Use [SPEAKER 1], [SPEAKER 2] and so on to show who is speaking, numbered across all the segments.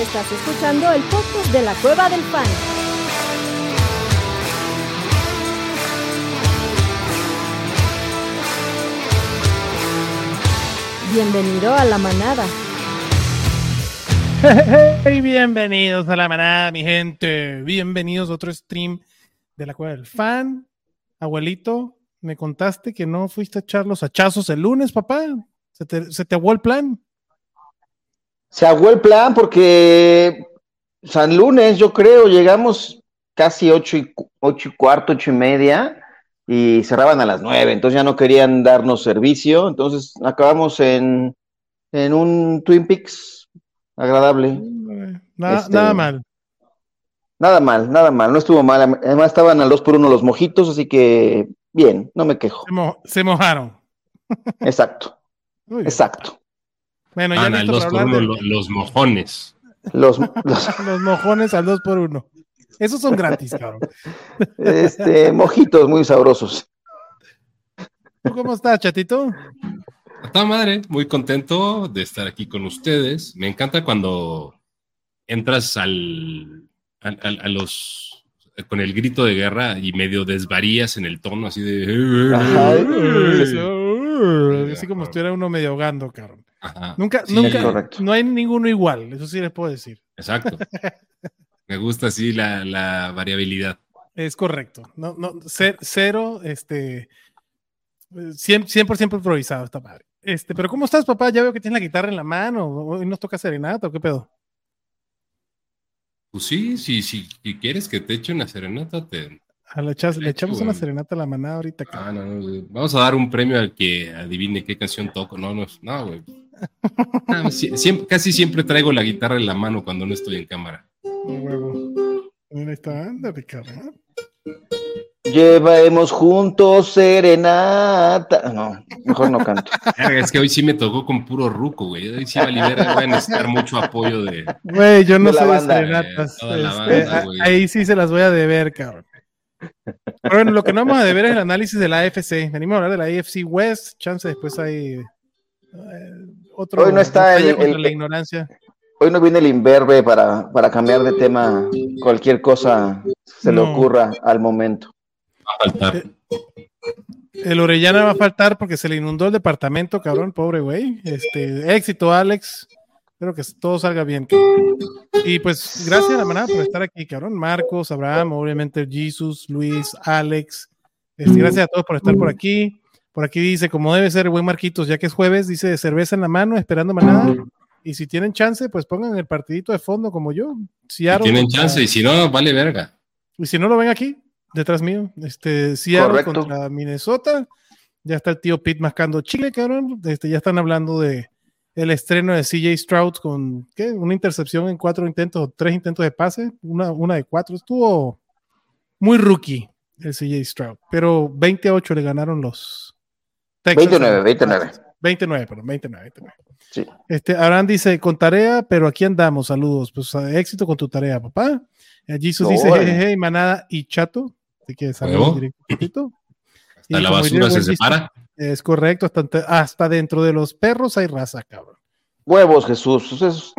[SPEAKER 1] Estás escuchando el podcast de la Cueva del Fan. Bienvenido a la manada.
[SPEAKER 2] Y bienvenidos a la manada, mi gente. Bienvenidos a otro stream de la Cueva del Fan. Abuelito, me contaste que no fuiste a echar los hachazos el lunes, papá. Se te, se te aguó el plan.
[SPEAKER 3] Se aguó el plan porque San Lunes, yo creo, llegamos casi ocho y, cu- ocho y cuarto, ocho y media, y cerraban a las nueve, entonces ya no querían darnos servicio, entonces acabamos en, en un Twin Peaks agradable.
[SPEAKER 2] Nada,
[SPEAKER 3] Este-
[SPEAKER 2] nada mal.
[SPEAKER 3] Nada mal, nada mal, no estuvo mal, además estaban al dos por uno los mojitos, así que bien, no me quejo.
[SPEAKER 2] Se, mo- se mojaron.
[SPEAKER 3] Exacto,
[SPEAKER 2] Muy bien.
[SPEAKER 3] exacto.
[SPEAKER 2] Bueno, ya
[SPEAKER 4] Ana, el
[SPEAKER 2] listo
[SPEAKER 4] dos
[SPEAKER 2] para
[SPEAKER 4] por
[SPEAKER 2] hablar
[SPEAKER 4] uno,
[SPEAKER 2] de
[SPEAKER 4] lo- los mojones.
[SPEAKER 3] Los, los
[SPEAKER 2] los mojones al 2 por 1 Esos son gratis, cabrón.
[SPEAKER 3] este, mojitos muy sabrosos.
[SPEAKER 2] ¿Tú cómo estás, chatito?
[SPEAKER 4] A toda madre, muy contento de estar aquí con ustedes. Me encanta cuando entras al, al- al- a los con el grito de guerra y medio desvarías en el tono así de
[SPEAKER 3] Ajá.
[SPEAKER 2] Así como estuviera uno medio ahogando, cabrón.
[SPEAKER 4] Ajá,
[SPEAKER 2] Nunca,
[SPEAKER 4] sí,
[SPEAKER 2] nunca,
[SPEAKER 3] correcto.
[SPEAKER 2] no hay ninguno igual, eso sí les puedo decir.
[SPEAKER 4] Exacto. Me gusta así la, la variabilidad.
[SPEAKER 2] Es correcto. No, no, ce- cero, este, 100%, 100% improvisado, está padre. Este, pero ¿cómo estás, papá? Ya veo que tienes la guitarra en la mano. Hoy nos toca serenata, ¿o qué pedo?
[SPEAKER 4] Pues sí, sí, sí, si quieres que te eche una serenata, te...
[SPEAKER 2] A la chas- Ah, le
[SPEAKER 4] Hecho,
[SPEAKER 2] echamos una
[SPEAKER 4] güey.
[SPEAKER 2] serenata a la manada ahorita, cabrón.
[SPEAKER 4] Ah, no, no, vamos a dar un premio al que adivine qué canción toco. No, no, no, güey. Ah, sí, siempre- casi siempre traigo la guitarra en la mano cuando no estoy en cámara.
[SPEAKER 2] A huevo. Mira, ahí está, ándale, cabrón.
[SPEAKER 3] Llevaremos juntos serenata. No, mejor no canto.
[SPEAKER 4] Verga, Es que hoy sí me tocó con puro ruco, güey. Hoy sí va a liberar, voy a necesitar mucho apoyo de...
[SPEAKER 2] Güey, yo no
[SPEAKER 3] De la
[SPEAKER 2] sé de
[SPEAKER 3] banda.
[SPEAKER 2] serenatas.
[SPEAKER 4] Eh, toda la
[SPEAKER 2] Este,
[SPEAKER 4] banda,
[SPEAKER 2] a-
[SPEAKER 4] güey.
[SPEAKER 2] ahí sí se las voy a deber, cabrón. Pero bueno, lo que no vamos a deber es el análisis de la AFC. Venimos a hablar de la AFC West. Chance después hay eh, otro.
[SPEAKER 3] Hoy no está
[SPEAKER 2] batalla
[SPEAKER 3] el-
[SPEAKER 2] contra
[SPEAKER 3] el-
[SPEAKER 2] la ignorancia.
[SPEAKER 3] Hoy no viene el imberbe para, para cambiar de tema cualquier cosa se le
[SPEAKER 2] No.
[SPEAKER 3] ocurra al momento.
[SPEAKER 4] Va a faltar.
[SPEAKER 2] El Orellana va a faltar porque se le inundó el departamento, cabrón, pobre güey. Este, éxito, Alex. Espero que todo salga bien. cabrón. Y pues, gracias a la manada por estar aquí, cabrón. Marcos, Abraham, obviamente Jesus, Luis, Alex. Este, gracias a todos por estar por aquí. Por aquí dice, como debe ser, el buen Marquitos, ya que es jueves, dice cerveza en la mano, esperando manada. Y si tienen chance, pues pongan el partidito de fondo como yo. Si
[SPEAKER 4] Si Tienen chance y si no, vale verga.
[SPEAKER 2] y si no lo ven aquí, detrás mío, este, Seattle
[SPEAKER 3] Correcto.
[SPEAKER 2] contra Minnesota. Ya está el tío Pete mascando chile, cabrón. Este, ya están hablando de el estreno de CJ Stroud con ¿qué? una intercepción en cuatro intentos o tres intentos de pase, una, una de cuatro. Estuvo muy rookie el CJ Stroud, pero 20 a 8 le ganaron los Texans.
[SPEAKER 3] 29, 29.
[SPEAKER 2] 29, perdón, 29, 29.
[SPEAKER 3] Sí.
[SPEAKER 2] Este, Abraham dice, con tarea, pero aquí andamos, saludos. Pues a- éxito con tu tarea, papá. Eh, Jesus dice,
[SPEAKER 3] Órale.
[SPEAKER 2] jejeje, manada y chato. Así que saludos
[SPEAKER 4] Huevo.
[SPEAKER 2] directo, papito.
[SPEAKER 4] Hasta
[SPEAKER 2] Y
[SPEAKER 4] la
[SPEAKER 2] como diría
[SPEAKER 4] basura
[SPEAKER 2] el
[SPEAKER 4] se
[SPEAKER 2] buen chiste,
[SPEAKER 4] separa.
[SPEAKER 2] Es correcto, hasta, ante- hasta dentro de los perros hay raza, cabrón.
[SPEAKER 3] Huevos, Jesús. Eso es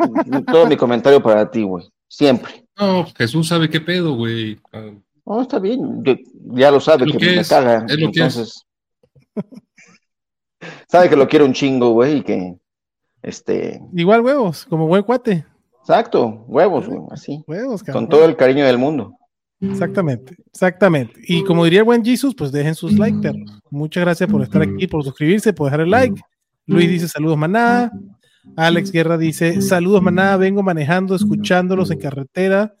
[SPEAKER 3] todo mi comentario para ti, güey. Siempre.
[SPEAKER 4] No, Jesús sabe qué pedo, güey. Ah,
[SPEAKER 3] No, está bien. yo- ya lo sabe
[SPEAKER 4] Es
[SPEAKER 3] que,
[SPEAKER 4] lo que
[SPEAKER 3] me
[SPEAKER 4] es,
[SPEAKER 3] caga.
[SPEAKER 4] es lo que
[SPEAKER 3] entonces. sabe que lo quiero un chingo, güey, y que este,
[SPEAKER 2] Igual huevos, como buen cuate.
[SPEAKER 3] exacto, huevos, güey, así.
[SPEAKER 2] Huevos, cabrón.
[SPEAKER 3] Con todo el cariño del mundo.
[SPEAKER 2] Exactamente, exactamente. Y como diría el buen Jesus, pues dejen sus likes, perros. Muchas gracias por estar aquí, por suscribirse, por dejar el like. Luis dice saludos manada. Alex Guerra dice saludos manada, vengo manejando, escuchándolos en carretera.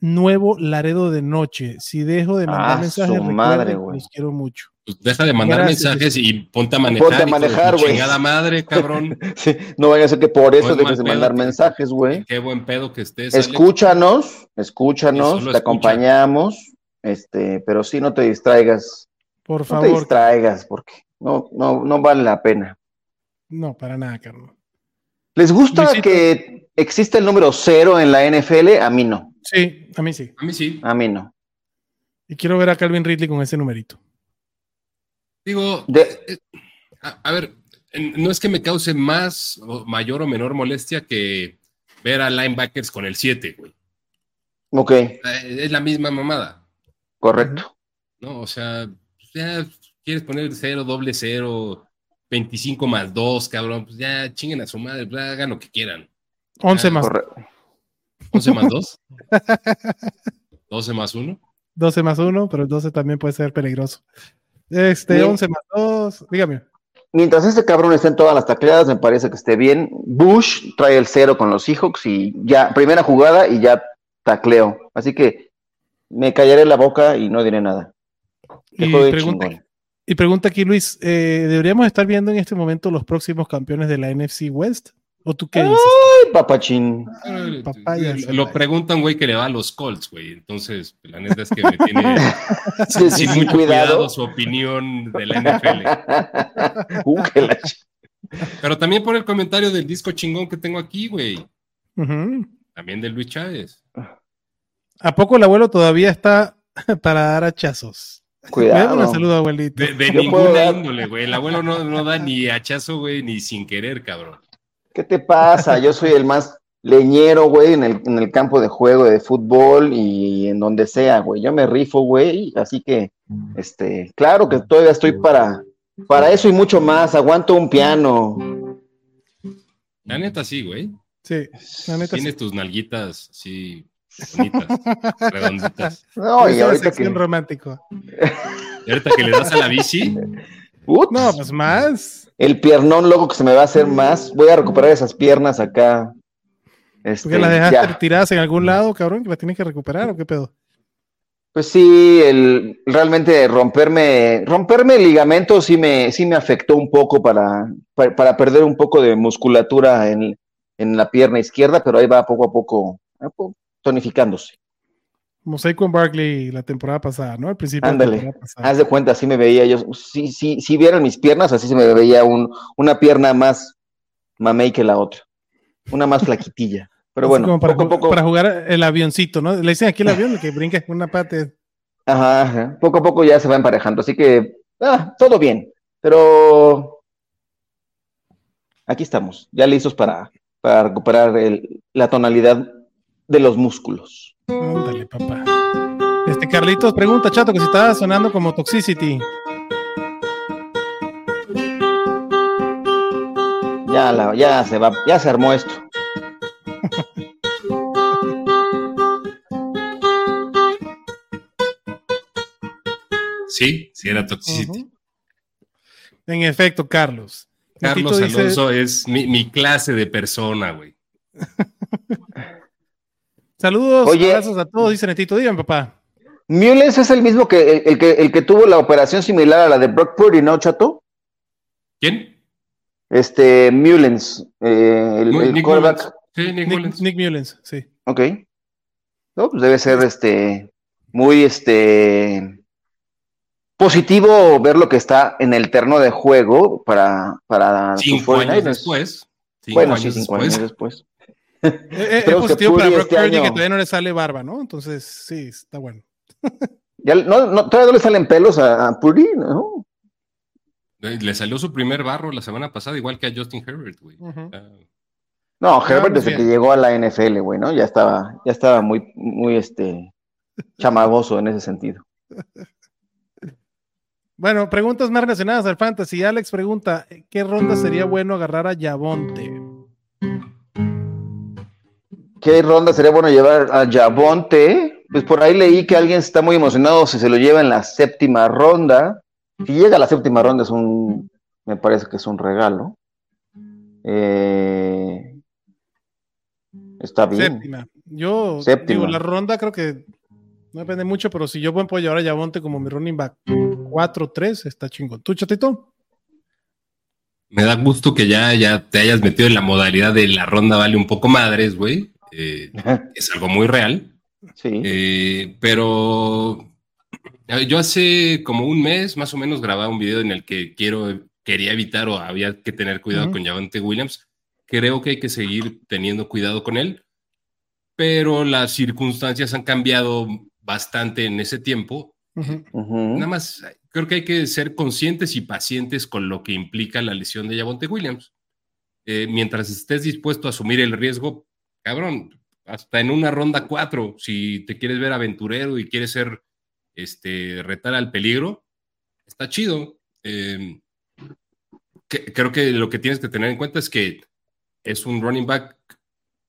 [SPEAKER 2] Nuevo Laredo de noche. Si dejo de mandar
[SPEAKER 3] Ah,
[SPEAKER 2] mensajes,
[SPEAKER 3] su
[SPEAKER 2] recuerden
[SPEAKER 3] madre,
[SPEAKER 2] que
[SPEAKER 3] güey.
[SPEAKER 2] los quiero mucho.
[SPEAKER 4] pues deja de mandar
[SPEAKER 2] Gracias.
[SPEAKER 4] mensajes y ponte a manejar.
[SPEAKER 3] Ponte a
[SPEAKER 4] hijo de tu
[SPEAKER 3] manejar, güey.
[SPEAKER 4] Chingada madre, cabrón.
[SPEAKER 3] Sí, no vaya a ser que por eso
[SPEAKER 4] Pues
[SPEAKER 3] dejes
[SPEAKER 4] mal
[SPEAKER 3] de
[SPEAKER 4] pedo,
[SPEAKER 3] mandar
[SPEAKER 4] tío.
[SPEAKER 3] mensajes, güey.
[SPEAKER 4] Qué buen pedo que estés. Alex.
[SPEAKER 3] Escúchanos, escúchanos,
[SPEAKER 4] Eso
[SPEAKER 3] te
[SPEAKER 4] lo escucha.
[SPEAKER 3] acompañamos, este, pero sí no te distraigas,
[SPEAKER 2] Por
[SPEAKER 3] no te
[SPEAKER 2] favor.
[SPEAKER 3] distraigas porque no, no, no vale la pena.
[SPEAKER 2] No, para nada, Carmen.
[SPEAKER 3] ¿Les gusta
[SPEAKER 2] Luisito.
[SPEAKER 3] que existe el número cero en la NFL? A mí no,
[SPEAKER 2] Sí, a mí sí.
[SPEAKER 4] A mí sí.
[SPEAKER 3] a mí no.
[SPEAKER 2] Y quiero ver a Calvin Ridley con ese numerito.
[SPEAKER 4] Digo,
[SPEAKER 3] De-
[SPEAKER 4] eh, a, a ver, en- no es que me cause más o mayor o menor molestia que ver a linebackers con el 7, güey.
[SPEAKER 3] Ok,
[SPEAKER 4] Eh, Es la misma mamada,
[SPEAKER 3] correcto.
[SPEAKER 4] ¿no? O sea, pues ya quieres poner 0, doble 0, 25 más 2, cabrón, pues ya chinguen a su madre, pues, hagan lo que quieran.
[SPEAKER 2] 11 más,
[SPEAKER 3] Ah, correcto.
[SPEAKER 4] 11 más 2, 12 más 1.
[SPEAKER 2] 12 más 1, pero el 12 también puede ser peligroso. Este,
[SPEAKER 3] Bien.
[SPEAKER 2] 11 más 2, dígame.
[SPEAKER 3] Mientras este cabrón esté en todas las tacleadas, me parece que esté bien. Bush trae el cero con los Seahawks y ya, primera jugada y ya tacleo. Así que me callaré la boca y no diré nada. Qué
[SPEAKER 2] Y
[SPEAKER 3] juego de
[SPEAKER 2] pregunta,
[SPEAKER 3] chingón.
[SPEAKER 2] y pregunta aquí, Luis, eh, ¿deberíamos estar viendo en este momento los próximos campeones de la NFC West? ¿O tú qué dices?
[SPEAKER 3] Ay, papachín.
[SPEAKER 2] papayas.
[SPEAKER 4] Eh, Lo pregunta un güey que le va a los Colts, güey. Entonces, la neta es que me tiene
[SPEAKER 3] Sí, sí,
[SPEAKER 4] sin
[SPEAKER 3] sí,
[SPEAKER 4] mucho
[SPEAKER 3] cuidado.
[SPEAKER 4] cuidado su opinión de la NFL.
[SPEAKER 3] Uh, que la ch-
[SPEAKER 4] Pero también por el comentario del disco chingón que tengo aquí, güey.
[SPEAKER 3] ¡Ah!
[SPEAKER 2] Ujú.
[SPEAKER 4] También de Luis Chávez.
[SPEAKER 2] ¿A poco el abuelo todavía está para dar hachazos? Le damos
[SPEAKER 3] cuidado.
[SPEAKER 2] un saludo, abuelito.
[SPEAKER 4] De, de
[SPEAKER 3] Yo puedo
[SPEAKER 4] ninguna
[SPEAKER 3] dar-
[SPEAKER 4] índole, güey. El abuelo no, no da ni hachazo, güey, ni sin querer, cabrón.
[SPEAKER 3] ¿Qué te pasa? Yo soy el más leñero, güey, en el, en el campo de juego de fútbol y en donde sea, güey. Yo me rifo, güey, así que, este, claro que todavía estoy para, para eso y mucho más. Aguanto un piano.
[SPEAKER 4] La neta sí, güey.
[SPEAKER 2] Sí, la neta sí.
[SPEAKER 4] Tienes tus nalguitas así bonitas, redonditas.
[SPEAKER 3] No, y
[SPEAKER 2] Esa
[SPEAKER 3] ahorita
[SPEAKER 2] sección
[SPEAKER 3] que...
[SPEAKER 2] romántico.
[SPEAKER 4] Y ahorita que le das a la bici,
[SPEAKER 3] Ups,
[SPEAKER 2] No, pues más.
[SPEAKER 3] El piernón loco que se me va a hacer más. Voy a recuperar esas piernas acá. Este,
[SPEAKER 2] Porque las Pues dejaste
[SPEAKER 3] ya.
[SPEAKER 2] tiradas en algún lado, cabrón, que las tienes que recuperar o qué pedo.
[SPEAKER 3] Pues sí, el, realmente romperme, romperme el ligamento sí me, sí me afectó un poco para, para, para perder un poco de musculatura en, en la pierna izquierda, pero ahí va poco a poco ah, po- tonificándose.
[SPEAKER 2] Mosaico en Barkley la temporada pasada, ¿no? Al principio
[SPEAKER 3] Ándale.
[SPEAKER 2] de la temporada pasada.
[SPEAKER 3] Haz de cuenta, así me veía yo. Si, si, si vieran mis piernas, así se me veía un, una pierna más mamey que la otra. Una más flaquitilla. Pero
[SPEAKER 2] Así
[SPEAKER 3] bueno,
[SPEAKER 2] como para,
[SPEAKER 3] poco a
[SPEAKER 2] ju-
[SPEAKER 3] poco.
[SPEAKER 2] para jugar el avioncito, ¿no? Le dicen aquí el avión, el que brinca en una parte.
[SPEAKER 3] Ajá, ajá. poco a poco ya se va emparejando, así que ah, todo bien, pero aquí estamos, ya listos para, para recuperar el- la tonalidad de los músculos.
[SPEAKER 2] Ándale, papá. Este Carlitos pregunta, chato, que si estaba sonando como Toxicity.
[SPEAKER 3] Ya, la- ya se va, ya se armó esto.
[SPEAKER 4] sí, sí era toxicity.
[SPEAKER 2] Ujú. En efecto, Carlos.
[SPEAKER 4] Carlos
[SPEAKER 2] Tito dice-
[SPEAKER 4] Alonso es mi, mi clase de persona, güey.
[SPEAKER 2] Saludos,
[SPEAKER 3] Oye.
[SPEAKER 2] abrazos a todos, dice Netito. Díganme, papá.
[SPEAKER 3] Mules es el mismo que el, el que el que tuvo la operación similar a la de Brock Purdy, ¿no, Chato?
[SPEAKER 4] ¿Quién?
[SPEAKER 3] Este, Mullens, eh, el,
[SPEAKER 4] Mu-
[SPEAKER 3] el
[SPEAKER 4] Nick
[SPEAKER 3] quarterback.
[SPEAKER 4] Sí, Nick
[SPEAKER 2] Nick,
[SPEAKER 4] Mullens.
[SPEAKER 2] Nick Mullens, sí.
[SPEAKER 3] Ok. No, pues debe ser este muy este positivo ver lo que está en el terreno de juego para, para sus
[SPEAKER 4] Cinco años
[SPEAKER 3] 49ers.
[SPEAKER 4] después. Cinco
[SPEAKER 3] Bueno,
[SPEAKER 4] años
[SPEAKER 3] sí, cinco
[SPEAKER 4] después.
[SPEAKER 3] años después.
[SPEAKER 2] Eh, eh, Es
[SPEAKER 3] Creo que
[SPEAKER 2] positivo para
[SPEAKER 3] Purdy
[SPEAKER 2] Brock
[SPEAKER 3] este
[SPEAKER 2] Purdy
[SPEAKER 3] año-
[SPEAKER 2] que todavía no le sale barba, ¿no? Entonces, sí, está bueno.
[SPEAKER 3] Ya, no, no, todavía no le salen pelos a, a Purdy, ¿no?
[SPEAKER 4] Eh, Le salió su primer barro la semana pasada, igual que a Justin Herbert, güey.
[SPEAKER 2] Ujú.
[SPEAKER 4] Ah,
[SPEAKER 3] No, Herbert
[SPEAKER 2] pues
[SPEAKER 3] desde
[SPEAKER 2] bien.
[SPEAKER 3] que llegó a la NFL, güey, ¿no? Ya estaba, ya estaba muy, muy este chamagoso en ese sentido.
[SPEAKER 2] Bueno, preguntas más relacionadas al fantasy. Alex pregunta, ¿qué ronda sería
[SPEAKER 4] Mm.
[SPEAKER 2] bueno agarrar a Yavonte?
[SPEAKER 3] ¿Qué ronda sería bueno llevar a Yabonte? Pues por ahí leí que alguien está muy emocionado si se lo lleva en la séptima ronda. Si llega a la séptima ronda es un, me parece que es un regalo. Eh, está bien.
[SPEAKER 2] Séptima. Yo
[SPEAKER 3] Séptima.
[SPEAKER 2] digo, la ronda creo que no depende mucho, pero si yo puedo llevar a Yavonte como mi running back 4-3, está chingón. ¿Tú, chatito?
[SPEAKER 4] Me da gusto que ya, ya te hayas metido en la modalidad de la ronda vale un poco madres, güey. Eh, es algo muy real.
[SPEAKER 3] Sí.
[SPEAKER 4] Eh, pero eh, yo hace como un mes más o menos grababa un video en el que quiero, quería evitar o había que tener cuidado
[SPEAKER 2] Ujú.
[SPEAKER 4] con Javante Williams. Creo que hay que seguir teniendo cuidado con él, pero las circunstancias han cambiado bastante en ese tiempo.
[SPEAKER 2] Ujú.
[SPEAKER 3] Ujú.
[SPEAKER 4] Nada más eh, creo que hay que ser conscientes y pacientes con lo que implica la lesión de Javonte Williams. Eh, mientras estés dispuesto a asumir el riesgo, cabrón, hasta en una ronda 4, si te quieres ver aventurero y quieres ser, este, retar al peligro, está chido. Eh, que- creo que lo que tienes que tener en cuenta es que es un running back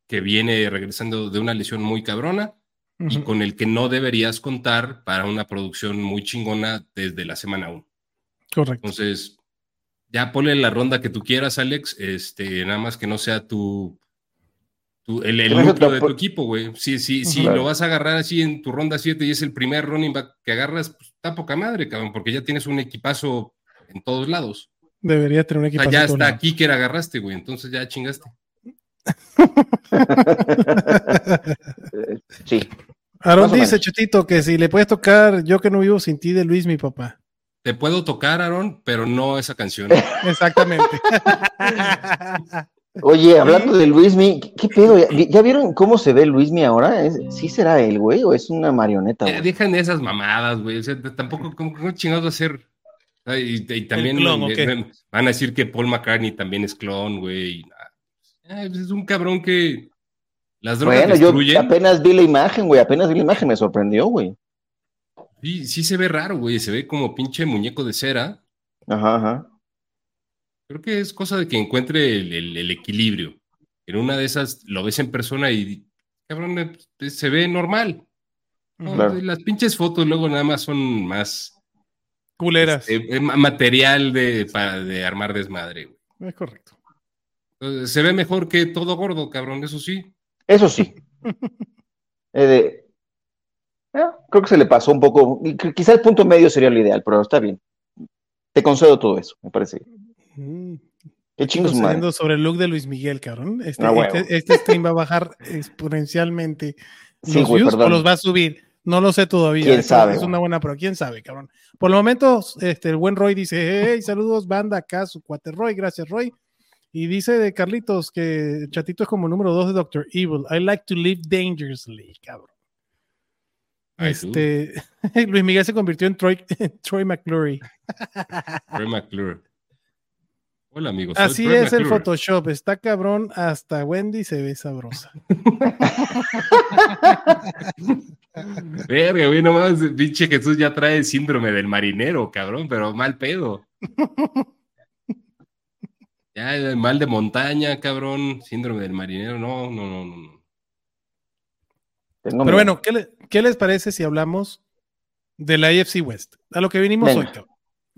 [SPEAKER 4] que viene regresando de una lesión muy cabrona y con el que no deberías contar para una producción muy chingona desde la semana 1.
[SPEAKER 2] Correcto.
[SPEAKER 4] Entonces, ya ponle la ronda que tú quieras, Alex. Este, nada más que no sea tu. tu- el el
[SPEAKER 3] Que no sea
[SPEAKER 4] núcleo
[SPEAKER 3] tu
[SPEAKER 4] de tu
[SPEAKER 3] apro-
[SPEAKER 4] equipo, güey. Si, si, si
[SPEAKER 3] Claro.
[SPEAKER 4] lo vas a agarrar así en tu ronda 7 y es el primer running back que agarras, pues está poca madre, cabrón, porque ya tienes un equipazo en todos lados.
[SPEAKER 2] Debería tener un
[SPEAKER 4] O
[SPEAKER 2] equipo.
[SPEAKER 4] sea, ya está aquí que agarraste, güey. Entonces ya chingaste.
[SPEAKER 3] sí.
[SPEAKER 2] Aaron
[SPEAKER 3] Más o
[SPEAKER 2] dice,
[SPEAKER 3] menos.
[SPEAKER 2] Chutito, que si le puedes tocar Yo que no vivo sin ti de Luis, mi papá.
[SPEAKER 4] Te puedo tocar, Aaron, pero no esa canción.
[SPEAKER 2] Exactamente.
[SPEAKER 3] Oye, hablando de Luismi, ¿qué- ¿qué pedo? ¿Ya, ya vieron cómo se ve Luismi ahora? ¿Es- ¿Sí será él, güey? ¿O es una marioneta?
[SPEAKER 4] Eh,
[SPEAKER 3] güey?
[SPEAKER 4] dejan esas mamadas, güey. O sea, t- tampoco, ¿cómo, cómo chingados hacer? Ay, Y, y también
[SPEAKER 2] El clon,
[SPEAKER 4] me-
[SPEAKER 2] ¿o
[SPEAKER 4] me-
[SPEAKER 2] qué?
[SPEAKER 4] me- van a decir que Paul McCartney también es clon, güey. Ah, pues es un cabrón que las drogas
[SPEAKER 3] Bueno,
[SPEAKER 4] destruyen.
[SPEAKER 3] yo apenas vi la imagen, güey. Apenas vi la imagen, me sorprendió, güey.
[SPEAKER 4] Sí, sí se ve raro, güey. Se ve como pinche muñeco de cera.
[SPEAKER 3] Ajá, ajá.
[SPEAKER 4] Creo que es cosa de que encuentre el, el- el equilibrio. En una de esas lo ves en persona y, cabrón, eh, pues, se ve normal. ¿no?
[SPEAKER 3] Claro.
[SPEAKER 4] Las pinches fotos luego nada más son más
[SPEAKER 2] Culeras.
[SPEAKER 4] eh, eh, ma- material de, para, de armar desmadre, güey.
[SPEAKER 2] Es correcto.
[SPEAKER 4] Entonces, Se ve mejor que todo gordo, cabrón, eso sí.
[SPEAKER 3] Eso sí. Eh, de- Ah, creo que se le pasó un poco. y qu- Quizá el punto medio sería lo ideal, pero está bien. Te concedo todo eso, me parece.
[SPEAKER 2] Mm.
[SPEAKER 3] Qué chingos, madre.
[SPEAKER 2] Saliendo sobre el look de Luis Miguel, cabrón. Este,
[SPEAKER 3] Pues Ah, huevo.
[SPEAKER 2] este, este stream va a bajar exponencialmente los
[SPEAKER 3] Sí, güey,
[SPEAKER 2] views o
[SPEAKER 3] perdón.
[SPEAKER 2] los va a subir. No lo sé todavía.
[SPEAKER 3] ¿Quién
[SPEAKER 2] Eso
[SPEAKER 3] sabe,
[SPEAKER 2] Es
[SPEAKER 3] güey?
[SPEAKER 2] una buena prueba. ¿Quién sabe, cabrón? Por el momento, este, el buen Roy dice, hey, saludos, banda, acá su cuate Roy. Gracias, Roy. Y dice de Carlitos que el Chatito es como el número dos de Doctor Evil. I like to live dangerously, cabrón.
[SPEAKER 4] Ay, tú.
[SPEAKER 2] Este, Luis Miguel se convirtió en Troy, en Troy McClury.
[SPEAKER 4] Pues Troy McClure. Hola, amigos. soy
[SPEAKER 2] ah. Así
[SPEAKER 4] Troy
[SPEAKER 2] es el
[SPEAKER 4] McClure.
[SPEAKER 2] Photoshop. Está cabrón. Hasta Wendy se ve sabrosa.
[SPEAKER 4] Verga, güey, nomás, pinche Jesús ya trae síndrome del marinero, cabrón, pero mal pedo. Ya, el mal de montaña, cabrón, síndrome del marinero, no, no, no, no, no.
[SPEAKER 3] Tengo
[SPEAKER 2] Pero
[SPEAKER 3] miedo.
[SPEAKER 2] bueno, ¿qué, le- qué les parece si hablamos de la AFC West? A lo que vinimos
[SPEAKER 3] Venga.
[SPEAKER 2] hoy. cabrón.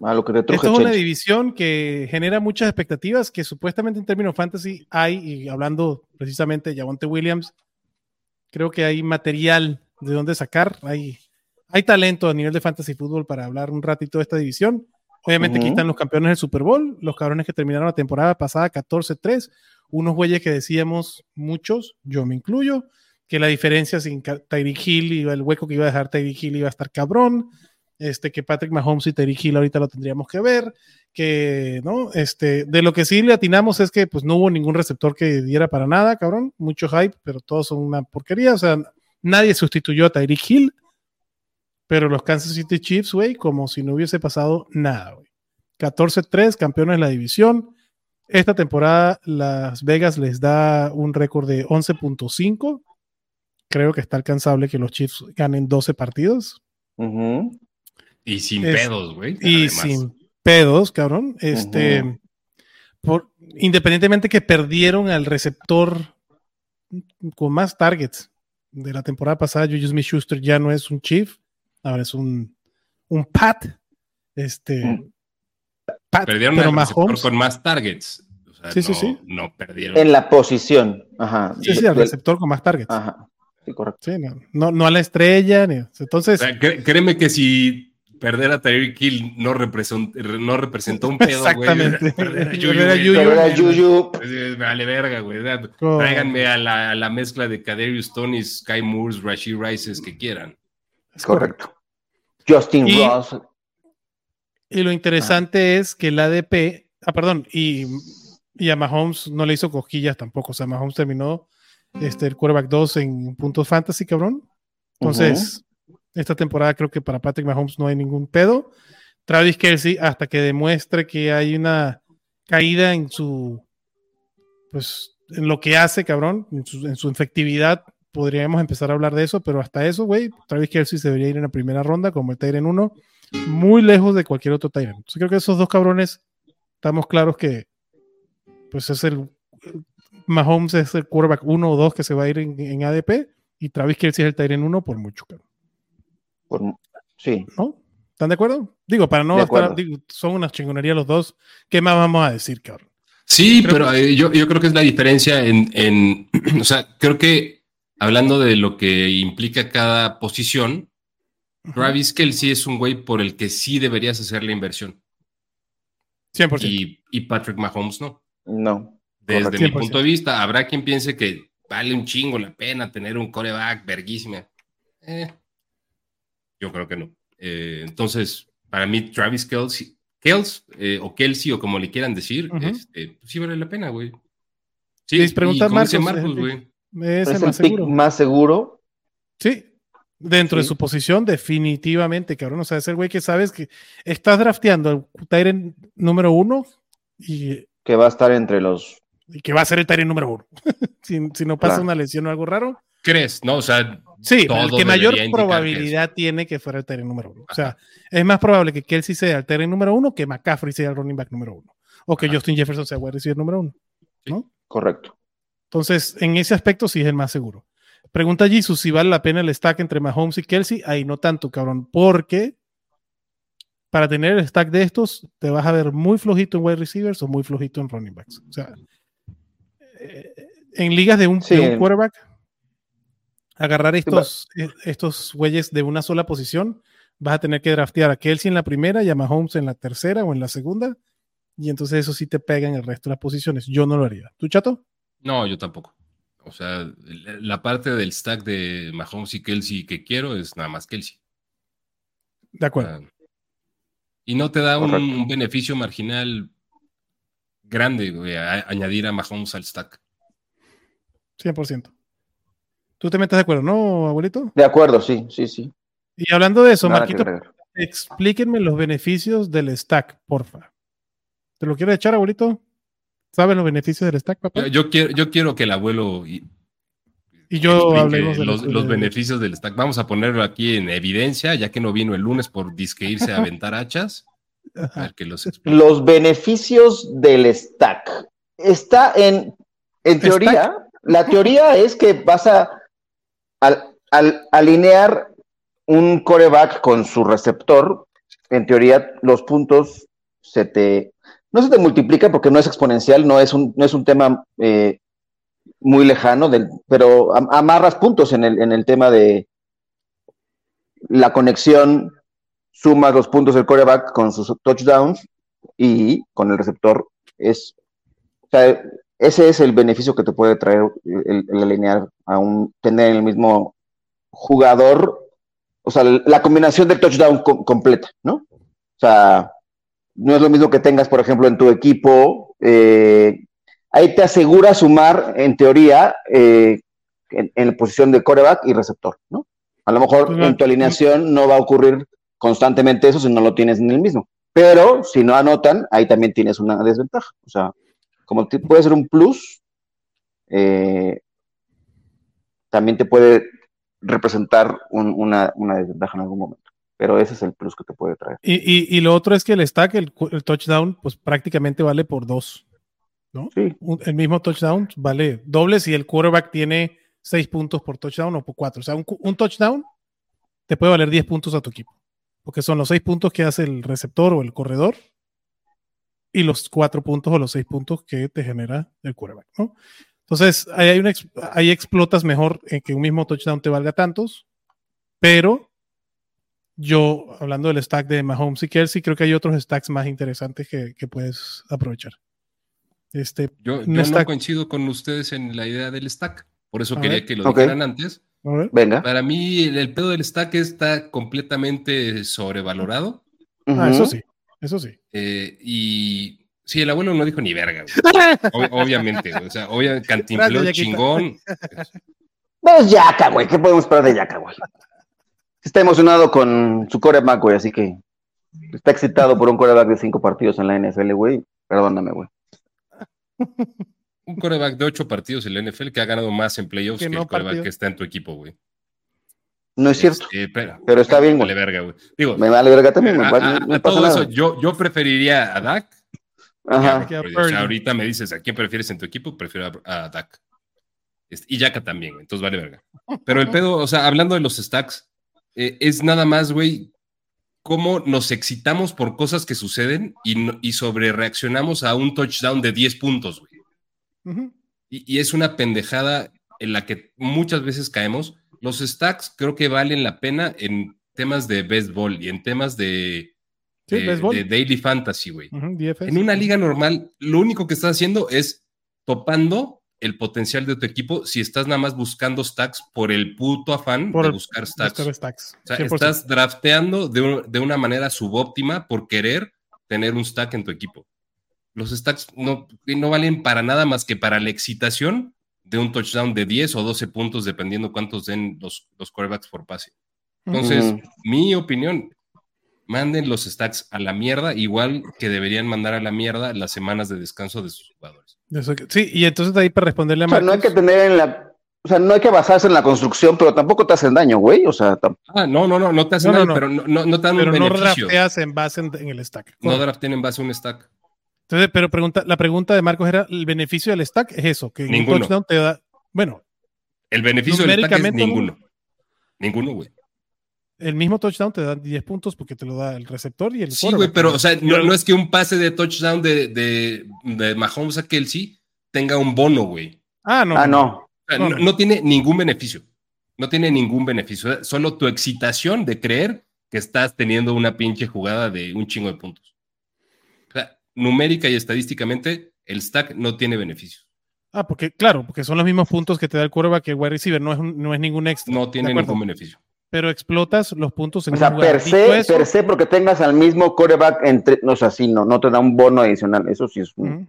[SPEAKER 3] A lo que te truje,
[SPEAKER 2] Esto es una
[SPEAKER 3] Chencho.
[SPEAKER 2] división que genera muchas expectativas que supuestamente en términos fantasy hay, y hablando precisamente de Javonte Williams, creo que hay material de dónde sacar, hay, hay talento a nivel de fantasy fútbol para hablar un ratito de esta división. Obviamente aquí
[SPEAKER 3] Ujú.
[SPEAKER 2] están los campeones del Super Bowl, los cabrones que terminaron la temporada pasada 14-3, unos güeyes que decíamos muchos, yo me incluyo, que la diferencia sin Ca- Tyreek Hill y el hueco que iba a dejar Tyreek Hill iba a estar cabrón, este que Patrick Mahomes y Tyreek Hill ahorita lo tendríamos que ver, que no, este de lo que sí le atinamos es que pues no hubo ningún receptor que diera para nada, cabrón, mucho hype, pero todos son una porquería, o sea, nadie sustituyó a Tyreek Hill, pero los Kansas City Chiefs, güey, como si no hubiese pasado nada, güey. 14-3, campeones de la división. Esta temporada Las Vegas les da un récord de 11.5. Creo que está alcanzable que los Chiefs ganen 12 partidos
[SPEAKER 3] Ujú.
[SPEAKER 4] Y sin
[SPEAKER 2] Es-
[SPEAKER 4] pedos, güey.
[SPEAKER 2] y
[SPEAKER 4] además.
[SPEAKER 2] sin pedos, cabrón. Este, por, independientemente que perdieron al receptor con más targets de la temporada pasada, Juju Smith Schuster ya no es un Chief, ahora es un, un Pat. Este,
[SPEAKER 3] Un
[SPEAKER 2] Pat,
[SPEAKER 4] Perdieron
[SPEAKER 2] pero
[SPEAKER 4] al receptor
[SPEAKER 2] Mahomes.
[SPEAKER 4] con más targets. O sea,
[SPEAKER 2] Sí, sí,
[SPEAKER 4] no,
[SPEAKER 2] sí.
[SPEAKER 4] No perdieron.
[SPEAKER 3] En la posición. Ajá.
[SPEAKER 2] Sí, sí, al receptor con más targets.
[SPEAKER 3] Ajá. Sí, correcto.
[SPEAKER 2] Sí, no, no, no a la estrella. ni-
[SPEAKER 4] O
[SPEAKER 2] entonces,
[SPEAKER 4] sea, cre- créeme que si perder a Tyreek Hill no, represent- no representó un pedo, güey.
[SPEAKER 2] Exactamente.
[SPEAKER 4] Perder a Juju,
[SPEAKER 2] Perder a
[SPEAKER 4] güey,
[SPEAKER 2] Juju.
[SPEAKER 3] Pero era Yuyu.
[SPEAKER 4] pues, eh, Vale verga, güey. da-
[SPEAKER 2] co-
[SPEAKER 4] Tráiganme a la, a la mezcla de Kaderius Tony, Sky Moores, Rashid Rices que quieran.
[SPEAKER 2] es
[SPEAKER 3] Correcto. Justin
[SPEAKER 2] Y-
[SPEAKER 3] Ross.
[SPEAKER 2] Y lo interesante es que el ADP, ah, perdón, y, y a Mahomes no le hizo cosquillas tampoco. O sea, Mahomes terminó este, el quarterback 2 en puntos fantasy, cabrón. Entonces, esta temporada creo que para Patrick Mahomes no hay ningún pedo. Travis Kelsey, hasta que demuestre que hay una caída en su pues en lo que hace, cabrón, en su, en su efectividad, podríamos empezar a hablar de eso, pero hasta eso, güey, Travis Kelsey se debería ir en la primera ronda como el Tyrant 1, muy lejos de cualquier otro Tyrant. Entonces creo que esos dos cabrones, estamos claros que, pues es el, Mahomes es el quarterback 1 o 2 que se va a ir en, en ADP, y Travis Kelsey es el Tyrant 1 por mucho, cabrón.
[SPEAKER 3] Por- sí,
[SPEAKER 2] ¿no? ¿Están de acuerdo? Digo, para no
[SPEAKER 3] De
[SPEAKER 2] estar,
[SPEAKER 3] acuerdo.
[SPEAKER 2] digo, son una chingonería los dos, ¿qué más vamos a decir, cabrón?
[SPEAKER 4] Sí,
[SPEAKER 2] Creo
[SPEAKER 4] pero eh, yo, yo creo que es la diferencia en, en- o sea, creo que hablando de lo que implica cada posición, Travis Kelsey es un güey por el que sí deberías hacer la inversión
[SPEAKER 2] 100%.
[SPEAKER 4] y, y Patrick Mahomes no.
[SPEAKER 3] no.
[SPEAKER 4] Desde
[SPEAKER 3] Correcto.
[SPEAKER 4] mi punto de vista, habrá quien piense que vale un chingo la pena tener un coreback verguísima. Eh, yo creo que no. Eh, entonces, para mí, Travis Kelsey, Kels, eh, o Kelsey, o como le quieran decir,
[SPEAKER 2] Ujú.
[SPEAKER 4] este, pues sí vale la pena, güey.
[SPEAKER 2] Les pregunta
[SPEAKER 4] y como dice
[SPEAKER 2] Marcos, eh,
[SPEAKER 4] Marcos,
[SPEAKER 2] el-
[SPEAKER 4] güey.
[SPEAKER 2] Ese
[SPEAKER 3] es pues el
[SPEAKER 2] más
[SPEAKER 3] pick
[SPEAKER 2] seguro.
[SPEAKER 3] más seguro.
[SPEAKER 2] Sí. Dentro de
[SPEAKER 3] Sí.
[SPEAKER 2] su posición, definitivamente, cabrón. O sea, es el güey que sabes que estás drafteando al Tyrant número uno y,
[SPEAKER 3] que va a estar entre los.
[SPEAKER 2] y que va a ser el Tyrant número uno. si, si no pasa
[SPEAKER 3] Claro.
[SPEAKER 2] una lesión o algo raro.
[SPEAKER 4] ¿Crees? No, o sea,
[SPEAKER 2] Sí,
[SPEAKER 4] Todo
[SPEAKER 2] el que mayor
[SPEAKER 4] debería indicar que
[SPEAKER 2] probabilidad tiene que fuera el Tyrant número uno. O sea,
[SPEAKER 4] Ajá.
[SPEAKER 2] es más probable que Kelsey sea el Tyrant número uno que McCaffrey sea el running back número uno. O que
[SPEAKER 4] Ajá.
[SPEAKER 2] Justin Jefferson sea el receiver número uno.
[SPEAKER 3] Correcto.
[SPEAKER 2] Entonces, en ese aspecto sí es el más seguro. Pregunta Jesus si vale la pena el stack entre Mahomes y Kelsey. Ahí no tanto, cabrón. Porque para tener el stack de estos, te vas a ver muy flojito en wide receivers o muy flojito en running backs. O sea, eh, en ligas de un,
[SPEAKER 3] Sí.
[SPEAKER 2] de un quarterback, agarrar
[SPEAKER 3] va-
[SPEAKER 2] estos, eh, estos güeyes de una sola posición, vas a tener que draftear a Kelsey en la primera y a Mahomes en la tercera o en la segunda. Y entonces eso sí te pega en el resto de las posiciones. Yo no lo haría. ¿Tú, chato?
[SPEAKER 4] no, yo tampoco. O sea, la la parte del stack de Mahomes y Kelsey que quiero es nada más Kelsey.
[SPEAKER 2] De acuerdo.
[SPEAKER 4] Ah. Y no te da un,
[SPEAKER 3] Correcto.
[SPEAKER 4] un beneficio marginal grande, güey, a- añadir a Mahomes al stack.
[SPEAKER 2] 100%. ¿Tú te metes de acuerdo, no, abuelito?
[SPEAKER 3] De acuerdo, sí, sí, sí.
[SPEAKER 2] Y hablando de eso,
[SPEAKER 3] Nada que
[SPEAKER 2] Marquito,
[SPEAKER 3] agregar.
[SPEAKER 2] explíquenme los beneficios del stack, porfa. ¿Te lo quiero echar, abuelito? ¿Sabes los beneficios del stack, papá?
[SPEAKER 4] Yo, yo quiero, yo quiero que el abuelo y-
[SPEAKER 2] y yo
[SPEAKER 4] explique
[SPEAKER 2] hablemos de
[SPEAKER 4] los, los
[SPEAKER 2] de-
[SPEAKER 4] beneficios del stack. Vamos a ponerlo aquí en evidencia, ya que no vino el lunes por disque irse a aventar hachas. A
[SPEAKER 2] Ajá.
[SPEAKER 4] ver que los explique.
[SPEAKER 3] Los beneficios del stack. Está en, en teoría, la teoría es que vas a al- al alinear un coreback con su receptor. En teoría, los puntos se te. No se te multiplica porque no es exponencial, no es un, no es un tema eh, muy lejano, del, pero am- amarras puntos en el, en el tema de la conexión, sumas los puntos del coreback con sus touchdowns y con el receptor. Es, o sea, ese es el beneficio que te puede traer el, el alinear a un, tener el mismo jugador, o sea, la combinación del touchdown co- completa, ¿no? O sea, no es lo mismo que tengas, por ejemplo, en tu equipo, eh, ahí te asegura sumar, en teoría, eh, en, en la posición de coreback y receptor, ¿no? A lo mejor
[SPEAKER 2] Claro.
[SPEAKER 3] en tu alineación no va a ocurrir constantemente eso si no lo tienes en el mismo. Pero si no anotan, ahí también tienes una desventaja. O sea, como te- puede ser un plus, eh, también te puede representar un- una, una desventaja en algún momento. Pero ese es el plus que te puede traer.
[SPEAKER 2] Y, y- y lo otro es que el stack, el, cu- el touchdown, pues prácticamente vale por dos.
[SPEAKER 3] Sí,
[SPEAKER 2] Un- el mismo touchdown vale doble si el quarterback tiene seis puntos por touchdown o por cuatro. O sea, un, cu- un touchdown te puede valer 10 puntos a tu equipo. Porque son los seis puntos que hace el receptor o el corredor y los cuatro puntos o los seis puntos que te genera el quarterback, ¿no? Entonces, ahí, hay una ex- ahí explotas mejor en que un mismo touchdown te valga tantos, pero yo, hablando del stack de Mahomes y Kelsey, creo que hay otros stacks más interesantes que, que puedes aprovechar. Este,
[SPEAKER 4] Yo, yo
[SPEAKER 2] no
[SPEAKER 4] no
[SPEAKER 2] está-
[SPEAKER 4] coincido con ustedes en la idea del stack. Por eso
[SPEAKER 2] A
[SPEAKER 4] quería
[SPEAKER 2] ver.
[SPEAKER 4] que lo
[SPEAKER 3] Ok.
[SPEAKER 4] dijeran antes.
[SPEAKER 2] a ver.
[SPEAKER 3] venga.
[SPEAKER 4] Para mí, el, el pedo del stack está completamente sobrevalorado.
[SPEAKER 2] Ah, eso
[SPEAKER 3] Ujú.
[SPEAKER 2] sí, eso sí.
[SPEAKER 4] Eh, y sí, el abuelo no dijo ni verga, güey. O- obviamente, güey. o sea, obviamente, cantimpleo
[SPEAKER 2] Gracias, Yaquita.
[SPEAKER 4] chingón.
[SPEAKER 3] Pues Yaka, güey. ¿Qué podemos esperar de Yaka, güey? Está emocionado con su coreback, güey, así que está excitado por un coreback de cinco partidos en la NFL, güey. Perdóname, güey.
[SPEAKER 4] un coreback de ocho partidos en la NFL que ha ganado más en playoffs
[SPEAKER 2] Que
[SPEAKER 4] que,
[SPEAKER 2] no
[SPEAKER 4] el coreback
[SPEAKER 2] partidos.
[SPEAKER 4] que está en tu equipo, güey.
[SPEAKER 3] No es cierto,
[SPEAKER 4] Este, pero,
[SPEAKER 3] pero está bien,
[SPEAKER 4] vale
[SPEAKER 3] güey.
[SPEAKER 4] verga, güey. Digo,
[SPEAKER 3] Me vale verga también, me
[SPEAKER 4] a,
[SPEAKER 3] vale-
[SPEAKER 4] a-
[SPEAKER 3] no
[SPEAKER 4] a
[SPEAKER 3] pasa
[SPEAKER 4] todo
[SPEAKER 3] nada.
[SPEAKER 4] eso, yo, yo preferiría a Dak.
[SPEAKER 3] Ajá.
[SPEAKER 2] Que a
[SPEAKER 4] Pero, o sea,
[SPEAKER 2] Purdy.
[SPEAKER 4] ahorita me dices, ¿a quién prefieres en tu equipo? Prefiero a, a Dak. Este, y Yaka también, güey, entonces vale verga. Pero el pedo, o sea, hablando de los stacks, eh, es nada más, güey, cómo nos excitamos por cosas que suceden y, no- y sobre reaccionamos a un touchdown de 10 puntos, güey.
[SPEAKER 2] Ujú.
[SPEAKER 4] Y, y es una pendejada en la que muchas veces caemos. Los stacks creo que valen la pena en temas de béisbol y en temas de,
[SPEAKER 2] Sí,
[SPEAKER 4] de-
[SPEAKER 2] béisbol.
[SPEAKER 4] de daily fantasy, güey.
[SPEAKER 2] Ujú, DFS.
[SPEAKER 4] En una liga normal, lo único que estás haciendo es topando el potencial de tu equipo si estás nada más buscando stacks por el puto afán
[SPEAKER 2] Por
[SPEAKER 4] de
[SPEAKER 2] el-
[SPEAKER 4] buscar stacks.
[SPEAKER 2] Mr. Stacks.
[SPEAKER 4] O sea,
[SPEAKER 2] 100%.
[SPEAKER 4] estás drafteando de, un- de una manera subóptima por querer tener un stack en tu equipo. Los stacks no, no valen para nada más que para la excitación de un touchdown de 10 o 12 puntos, dependiendo cuántos den los, los quarterbacks por pase. Entonces, este
[SPEAKER 3] Ujú.
[SPEAKER 4] mi opinión, manden los stacks a la mierda, igual que deberían mandar a la mierda las semanas de descanso de sus jugadores.
[SPEAKER 2] Yo sé que- Sí, y entonces de ahí para responderle a
[SPEAKER 3] O sea, no hay
[SPEAKER 2] Marcos,
[SPEAKER 3] que tener en la. O sea, no hay que basarse en la construcción, pero tampoco te hacen daño, güey. O sea, tam-
[SPEAKER 4] Ah, no, no, no, no te
[SPEAKER 2] No,
[SPEAKER 4] hacen
[SPEAKER 2] no,
[SPEAKER 4] daño,
[SPEAKER 2] no.
[SPEAKER 4] pero no, no, no te dan
[SPEAKER 2] pero
[SPEAKER 4] un
[SPEAKER 2] no
[SPEAKER 4] beneficio.
[SPEAKER 2] drafteas en base en, en el stack.
[SPEAKER 4] no drafteen en base a un stack.
[SPEAKER 2] Entonces, pero pregunta, la pregunta de Marcos era, ¿el beneficio del stack es eso? Que en un
[SPEAKER 4] Ninguno.
[SPEAKER 2] touchdown te da... Bueno,
[SPEAKER 4] El beneficio del stack es
[SPEAKER 2] Numéricamente, ¿no?
[SPEAKER 4] ninguno. Ninguno, güey.
[SPEAKER 2] el mismo touchdown te da 10 puntos porque te lo da el receptor y el
[SPEAKER 4] Sí, güey,
[SPEAKER 2] quarterback.
[SPEAKER 4] pero, o sea, no, no es que un pase de touchdown de, de, de Mahomes a Kelsey tenga un bono, güey.
[SPEAKER 2] Ah, no.
[SPEAKER 3] ah, no.
[SPEAKER 4] O sea,
[SPEAKER 2] No,
[SPEAKER 4] no,
[SPEAKER 2] no.
[SPEAKER 4] no tiene ningún beneficio. No tiene ningún beneficio. ¿eh? Solo tu excitación de creer que estás teniendo una pinche jugada de un chingo de puntos. O sea, numérica y estadísticamente, el stack no tiene beneficios.
[SPEAKER 2] Ah, porque, claro, porque son los mismos puntos que te da el quarterback que el wide receiver, no es, un- no es ningún extra.
[SPEAKER 4] No tiene
[SPEAKER 2] De acuerdo.
[SPEAKER 4] ningún beneficio.
[SPEAKER 2] Pero explotas los puntos en
[SPEAKER 3] O
[SPEAKER 2] un
[SPEAKER 3] sea,
[SPEAKER 2] lugar.
[SPEAKER 3] per
[SPEAKER 2] Dicho
[SPEAKER 3] se,
[SPEAKER 2] eso-
[SPEAKER 3] per se, porque tengas al mismo coreback entre. No, o sea, sí, no, no te da un bono adicional. Eso sí es. un-
[SPEAKER 2] Ujú.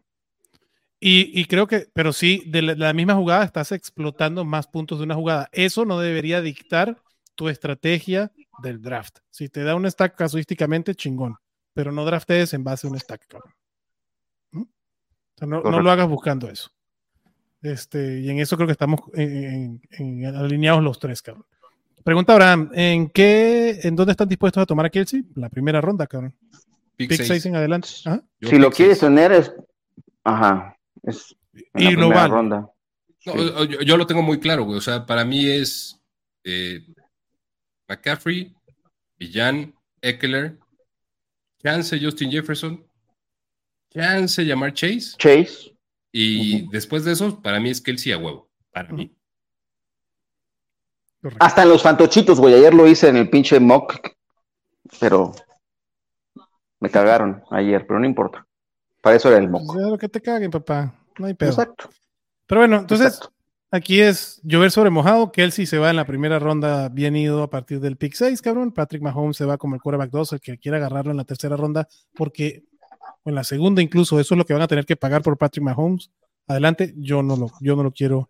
[SPEAKER 2] Y, y creo que, pero sí, de la, la misma jugada estás explotando más puntos de una jugada. Eso no debería dictar tu estrategia del draft. Si te da un stack casuísticamente, chingón. Pero no draftees en base a un stack, cabrón. ¿Mm? O sea, no, no
[SPEAKER 3] Correcto.
[SPEAKER 2] lo hagas buscando eso. Este, y en eso creo que estamos eh, en- en- en- alineados los tres, cabrón. Pregunta Abraham, ¿en qué, en dónde están dispuestos a tomar a Kelsey? La primera ronda, cabrón.
[SPEAKER 4] Pick
[SPEAKER 2] Pick
[SPEAKER 4] seis.
[SPEAKER 2] 6 en adelante. Ajá.
[SPEAKER 4] Yo
[SPEAKER 3] Si lo
[SPEAKER 4] pick
[SPEAKER 3] quieres
[SPEAKER 4] seis.
[SPEAKER 3] tener, es. Ajá. Es en
[SPEAKER 2] Y
[SPEAKER 3] la
[SPEAKER 2] lo
[SPEAKER 3] primera
[SPEAKER 2] vale. eh,
[SPEAKER 3] ronda.
[SPEAKER 4] No,
[SPEAKER 3] Sí.
[SPEAKER 4] o- o- yo, yo lo tengo muy claro, güey. O sea, para mí es eh, McCaffrey, Villan, Eckler, chance Justin Jefferson, chance llamar Chase.
[SPEAKER 3] Chase.
[SPEAKER 4] Y después de eso, para mí es Kelsey a huevo. Para mí.
[SPEAKER 2] Correcto.
[SPEAKER 3] Hasta en los fantochitos, güey. Ayer lo hice en el pinche mock. Pero. Me cagaron ayer, pero no importa. Para eso era el mock.
[SPEAKER 2] Pues ya lo que te caguen, papá. No hay pedo.
[SPEAKER 3] Exacto.
[SPEAKER 2] Pero bueno, entonces
[SPEAKER 3] exacto.
[SPEAKER 2] aquí es llover sobre mojado. Kelsey se va en la primera ronda bien ido a partir del pick 6, cabrón. Patrick Mahomes se va como el quarterback 2, el que quiera agarrarlo en la tercera ronda, porque o en la segunda incluso, eso es lo que van a tener que pagar por Patrick Mahomes. Adelante, yo no lo, yo no lo quiero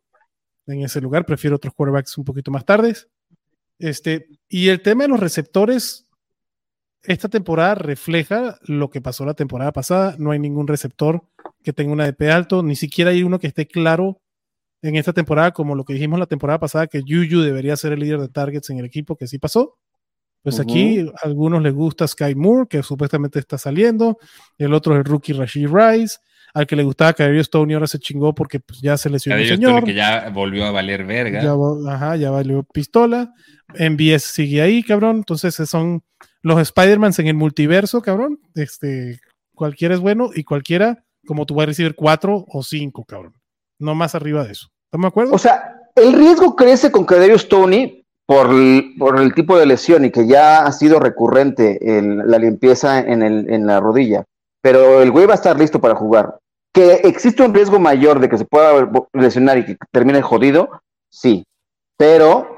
[SPEAKER 2] en ese lugar, prefiero otros quarterbacks un poquito más tardes. Este, y el tema de los receptores, esta temporada refleja lo que pasó la temporada pasada. No hay ningún receptor que tenga una DP alto, ni siquiera hay uno que esté claro en esta temporada, como lo que dijimos la temporada pasada, que Juju debería ser el líder de targets en el equipo, que sí pasó. Pues aquí a algunos les gusta Sky Moore, que supuestamente está saliendo. El otro es el rookie Rashid Rice. Al que le gustaba Kyrie Stoney ahora se chingó porque pues, ya se lesionó el
[SPEAKER 4] Adiós,
[SPEAKER 2] señor.
[SPEAKER 4] que ya volvió a valer verga.
[SPEAKER 2] Ya, va- ajá, ya valió pistola. MBS sigue ahí, cabrón. Entonces esos son los Spider-Mans en el multiverso, cabrón. Este, cualquiera es bueno y cualquiera, como tú vas a recibir cuatro o cinco, cabrón. No más arriba de eso. ¿Estamos de acuerdo?
[SPEAKER 3] O sea, el riesgo crece con Kadarius Tony por, el- por el tipo de lesión y que ya ha sido recurrente el- la limpieza en, el- en la rodilla. Pero el güey va a estar listo para jugar. Que existe un riesgo mayor de que se pueda lesionar y que termine jodido, sí. Pero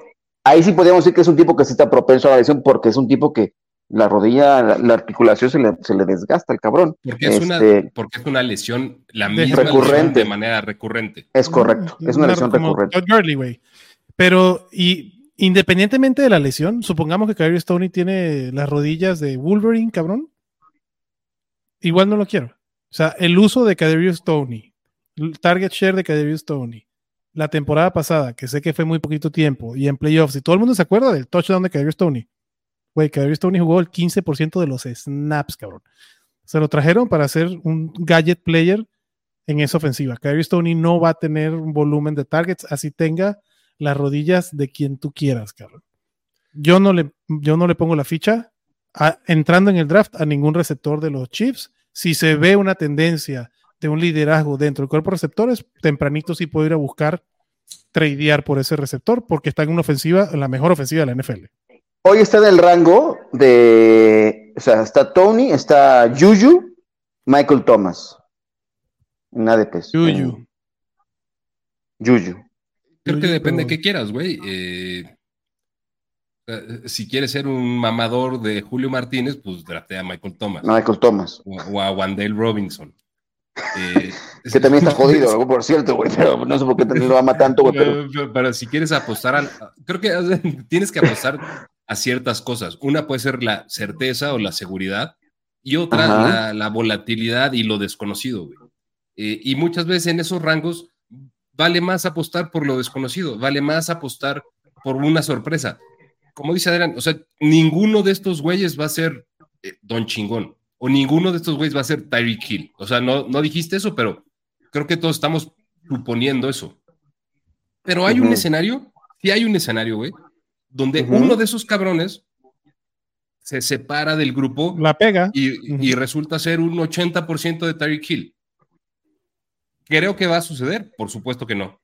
[SPEAKER 3] ahí sí podríamos decir que es un tipo que sí está propenso a la lesión porque es un tipo que la rodilla, la, la articulación se le, se le desgasta el cabrón.
[SPEAKER 4] Porque es,
[SPEAKER 3] Este-
[SPEAKER 4] una, porque es una lesión, la
[SPEAKER 2] De-
[SPEAKER 4] misma lesión
[SPEAKER 3] Recurrente.
[SPEAKER 4] de manera recurrente.
[SPEAKER 3] Es correcto, es una lesión
[SPEAKER 2] Mm, como
[SPEAKER 3] recurrente.
[SPEAKER 2] Todd Gurley, güey. Pero y, independientemente de la lesión, supongamos que Kyrie Stoney tiene las rodillas de Wolverine, cabrón. Igual no lo quiero. O sea, el uso de Kyrie Stoney target share de Kadarius Tony la temporada pasada, que sé que fue muy poquito tiempo, y en playoffs, y todo el mundo se acuerda del touchdown de Kadarius Tony. Güey, Kadarius Tony jugó el 15% de los snaps, cabrón. Se lo trajeron para ser un gadget player en esa ofensiva. Kadarius Tony no va a tener un volumen de targets, así tenga las rodillas de quien tú quieras, cabrón. Yo no le, yo no le pongo la ficha a- entrando en el draft a ningún receptor de los Chiefs. Si se ve una tendencia de un liderazgo dentro del cuerpo de receptores, tempranito sí puedo ir a buscar tradear por ese receptor porque está en una ofensiva, en la mejor ofensiva de la NFL.
[SPEAKER 3] Hoy está en el rango de. O sea, está Tony, está Juju, Michael Thomas. En ADPs.
[SPEAKER 2] Yuyu.
[SPEAKER 3] En Juju.
[SPEAKER 4] Creo que
[SPEAKER 2] Oye,
[SPEAKER 4] depende
[SPEAKER 2] pero-
[SPEAKER 4] de qué quieras, güey. Eh, eh, si quieres ser un mamador de Julio Martínez, pues draftea a Michael Thomas
[SPEAKER 3] Michael Thomas.
[SPEAKER 4] o, o a Wandale Robinson. Eh,
[SPEAKER 3] Que también está jodido, güey, por cierto, güey. Pero no sé por qué también lo ama tanto, güey. Pero
[SPEAKER 4] Pero, pero- pero si quieres apostar, al- creo que tienes que apostar a ciertas cosas. Una puede ser la certeza o la seguridad y otra
[SPEAKER 3] Ajá.
[SPEAKER 4] la, la volatilidad y lo desconocido. güey. Eh, y muchas veces en esos rangos vale más apostar por lo desconocido, vale más apostar por una sorpresa. Como dice Adrián, o sea, ninguno de estos güeyes va a ser eh, Don Chingón o ninguno de estos güeyes va a ser Tyreek Hill. O sea, no, no dijiste eso, pero creo que todos estamos suponiendo eso. Pero hay un
[SPEAKER 3] Ujú.
[SPEAKER 4] escenario, sí hay un escenario, güey, donde
[SPEAKER 3] Ujú.
[SPEAKER 4] uno de esos cabrones se separa del grupo
[SPEAKER 2] La pega.
[SPEAKER 4] y,
[SPEAKER 2] Ujú.
[SPEAKER 4] y resulta ser un 80% de Tyreek Hill. Creo que va a suceder, por supuesto que no.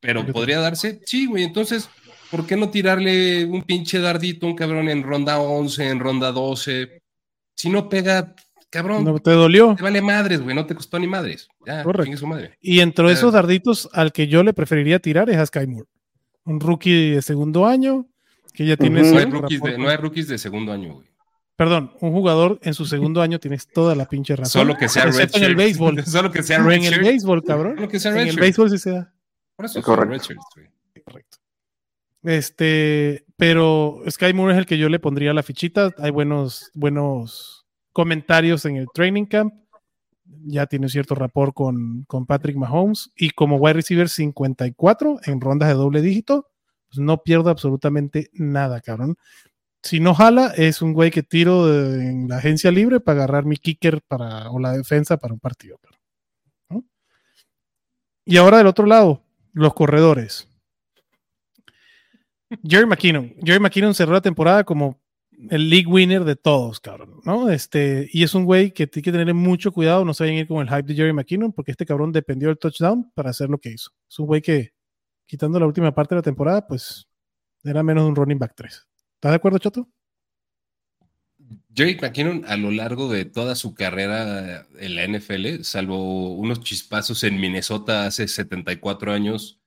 [SPEAKER 4] Pero
[SPEAKER 2] Yo
[SPEAKER 4] podría darse, sí, güey. Entonces, ¿por qué no tirarle un pinche dardito a un cabrón en ronda 11, en ronda 12? Si no pega, cabrón,
[SPEAKER 2] No te dolió.
[SPEAKER 4] te vale madres, güey. No te costó ni madres. Ya,
[SPEAKER 2] Correcto.
[SPEAKER 4] chingue su madre.
[SPEAKER 2] Y entre
[SPEAKER 4] Eh.
[SPEAKER 2] esos darditos, al que yo le preferiría tirar es a Sky Moore. Un rookie de segundo año que ya tiene.
[SPEAKER 3] Ujú.
[SPEAKER 4] No hay,
[SPEAKER 2] cierto
[SPEAKER 4] rookies de,
[SPEAKER 2] rapport
[SPEAKER 4] no hay rookies de segundo año, güey.
[SPEAKER 2] Perdón, un jugador en su segundo año tienes toda la pinche razón.
[SPEAKER 4] Solo que sea
[SPEAKER 2] Excepto
[SPEAKER 4] redshirt.
[SPEAKER 2] en el béisbol.
[SPEAKER 4] Solo que sea
[SPEAKER 2] en el
[SPEAKER 4] redshirt.
[SPEAKER 2] béisbol, cabrón.
[SPEAKER 4] Solo que sea
[SPEAKER 2] En el
[SPEAKER 4] redshirt.
[SPEAKER 2] béisbol sí se da.
[SPEAKER 4] Por eso son
[SPEAKER 3] Correcto.
[SPEAKER 4] redshirts, güey.
[SPEAKER 2] Correcto. Este, pero Sky Moore es el que yo le pondría la fichita. Hay buenos, buenos comentarios en el training camp. Ya tiene cierto rapport con, con Patrick Mahomes. Y como wide receiver 54 en rondas de doble dígito, pues no pierdo absolutamente nada, cabrón. Si no jala, es un güey que tiro de- en la agencia libre para agarrar mi kicker para, o la defensa para un partido. cabrón. ¿No? Y ahora del otro lado, los corredores. Jerry McKinnon. Jerry McKinnon cerró la temporada como el league winner de todos, cabrón, ¿no? Este, y es un güey que tiene que tener mucho cuidado, no se vayan a ir con el hype de Jerry McKinnon, porque este cabrón dependió del touchdown para hacer lo que hizo. Es un güey que, quitando la última parte de la temporada, pues era menos de un running back 3. ¿Estás de acuerdo, Chato?
[SPEAKER 4] Jake McKinnon a lo largo de toda su carrera en la NFL, salvo unos chispazos en Minnesota hace 74 años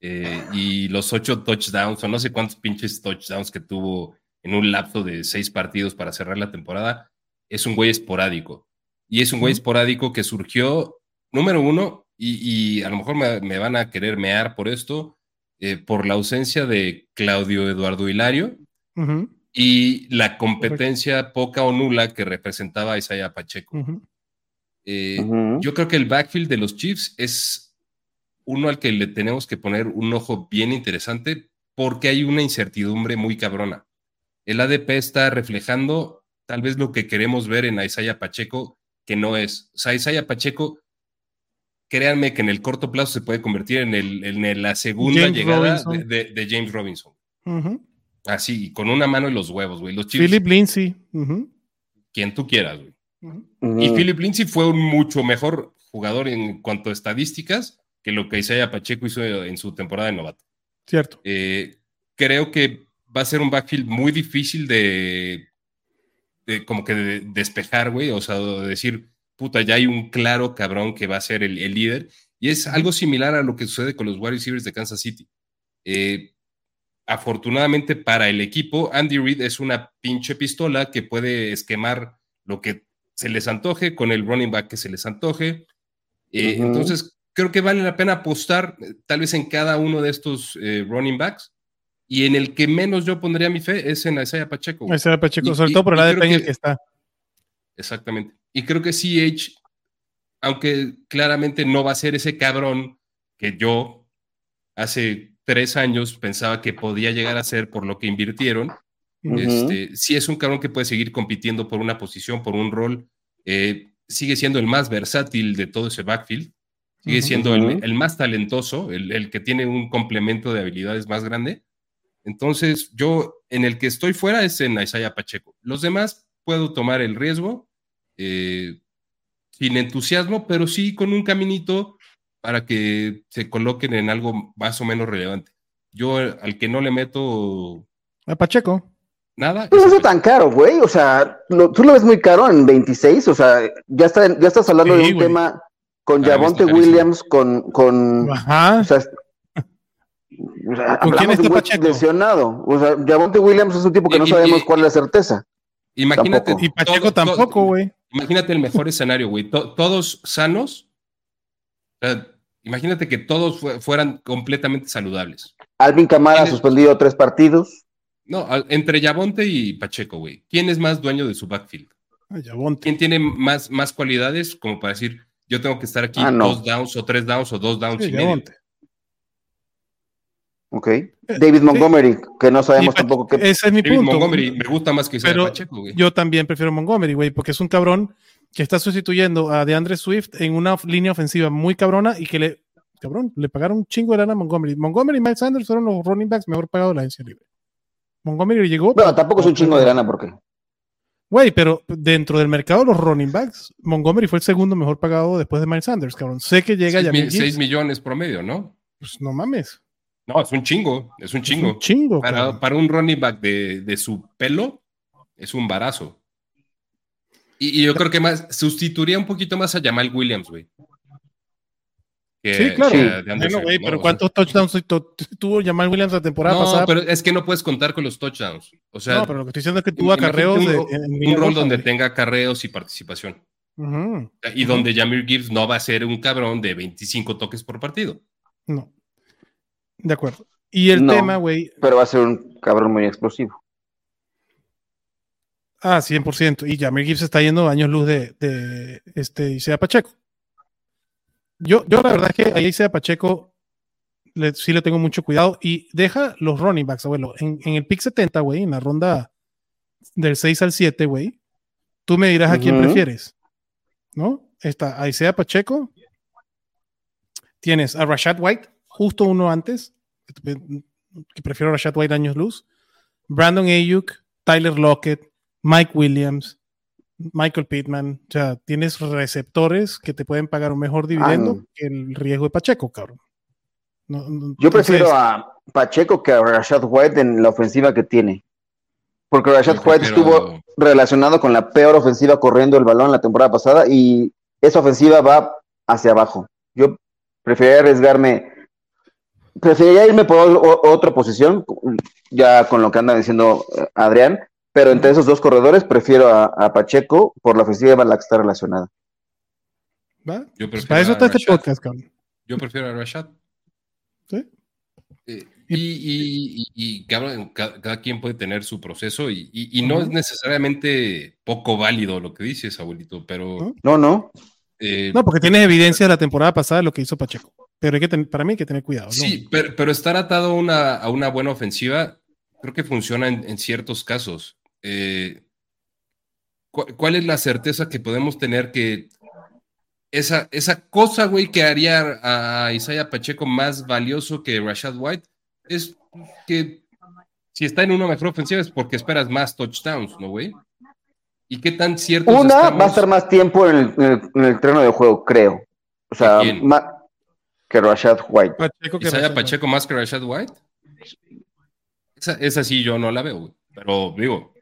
[SPEAKER 4] eh, y los ocho touchdowns o no sé cuántos pinches touchdowns que tuvo en un lapso de seis partidos para cerrar la temporada, es un güey esporádico. Y es un güey esporádico que surgió, número uno, y, y a lo mejor me, me van a querer mear por esto, eh, por la ausencia de Claudio Eduardo Hilario
[SPEAKER 2] Ujú,
[SPEAKER 4] y la competencia poca o nula que representaba a Isaiah Pacheco.
[SPEAKER 2] ujú.
[SPEAKER 4] Eh,
[SPEAKER 3] Ujú.
[SPEAKER 4] Yo creo que el backfield de los Chiefs es uno al que le tenemos que poner un ojo bien interesante porque hay una incertidumbre muy cabrona. El ADP está reflejando tal vez lo que queremos ver en Isaiah Pacheco, que no es. O sea, Isaiah Pacheco, créanme que en el corto plazo se puede convertir en, el, en la segunda
[SPEAKER 2] James
[SPEAKER 4] llegada de,
[SPEAKER 2] Robinson.
[SPEAKER 4] de- de James Robinson.
[SPEAKER 2] Ujú.
[SPEAKER 4] Así, y con una mano y los huevos, güey. Los Chiefs,
[SPEAKER 2] Philip Lindsay. ujú,
[SPEAKER 4] quien tú quieras, güey.
[SPEAKER 2] ujú.
[SPEAKER 4] Y
[SPEAKER 3] Ujú.
[SPEAKER 4] Philip Lindsay fue un mucho mejor jugador en cuanto a estadísticas que lo que Isaiah Pacheco hizo en su temporada de novato.
[SPEAKER 2] Cierto.
[SPEAKER 4] Eh, creo que va a ser un backfield muy difícil de, de como que de- despejar, güey. O sea, de decir, puta, ya hay un claro cabrón que va a ser el, el líder. Y es algo similar a lo que sucede con los wide receivers de Kansas City. Eh, afortunadamente para el equipo, Andy Reid es una pinche pistola que puede esquemar lo que se les antoje con el running back que se les antoje. Eh,
[SPEAKER 3] Ujú.
[SPEAKER 4] Entonces, creo que vale la pena apostar eh, tal vez en cada uno de estos eh, running backs. Y en el que menos yo pondría mi fe es en Isaiah Pacheco. güey.
[SPEAKER 2] Ese era Pacheco,
[SPEAKER 4] Oh. Y-
[SPEAKER 2] sobre
[SPEAKER 4] y-
[SPEAKER 2] todo por
[SPEAKER 4] y
[SPEAKER 2] la
[SPEAKER 4] creo
[SPEAKER 2] de
[SPEAKER 4] que-
[SPEAKER 2] que está.
[SPEAKER 4] Exactamente. Y creo que CH aunque claramente no va a ser ese cabrón que yo hace tres años pensaba que podía llegar a ser por lo que invirtieron,
[SPEAKER 3] Ujú.
[SPEAKER 4] este, sí es un cabrón que puede seguir compitiendo por una posición, por un rol. eh, sigue siendo el más versátil de todo ese backfield. Sigue
[SPEAKER 2] Ujú.
[SPEAKER 4] siendo el,
[SPEAKER 3] Ujú.
[SPEAKER 4] el más talentoso, el, el que tiene un complemento de habilidades más grande. Entonces, yo en el que estoy fuera es en Isaiah Pacheco. Los demás puedo tomar el riesgo eh, sin entusiasmo, pero sí con un caminito para que se coloquen en algo más o menos relevante. Yo eh, al que no le meto
[SPEAKER 2] A Ah, Pacheco.
[SPEAKER 4] nada.
[SPEAKER 3] Pues No
[SPEAKER 4] es a
[SPEAKER 3] es
[SPEAKER 4] Pacheco.
[SPEAKER 3] tan caro, güey. O sea, lo- tú lo ves muy caro en 26. O sea, ya, está, ya estás hablando
[SPEAKER 2] Sí,
[SPEAKER 3] de un
[SPEAKER 2] güey.
[SPEAKER 3] tema con
[SPEAKER 4] Para mí
[SPEAKER 3] Javonte
[SPEAKER 4] está carísimo.
[SPEAKER 3] Williams, con. con
[SPEAKER 2] Ajá.
[SPEAKER 3] o sea, es- o sea,
[SPEAKER 2] ¿Con quién
[SPEAKER 3] hablamos de
[SPEAKER 2] está
[SPEAKER 3] un güey
[SPEAKER 2] Pacheco?
[SPEAKER 3] lesionado. O sea, Javonte Williams es un tipo que no
[SPEAKER 4] Y- y-
[SPEAKER 3] sabemos
[SPEAKER 4] y-
[SPEAKER 3] cuál es la certeza.
[SPEAKER 4] Imagínate.
[SPEAKER 3] Tampoco.
[SPEAKER 2] Y Pacheco
[SPEAKER 4] todo- todo-
[SPEAKER 2] tampoco, güey.
[SPEAKER 4] Imagínate el mejor escenario, güey. To- todos sanos. O sea, imagínate que todos fue- fueran completamente saludables.
[SPEAKER 3] Alvin Camara ha
[SPEAKER 4] Tienes-
[SPEAKER 3] suspendido tres partidos.
[SPEAKER 4] No, a- entre Yabonte y Pacheco, güey. ¿Quién es más dueño de su backfield?
[SPEAKER 2] Ay, Yabonte.
[SPEAKER 4] ¿Quién tiene más, más cualidades como para decir, yo tengo que estar aquí
[SPEAKER 3] Ah, no.
[SPEAKER 4] dos downs o tres downs o dos downs
[SPEAKER 2] Sí,
[SPEAKER 4] y medio?
[SPEAKER 2] Yabonte.
[SPEAKER 3] Ok. David Montgomery, que no
[SPEAKER 2] Eh, Y eh,
[SPEAKER 3] sabemos
[SPEAKER 2] Pache-
[SPEAKER 3] tampoco qué.
[SPEAKER 2] Ese es mi
[SPEAKER 4] David
[SPEAKER 2] punto.
[SPEAKER 4] Montgomery me gusta más que sea
[SPEAKER 2] Pero
[SPEAKER 4] Pacheco, güey.
[SPEAKER 2] Yo también prefiero Montgomery, güey, porque es un cabrón que está sustituyendo a DeAndre Swift en una of- línea ofensiva muy cabrona y que le, cabrón, le pagaron un chingo de lana a Montgomery. Montgomery y Miles Sanders fueron los running backs mejor pagados de la agencia libre. Montgomery llegó.
[SPEAKER 3] Bueno, tampoco es un chingo de lana porque.
[SPEAKER 2] Güey, pero dentro del mercado de los running backs, Montgomery fue el segundo mejor pagado después de Miles Sanders, cabrón. Sé que llega
[SPEAKER 4] Seis
[SPEAKER 2] ya
[SPEAKER 4] mil- seis millones promedio, ¿no?
[SPEAKER 2] Pues no mames.
[SPEAKER 4] No, es un chingo, es un
[SPEAKER 2] Es
[SPEAKER 4] chingo.
[SPEAKER 2] un chingo.
[SPEAKER 4] para,
[SPEAKER 2] cabrón.
[SPEAKER 4] para un running back de, de su pelo, es un barazo. Y, y yo creo que más sustituiría un poquito más a Jamal Williams, güey. Que-
[SPEAKER 2] Sí, claro.
[SPEAKER 4] que a DeAndre
[SPEAKER 2] Bueno,
[SPEAKER 4] Swift,
[SPEAKER 2] güey,
[SPEAKER 4] ¿no?
[SPEAKER 2] pero
[SPEAKER 4] O
[SPEAKER 2] ¿cuántos touchdowns tu- tuvo Jamal Williams la
[SPEAKER 4] sea,
[SPEAKER 2] temporada
[SPEAKER 4] no,
[SPEAKER 2] pasada?
[SPEAKER 4] pero es que no puedes contar con los touchdowns. O sea,
[SPEAKER 2] no, pero lo que estoy diciendo es que tuvo
[SPEAKER 4] imagínate
[SPEAKER 2] acarreos
[SPEAKER 4] un,
[SPEAKER 2] de-
[SPEAKER 4] ro-
[SPEAKER 2] en- en
[SPEAKER 4] un
[SPEAKER 2] Liga
[SPEAKER 4] rol
[SPEAKER 2] Roja,
[SPEAKER 4] donde
[SPEAKER 2] güey.
[SPEAKER 4] tenga acarreos y participación.
[SPEAKER 2] Ujú,
[SPEAKER 4] Y donde Jameer Gibbs no va a ser un cabrón de 25 toques por partido.
[SPEAKER 2] No. De acuerdo. Y el
[SPEAKER 3] No.
[SPEAKER 2] tema, güey,
[SPEAKER 3] Pero va a ser un cabrón muy explosivo.
[SPEAKER 2] ah, 100%. Y Jamir Gibbs está yendo años luz de, de este Isaiah Pacheco. Yo, yo la verdad es que a Isaiah Pacheco le- sí le tengo mucho cuidado y deja los running backs, abuelo. En, en el pick 70, güey, en la ronda del 6 al 7, güey, tú me dirás a quién
[SPEAKER 3] Ujú.
[SPEAKER 2] prefieres. ¿No? Está a Isaiah Pacheco. Tienes a Rashad White, justo uno antes, que prefiero a Rashad White años luz. Brandon Ayuk, Tyler Lockett, Mike Williams, Michael Pittman. O sea, tienes receptores que te pueden pagar un mejor dividendo
[SPEAKER 3] Ah, no.
[SPEAKER 2] que el riesgo de Pacheco, cabrón. No, no,
[SPEAKER 3] Yo
[SPEAKER 2] entonces,
[SPEAKER 3] prefiero a Pacheco que a Rashad White en la ofensiva que tiene. Porque Rashad
[SPEAKER 4] Yo
[SPEAKER 3] White
[SPEAKER 4] prefiero-
[SPEAKER 3] estuvo relacionado con la peor ofensiva corriendo el balón la temporada pasada y esa ofensiva va hacia abajo. Yo preferiría arriesgarme, preferiría irme por o- otra posición, ya con lo que anda diciendo eh, Adrián, pero entre esos dos corredores prefiero a, a Pacheco por la ofensiva a la que está relacionada.
[SPEAKER 2] ¿va?
[SPEAKER 4] Yo
[SPEAKER 2] Pues
[SPEAKER 4] prefiero
[SPEAKER 2] para eso
[SPEAKER 4] a
[SPEAKER 2] está este
[SPEAKER 4] Rashad.
[SPEAKER 2] podcast, cabrón.
[SPEAKER 4] Yo prefiero a Rashad.
[SPEAKER 2] Sí.
[SPEAKER 4] Eh, y, y, y- y cabrón, ca- cada, quien puede tener su proceso y, y- y no
[SPEAKER 2] Ujú.
[SPEAKER 4] es necesariamente poco válido lo que dices, abuelito, pero...
[SPEAKER 2] ¿No?
[SPEAKER 3] No, no.
[SPEAKER 4] eh,
[SPEAKER 2] No, porque tienes evidencia de la temporada pasada de lo que hizo Pacheco. Pero hay que ten- para mí hay que tener cuidado. ¿no?
[SPEAKER 4] Sí, pero, pero estar atado a una, a una buena ofensiva creo que funciona en, en ciertos casos. Eh, ¿cu- ¿Cuál es la certeza que podemos tener que esa, esa cosa, güey, que haría a Isaiah Pacheco más valioso que Rashad White es que si está en una mejor ofensiva es porque esperas más touchdowns, ¿no, güey? ¿Y qué tan cierto
[SPEAKER 3] Una va a estar más tiempo en el, en el- en el terreno de juego, creo. O sea,
[SPEAKER 4] ¿Que quién?
[SPEAKER 3] ma- que Rashad White.
[SPEAKER 2] Pacheco que
[SPEAKER 4] Isaiah
[SPEAKER 2] Rashad-
[SPEAKER 4] Pacheco más que Rashad White? Esa, esa sí yo no la veo, güey. Pero digo,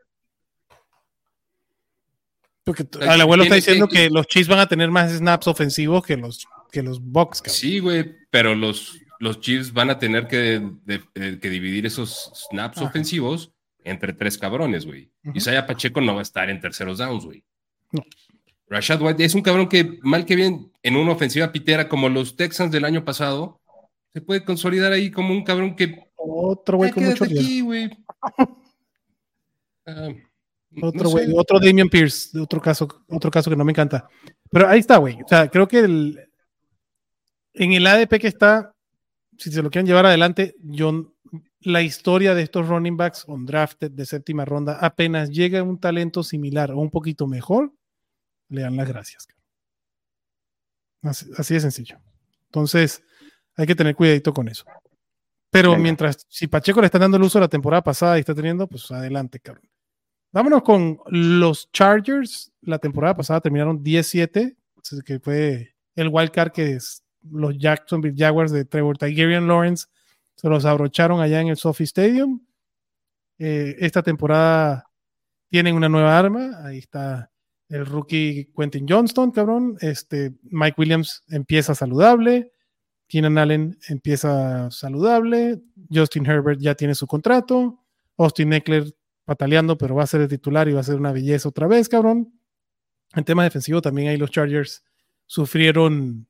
[SPEAKER 2] Porque t- el abuelo está
[SPEAKER 4] Tiene-
[SPEAKER 2] diciendo
[SPEAKER 4] tiene-
[SPEAKER 2] que los Chiefs van a tener más snaps ofensivos que los que los Bucks, cabrón.
[SPEAKER 4] sí, güey, pero los, los Chiefs van a tener que, de- de- que dividir esos snaps
[SPEAKER 2] Ajá.
[SPEAKER 4] ofensivos entre tres cabrones, güey.
[SPEAKER 2] Ujú.
[SPEAKER 4] Isaiah Pacheco no va a estar en terceros downs, güey.
[SPEAKER 2] No.
[SPEAKER 4] Rashad White es un cabrón que, mal que bien, en una ofensiva pitera como los Texans del año pasado, se puede consolidar ahí como un cabrón que
[SPEAKER 2] Otro güey
[SPEAKER 4] Ya
[SPEAKER 2] con mucho
[SPEAKER 4] quédate
[SPEAKER 2] riesgo.
[SPEAKER 4] aquí, güey. Ah,
[SPEAKER 2] Otro,
[SPEAKER 4] No sé.
[SPEAKER 2] güey, otro Damian Pierce, otro caso, otro caso que no me encanta. Pero ahí está, güey. O sea, creo que el- en el ADP que está, si se lo quieren llevar adelante, yo, la historia de estos running backs on drafted de séptima ronda, apenas llega un talento similar o un poquito mejor, le dan las gracias. cabrón. Así, así de sencillo. Entonces, hay que tener cuidadito con eso. Pero
[SPEAKER 3] Venga.
[SPEAKER 2] mientras, si Pacheco le están dando el uso la temporada pasada y está teniendo, pues adelante, cabrón. Vámonos con los Chargers. La temporada pasada terminaron 17, que fue el wild card que es los Jacksonville Jaguars de Trevor Tigerian Lawrence se los abrocharon allá en el Sophie Stadium. Eh, esta temporada tienen una nueva arma. Ahí está el rookie Quentin Johnston, cabrón. Este, Mike Williams empieza saludable. Keenan Allen empieza saludable. Justin Herbert ya tiene su contrato. Austin Eckler pataleando, pero va a ser el titular y va a ser una belleza otra vez, cabrón. En temas defensivos también ahí los Chargers sufrieron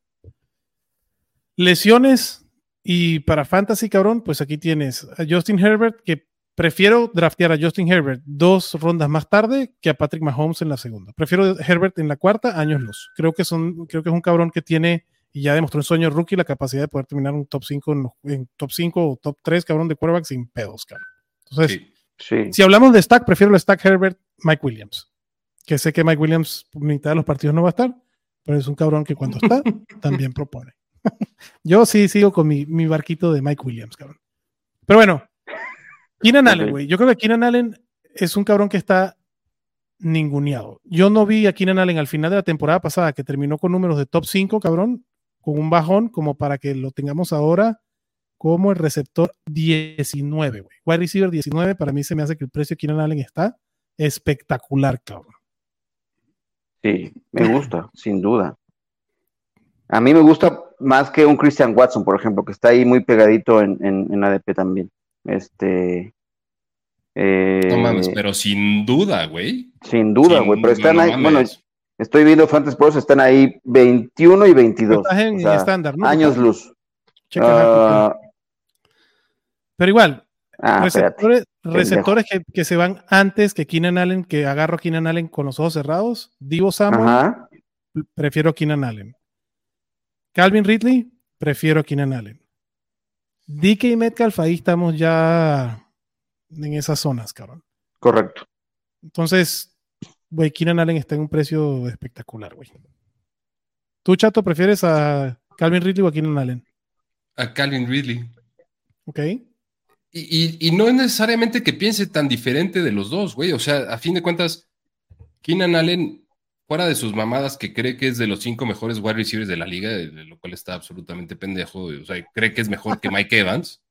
[SPEAKER 2] lesiones. Y para Fantasy, cabrón, pues aquí tienes a Justin Herbert, que prefiero draftear a Justin Herbert dos rondas más tarde que a Patrick Mahomes en la segunda. Prefiero Herbert en la cuarta, años luz. Creo que, son, creo que es un cabrón que tiene y ya demostró en sueño rookie la capacidad de poder terminar un top 5 en, los- en top 5 o top 3, cabrón, de quarterback sin pedos, cabrón. Entonces,
[SPEAKER 4] Sí.
[SPEAKER 3] Sí.
[SPEAKER 2] si hablamos de stack, prefiero el stack Herbert, Mike Williams. Que sé que Mike Williams mitad de los partidos no va a estar, pero es un cabrón que cuando está, también propone. Yo sí sigo con mi, mi barquito de Mike Williams, cabrón. Pero bueno, Keenan Allen,
[SPEAKER 3] Ok.
[SPEAKER 2] güey. Yo creo que Keenan Allen es un cabrón que está ninguneado. Yo no vi a Keenan Allen al final de la temporada pasada, que terminó con números de top 5, cabrón, con un bajón como para que lo tengamos ahora como el receptor 19, güey. Wide receiver 19, para mí se me hace que el precio de Keenan Allen está espectacular, cabrón.
[SPEAKER 3] Sí, me gusta, sin duda. A mí me gusta más que un Christian Watson, por ejemplo, que está ahí muy pegadito en, en- en ADP también. Este. eh,
[SPEAKER 4] No mames, pero sin duda, güey.
[SPEAKER 3] Sin duda,
[SPEAKER 4] Sin-
[SPEAKER 3] güey, pero están
[SPEAKER 4] no
[SPEAKER 3] ahí. Bueno,
[SPEAKER 4] mames.
[SPEAKER 3] estoy viendo Fantasy Sports, están ahí 21 y 22.
[SPEAKER 2] Estás en
[SPEAKER 3] o sea,
[SPEAKER 2] estándar, ¿no?
[SPEAKER 3] años luz.
[SPEAKER 2] Checa
[SPEAKER 3] Ah,
[SPEAKER 2] rápido. Pero igual,
[SPEAKER 3] ah, espérate.
[SPEAKER 2] receptores, receptores que, que se van antes que Keenan Allen, que agarro a Keenan Allen con los ojos cerrados. Divo Samuel,
[SPEAKER 3] Ajá.
[SPEAKER 2] prefiero a Keenan Allen. Calvin Ridley, prefiero a Keenan Allen. DK Metcalf, ahí estamos ya en esas zonas, cabrón.
[SPEAKER 3] Correcto.
[SPEAKER 2] Entonces, güey, Keenan Allen está en un precio espectacular, güey. ¿Tú, Chato, prefieres a Calvin Ridley o a Keenan Allen?
[SPEAKER 4] A Calvin Ridley.
[SPEAKER 2] ¿Ok?
[SPEAKER 4] Eh, Y, y- y no es necesariamente que piense tan diferente de los dos, güey. O sea, a fin de cuentas, Keenan Allen, fuera de sus mamadas, que cree que es de los cinco mejores wide receivers de la liga, de de lo cual está absolutamente pendejo. O sea, cree que es mejor que Mike Evans.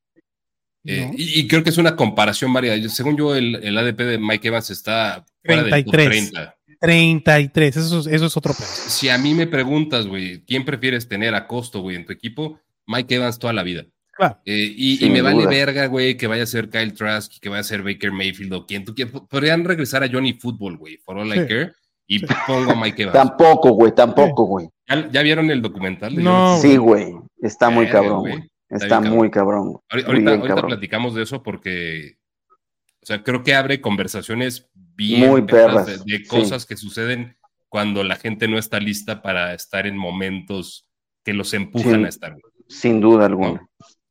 [SPEAKER 4] Eh,
[SPEAKER 2] No.
[SPEAKER 4] y, y creo que es una comparación variada. Yo- Según yo, el, el ADP de Mike Evans está fuera del top
[SPEAKER 2] 33.
[SPEAKER 4] 30.
[SPEAKER 2] 33, eso, es- eso es otro pedo.
[SPEAKER 4] Si a mí me preguntas, güey, ¿quién prefieres tener a costo, güey, en tu equipo? Mike Evans toda la vida.
[SPEAKER 2] Claro.
[SPEAKER 4] Eh, y, y
[SPEAKER 3] Sin
[SPEAKER 4] me vale
[SPEAKER 3] duda.
[SPEAKER 4] verga, güey, que vaya a ser Kyle Trask, que vaya a ser Baker Mayfield o quien tú quieras. Podrían regresar a Johnny Football, güey, for all
[SPEAKER 2] Sí.
[SPEAKER 4] I care. Y pongo a Mike Evans.
[SPEAKER 3] Tampoco, güey, tampoco, güey.
[SPEAKER 4] ¿Ya, ya vieron el documental? de
[SPEAKER 2] No,
[SPEAKER 4] Johnny
[SPEAKER 3] Sí,
[SPEAKER 4] Football?
[SPEAKER 3] güey. Está muy
[SPEAKER 4] Verga,
[SPEAKER 3] cabrón, güey. Está
[SPEAKER 4] Eh, bien
[SPEAKER 3] muy cabrón. güey.
[SPEAKER 4] Ahori-
[SPEAKER 3] Muy
[SPEAKER 4] Ahorita,
[SPEAKER 3] bien,
[SPEAKER 4] ahorita
[SPEAKER 3] cabrón.
[SPEAKER 4] platicamos de eso porque, o sea, creo que abre conversaciones bien
[SPEAKER 3] Muy
[SPEAKER 4] perras
[SPEAKER 3] perras,
[SPEAKER 4] de, de
[SPEAKER 3] sí.
[SPEAKER 4] cosas que suceden cuando la gente no está lista para estar en momentos que los empujan
[SPEAKER 3] Sí.
[SPEAKER 4] a estar. güey.
[SPEAKER 3] Sin duda alguna.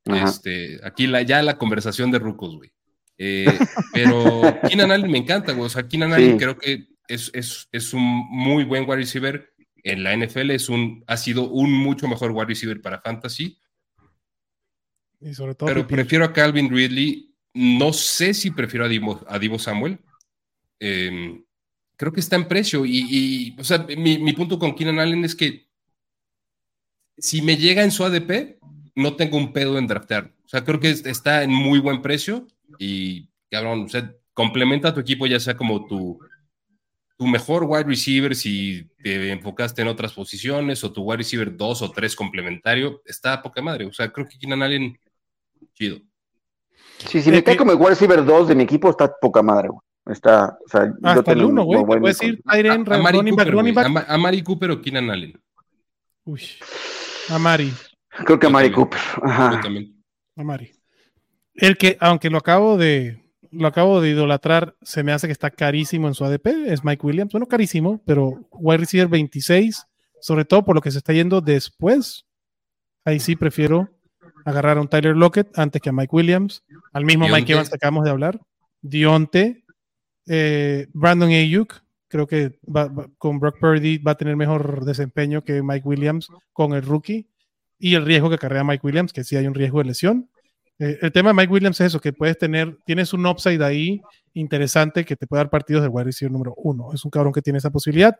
[SPEAKER 3] Ajá.
[SPEAKER 4] Este, aquí la, ya la conversación de rucos, güey. Eh, pero Keenan Allen me encanta, güey. O sea, Keenan
[SPEAKER 3] Sí.
[SPEAKER 4] Allen creo que es, es, es un muy buen wide receiver en la NFL. Es un, ha sido un mucho mejor wide receiver para Fantasy.
[SPEAKER 2] Y sobre todo,
[SPEAKER 4] Pero
[SPEAKER 2] pipí.
[SPEAKER 4] prefiero a Calvin Ridley. No sé si prefiero a Divo, a Divo Samuel. Eh, creo que está en precio. Y, y, o sea, mi, mi punto con Keenan Allen es que si me llega en su ADP, no tengo un pedo en draftear. O sea, creo que es- está en muy buen precio. Y, cabrón, o sea, complementa a tu equipo, ya sea como tu, tu mejor wide receiver, si te enfocaste en otras posiciones, o tu wide receiver 2 o 3 complementario. Está a poca madre. O sea, creo que Keenan Allen chido.
[SPEAKER 3] Sí, si me
[SPEAKER 2] Eh,
[SPEAKER 3] cae
[SPEAKER 2] que-
[SPEAKER 3] como el Wide Receiver 2 de mi equipo, está poca madre, güey. Está, o sea, yo
[SPEAKER 2] Hasta el
[SPEAKER 3] tengo un-
[SPEAKER 2] uno, Ah, güey.
[SPEAKER 3] un
[SPEAKER 2] Te
[SPEAKER 3] buen-
[SPEAKER 2] puedes ir Tyren,
[SPEAKER 4] A- a Mari
[SPEAKER 2] running back,
[SPEAKER 4] Cooper,
[SPEAKER 2] running
[SPEAKER 4] güey.
[SPEAKER 2] back.
[SPEAKER 4] A Ma- a Mari Cooper o Keenan Allen.
[SPEAKER 2] Uy. Amari,
[SPEAKER 3] Creo que a
[SPEAKER 4] Yo
[SPEAKER 3] Mari
[SPEAKER 4] también.
[SPEAKER 3] Cooper.
[SPEAKER 4] Yo
[SPEAKER 3] Ajá.
[SPEAKER 4] también.
[SPEAKER 2] Amari. El que, aunque lo acabo de, lo acabo de idolatrar, se me hace que está carísimo en su ADP, es Mike Williams. Bueno, carísimo, pero wide receiver 26, sobre todo por lo que se está yendo después. Ahí sí prefiero agarrar a un Tyler Lockett antes que a Mike Williams, al mismo
[SPEAKER 4] Dionte.
[SPEAKER 2] Mike Evans que acabamos de hablar, Dionte, eh, Brandon Ayuk, creo que va- va- con Brock Purdy va a tener mejor desempeño que Mike Williams con el rookie y el riesgo que acarrea Mike Williams, que sí hay un riesgo de lesión. Eh, el tema de Mike Williams es eso, que puedes tener, tienes un upside ahí interesante que te puede dar partidos de wide receiver número uno. Es un cabrón que tiene esa posibilidad.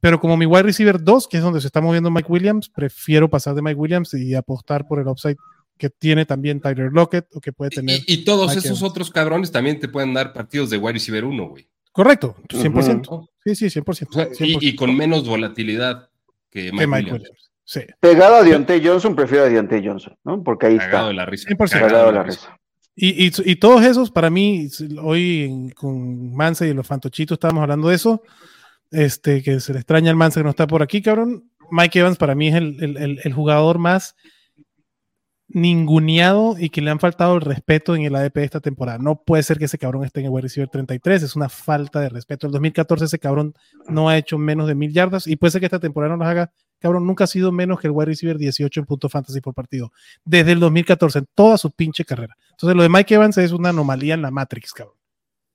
[SPEAKER 2] Pero como mi wide receiver 2, que es donde se está moviendo Mike Williams, prefiero pasar de Mike Williams y apostar por el upside que tiene también Tyler Lockett o que puede tener.
[SPEAKER 4] Y, y todos
[SPEAKER 2] Mike
[SPEAKER 4] esos
[SPEAKER 2] Evans.
[SPEAKER 4] otros cabrones también te pueden dar partidos de wide receiver 1, güey.
[SPEAKER 2] Correcto, 100%.
[SPEAKER 4] Ujú.
[SPEAKER 2] Sí, sí, 100%.
[SPEAKER 4] O sea,
[SPEAKER 2] 100%.
[SPEAKER 4] y, y con menos volatilidad que
[SPEAKER 2] Que
[SPEAKER 4] Mike
[SPEAKER 2] Mike
[SPEAKER 4] Williams.
[SPEAKER 2] Williams. Sí.
[SPEAKER 3] Pegado a Dionte Johnson, prefiero a Dionte Johnson, ¿no? Porque ahí
[SPEAKER 4] Cagado
[SPEAKER 3] está.
[SPEAKER 4] de la pues. risa.
[SPEAKER 2] 100%.
[SPEAKER 3] Cagado de la risa.
[SPEAKER 2] Y, y- y todos esos, para mí, hoy en- con Manse y los fantochitos estábamos hablando de eso, este, que se le extraña al Manse que no está por aquí, cabrón. Mike Evans para mí es el, el- el- el jugador más ninguneado y que le han faltado el respeto en el ADP de esta temporada. No puede ser que ese cabrón esté en el wide receiver 33, es una falta de respeto. El 2014 ese cabrón no ha hecho menos de mil yardas y puede ser que esta temporada no las haga. Cabrón, nunca ha sido menos que el wide receiver 18 en puntos fantasy por partido. Desde el 2014, en toda su pinche carrera. Entonces, lo de Mike Evans es una anomalía en la Matrix, cabrón.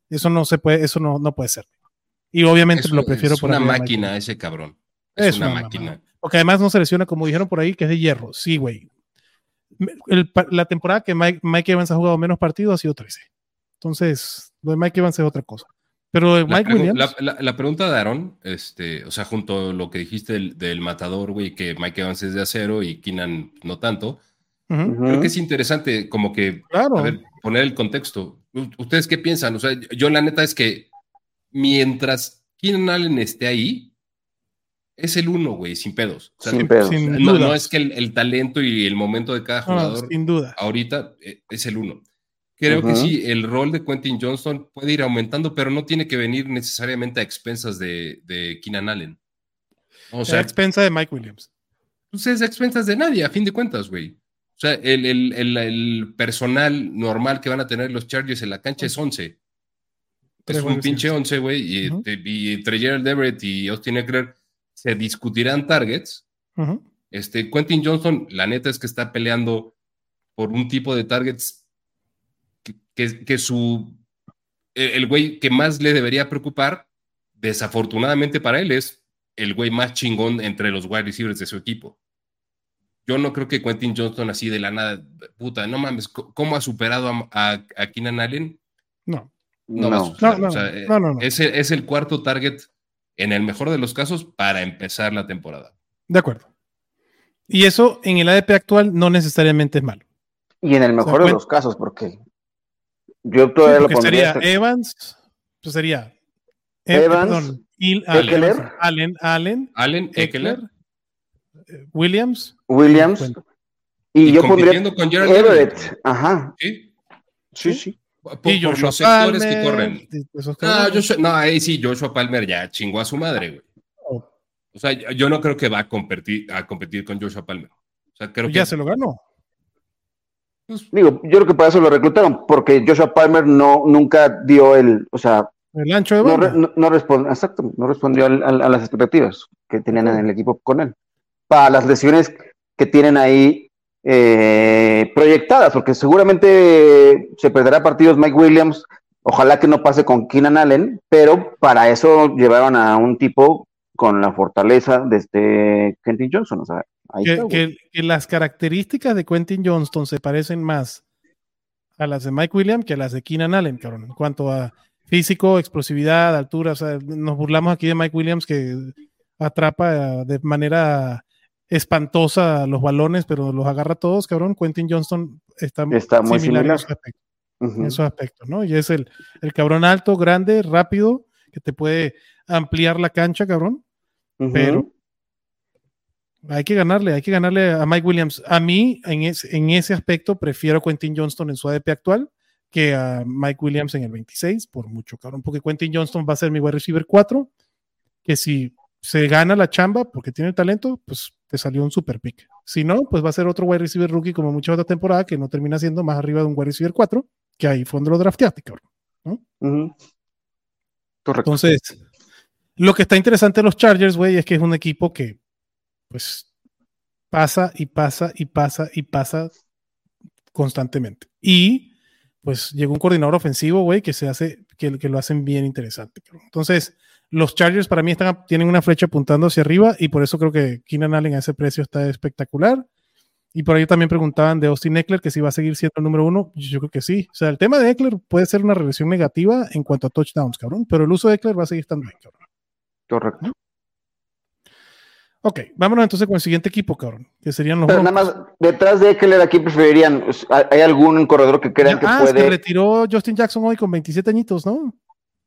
[SPEAKER 2] Eso no se puede, eso no, no puede ser. Y obviamente
[SPEAKER 4] Es,
[SPEAKER 2] lo prefiero
[SPEAKER 4] es una
[SPEAKER 2] arriba de Mike
[SPEAKER 4] máquina
[SPEAKER 2] Evans.
[SPEAKER 4] ese cabrón. Es,
[SPEAKER 2] Es
[SPEAKER 4] una,
[SPEAKER 2] una
[SPEAKER 4] máquina.
[SPEAKER 2] mamada. Porque además no se lesiona, como dijeron por ahí, que es de hierro. Sí, güey. Me- el pa- la temporada que Mike, Mike Evans ha jugado menos partidos ha sido 13. Entonces, lo de Mike Evans es otra cosa. Pero de
[SPEAKER 4] La,
[SPEAKER 2] Mike
[SPEAKER 4] pregu-
[SPEAKER 2] Williams,
[SPEAKER 4] la- la- la pregunta de Aaron, este, o sea, junto a lo que dijiste del, del matador, güey, que Mike Evans es de acero y Keenan no tanto,
[SPEAKER 2] ujú,
[SPEAKER 3] Ujú.
[SPEAKER 4] creo que es interesante como que
[SPEAKER 2] claro.
[SPEAKER 4] a ver, poner el contexto. U- ¿Ustedes qué piensan? O sea, yo la neta es que mientras Keenan Allen esté ahí, es el uno, güey, sin pedos. O sea,
[SPEAKER 3] Sin
[SPEAKER 4] no-
[SPEAKER 3] pedos.
[SPEAKER 2] sin
[SPEAKER 4] no,
[SPEAKER 2] duda.
[SPEAKER 4] es que el, el talento y el momento de cada
[SPEAKER 2] No, no,
[SPEAKER 4] jugador
[SPEAKER 2] sin duda.
[SPEAKER 4] ahorita eh, es el uno. Creo que
[SPEAKER 3] Ajá.
[SPEAKER 4] sí, el rol de Quentin Johnson puede ir aumentando, pero no tiene que venir necesariamente a expensas de, de Keenan Allen. O
[SPEAKER 2] O sea,
[SPEAKER 4] sea,
[SPEAKER 2] expensa de Mike Williams.
[SPEAKER 4] pues es a expensas de nadie, a fin de cuentas, güey. O sea, el, el- el- el personal normal que van a tener los Chargers en la cancha es 11.
[SPEAKER 2] Tres
[SPEAKER 4] Es un
[SPEAKER 2] wide
[SPEAKER 4] pinche
[SPEAKER 2] receivers.
[SPEAKER 4] 11, güey. Y,
[SPEAKER 2] Ujú.
[SPEAKER 4] este, y entre Gerald Everett y Austin Eckler se discutirán targets.
[SPEAKER 2] Ujú.
[SPEAKER 4] Este, Quentin Johnson, la neta es que está peleando por un tipo de targets que, que- que su. el- El güey que más le debería preocupar, desafortunadamente para él, es el güey más chingón entre los wide receivers de su equipo. Yo no creo que Quentin Johnson, así de la nada, puta, no mames, co- ¿cómo ha superado a, a, a Keenan Allen?
[SPEAKER 2] No.
[SPEAKER 4] No, va a
[SPEAKER 3] No.
[SPEAKER 4] superar,
[SPEAKER 2] No, no,
[SPEAKER 4] o sea, eh,
[SPEAKER 2] no, no, no.
[SPEAKER 4] Es, el- es el cuarto target, en el mejor de los casos, para empezar la temporada.
[SPEAKER 2] De acuerdo. Y eso en el ADP actual no necesariamente es malo.
[SPEAKER 3] Y en el mejor de
[SPEAKER 2] cuenta.
[SPEAKER 3] los casos, porque yo
[SPEAKER 2] Sí,
[SPEAKER 3] todavía lo
[SPEAKER 2] porque eh,
[SPEAKER 3] pondría. este
[SPEAKER 2] sería
[SPEAKER 3] hasta-
[SPEAKER 2] Evans, pues sería
[SPEAKER 3] Evans,
[SPEAKER 2] Il-
[SPEAKER 4] Eckler.
[SPEAKER 2] Allen, Allen, Allen,
[SPEAKER 4] Allen, Eckler.
[SPEAKER 2] Eckler, eh, Williams.
[SPEAKER 3] Williams.
[SPEAKER 2] Bueno,
[SPEAKER 3] Y, yo pondría
[SPEAKER 4] compitiendo con Gerald Everett.
[SPEAKER 3] Everett. Ajá.
[SPEAKER 4] ¿sí?
[SPEAKER 3] Sí, sí.
[SPEAKER 4] Por,
[SPEAKER 2] y
[SPEAKER 4] por
[SPEAKER 2] Joshua
[SPEAKER 4] los sectores
[SPEAKER 2] Palmer,
[SPEAKER 4] que corren.
[SPEAKER 2] de- de esos
[SPEAKER 4] No,
[SPEAKER 2] cabrones.
[SPEAKER 4] Ah, Joshua- no, ahí sí, Joshua Palmer ya chingó a su madre, güey.
[SPEAKER 2] Oh.
[SPEAKER 4] O sea, yo yo no creo que va a competir, a competir con Joshua Palmer. O sea, creo
[SPEAKER 2] ya
[SPEAKER 4] que
[SPEAKER 2] se lo ganó.
[SPEAKER 3] Digo, yo creo que para eso lo reclutaron, porque Joshua Palmer no, nunca dio el, o sea,
[SPEAKER 2] El ancho de
[SPEAKER 3] no, re-
[SPEAKER 2] banda.
[SPEAKER 3] no, no respond- exacto, no respondió al- al- a las expectativas que tenían en el equipo con él. Para las lesiones que tienen ahí eh, proyectadas, porque seguramente se perderá partidos Mike Williams, ojalá que no pase con Keenan Allen, pero para eso llevaron a un tipo con la fortaleza de este Kenton Johnson, o sea, ahí
[SPEAKER 2] que,
[SPEAKER 3] está, güey.
[SPEAKER 2] que- que las características de Quentin Johnston se parecen más a las de Mike Williams que a las de Keenan Allen, cabrón. En cuanto a físico, explosividad, altura, o sea, nos burlamos aquí de Mike Williams que atrapa eh, de manera espantosa los balones, pero los agarra todos, cabrón. Quentin Johnston está,
[SPEAKER 3] Está muy
[SPEAKER 2] en
[SPEAKER 3] similar.
[SPEAKER 2] esos aspectos
[SPEAKER 3] Ujú.
[SPEAKER 2] en esos aspectos, ¿no? Y es el, el cabrón alto, grande, rápido, que te puede ampliar la cancha, cabrón.
[SPEAKER 3] Ujú.
[SPEAKER 2] pero- Hay que ganarle, hay que ganarle a Mike Williams. A mí, en, es- en ese aspecto, prefiero a Quentin Johnston en su ADP actual que a Mike Williams en el 26, por mucho, cabrón, porque Quentin Johnston va a ser mi wide receiver 4, que si se gana la chamba porque tiene talento, pues te salió un super pick. Si no, pues va a ser otro wide receiver rookie como muchas otras temporadas que no termina siendo más arriba de un wide receiver 4, que ahí fue donde lo drafteaste, cabrón.
[SPEAKER 3] Ujú. Correcto.
[SPEAKER 2] Entonces, lo que está interesante de los Chargers, güey, es que es un equipo que, pues, pasa y pasa y pasa y pasa constantemente. Y, pues, llegó un coordinador ofensivo, güey, que se hace, que, que lo hacen bien interesante. cabrón. Entonces, los Chargers para mí están, tienen una flecha apuntando hacia arriba y por eso creo que Keenan Allen a ese precio está espectacular. Y por ahí también preguntaban de Austin Eckler que si va a seguir siendo el número uno. Yo creo que sí. O sea, el tema de Eckler puede ser una relación negativa en cuanto a touchdowns, cabrón. Pero el uso de Eckler va a seguir estando ahí, cabrón.
[SPEAKER 3] Correcto.
[SPEAKER 2] Ok, vámonos entonces con el siguiente equipo, cabrón. Que serían los
[SPEAKER 3] Pero nada
[SPEAKER 2] Broncos.
[SPEAKER 3] más, detrás de Eckler aquí preferirían, o sea, ¿hay algún corredor que crean que
[SPEAKER 2] ah, se
[SPEAKER 3] puede?
[SPEAKER 2] retiró Justin Jackson hoy con 27 añitos, ¿no?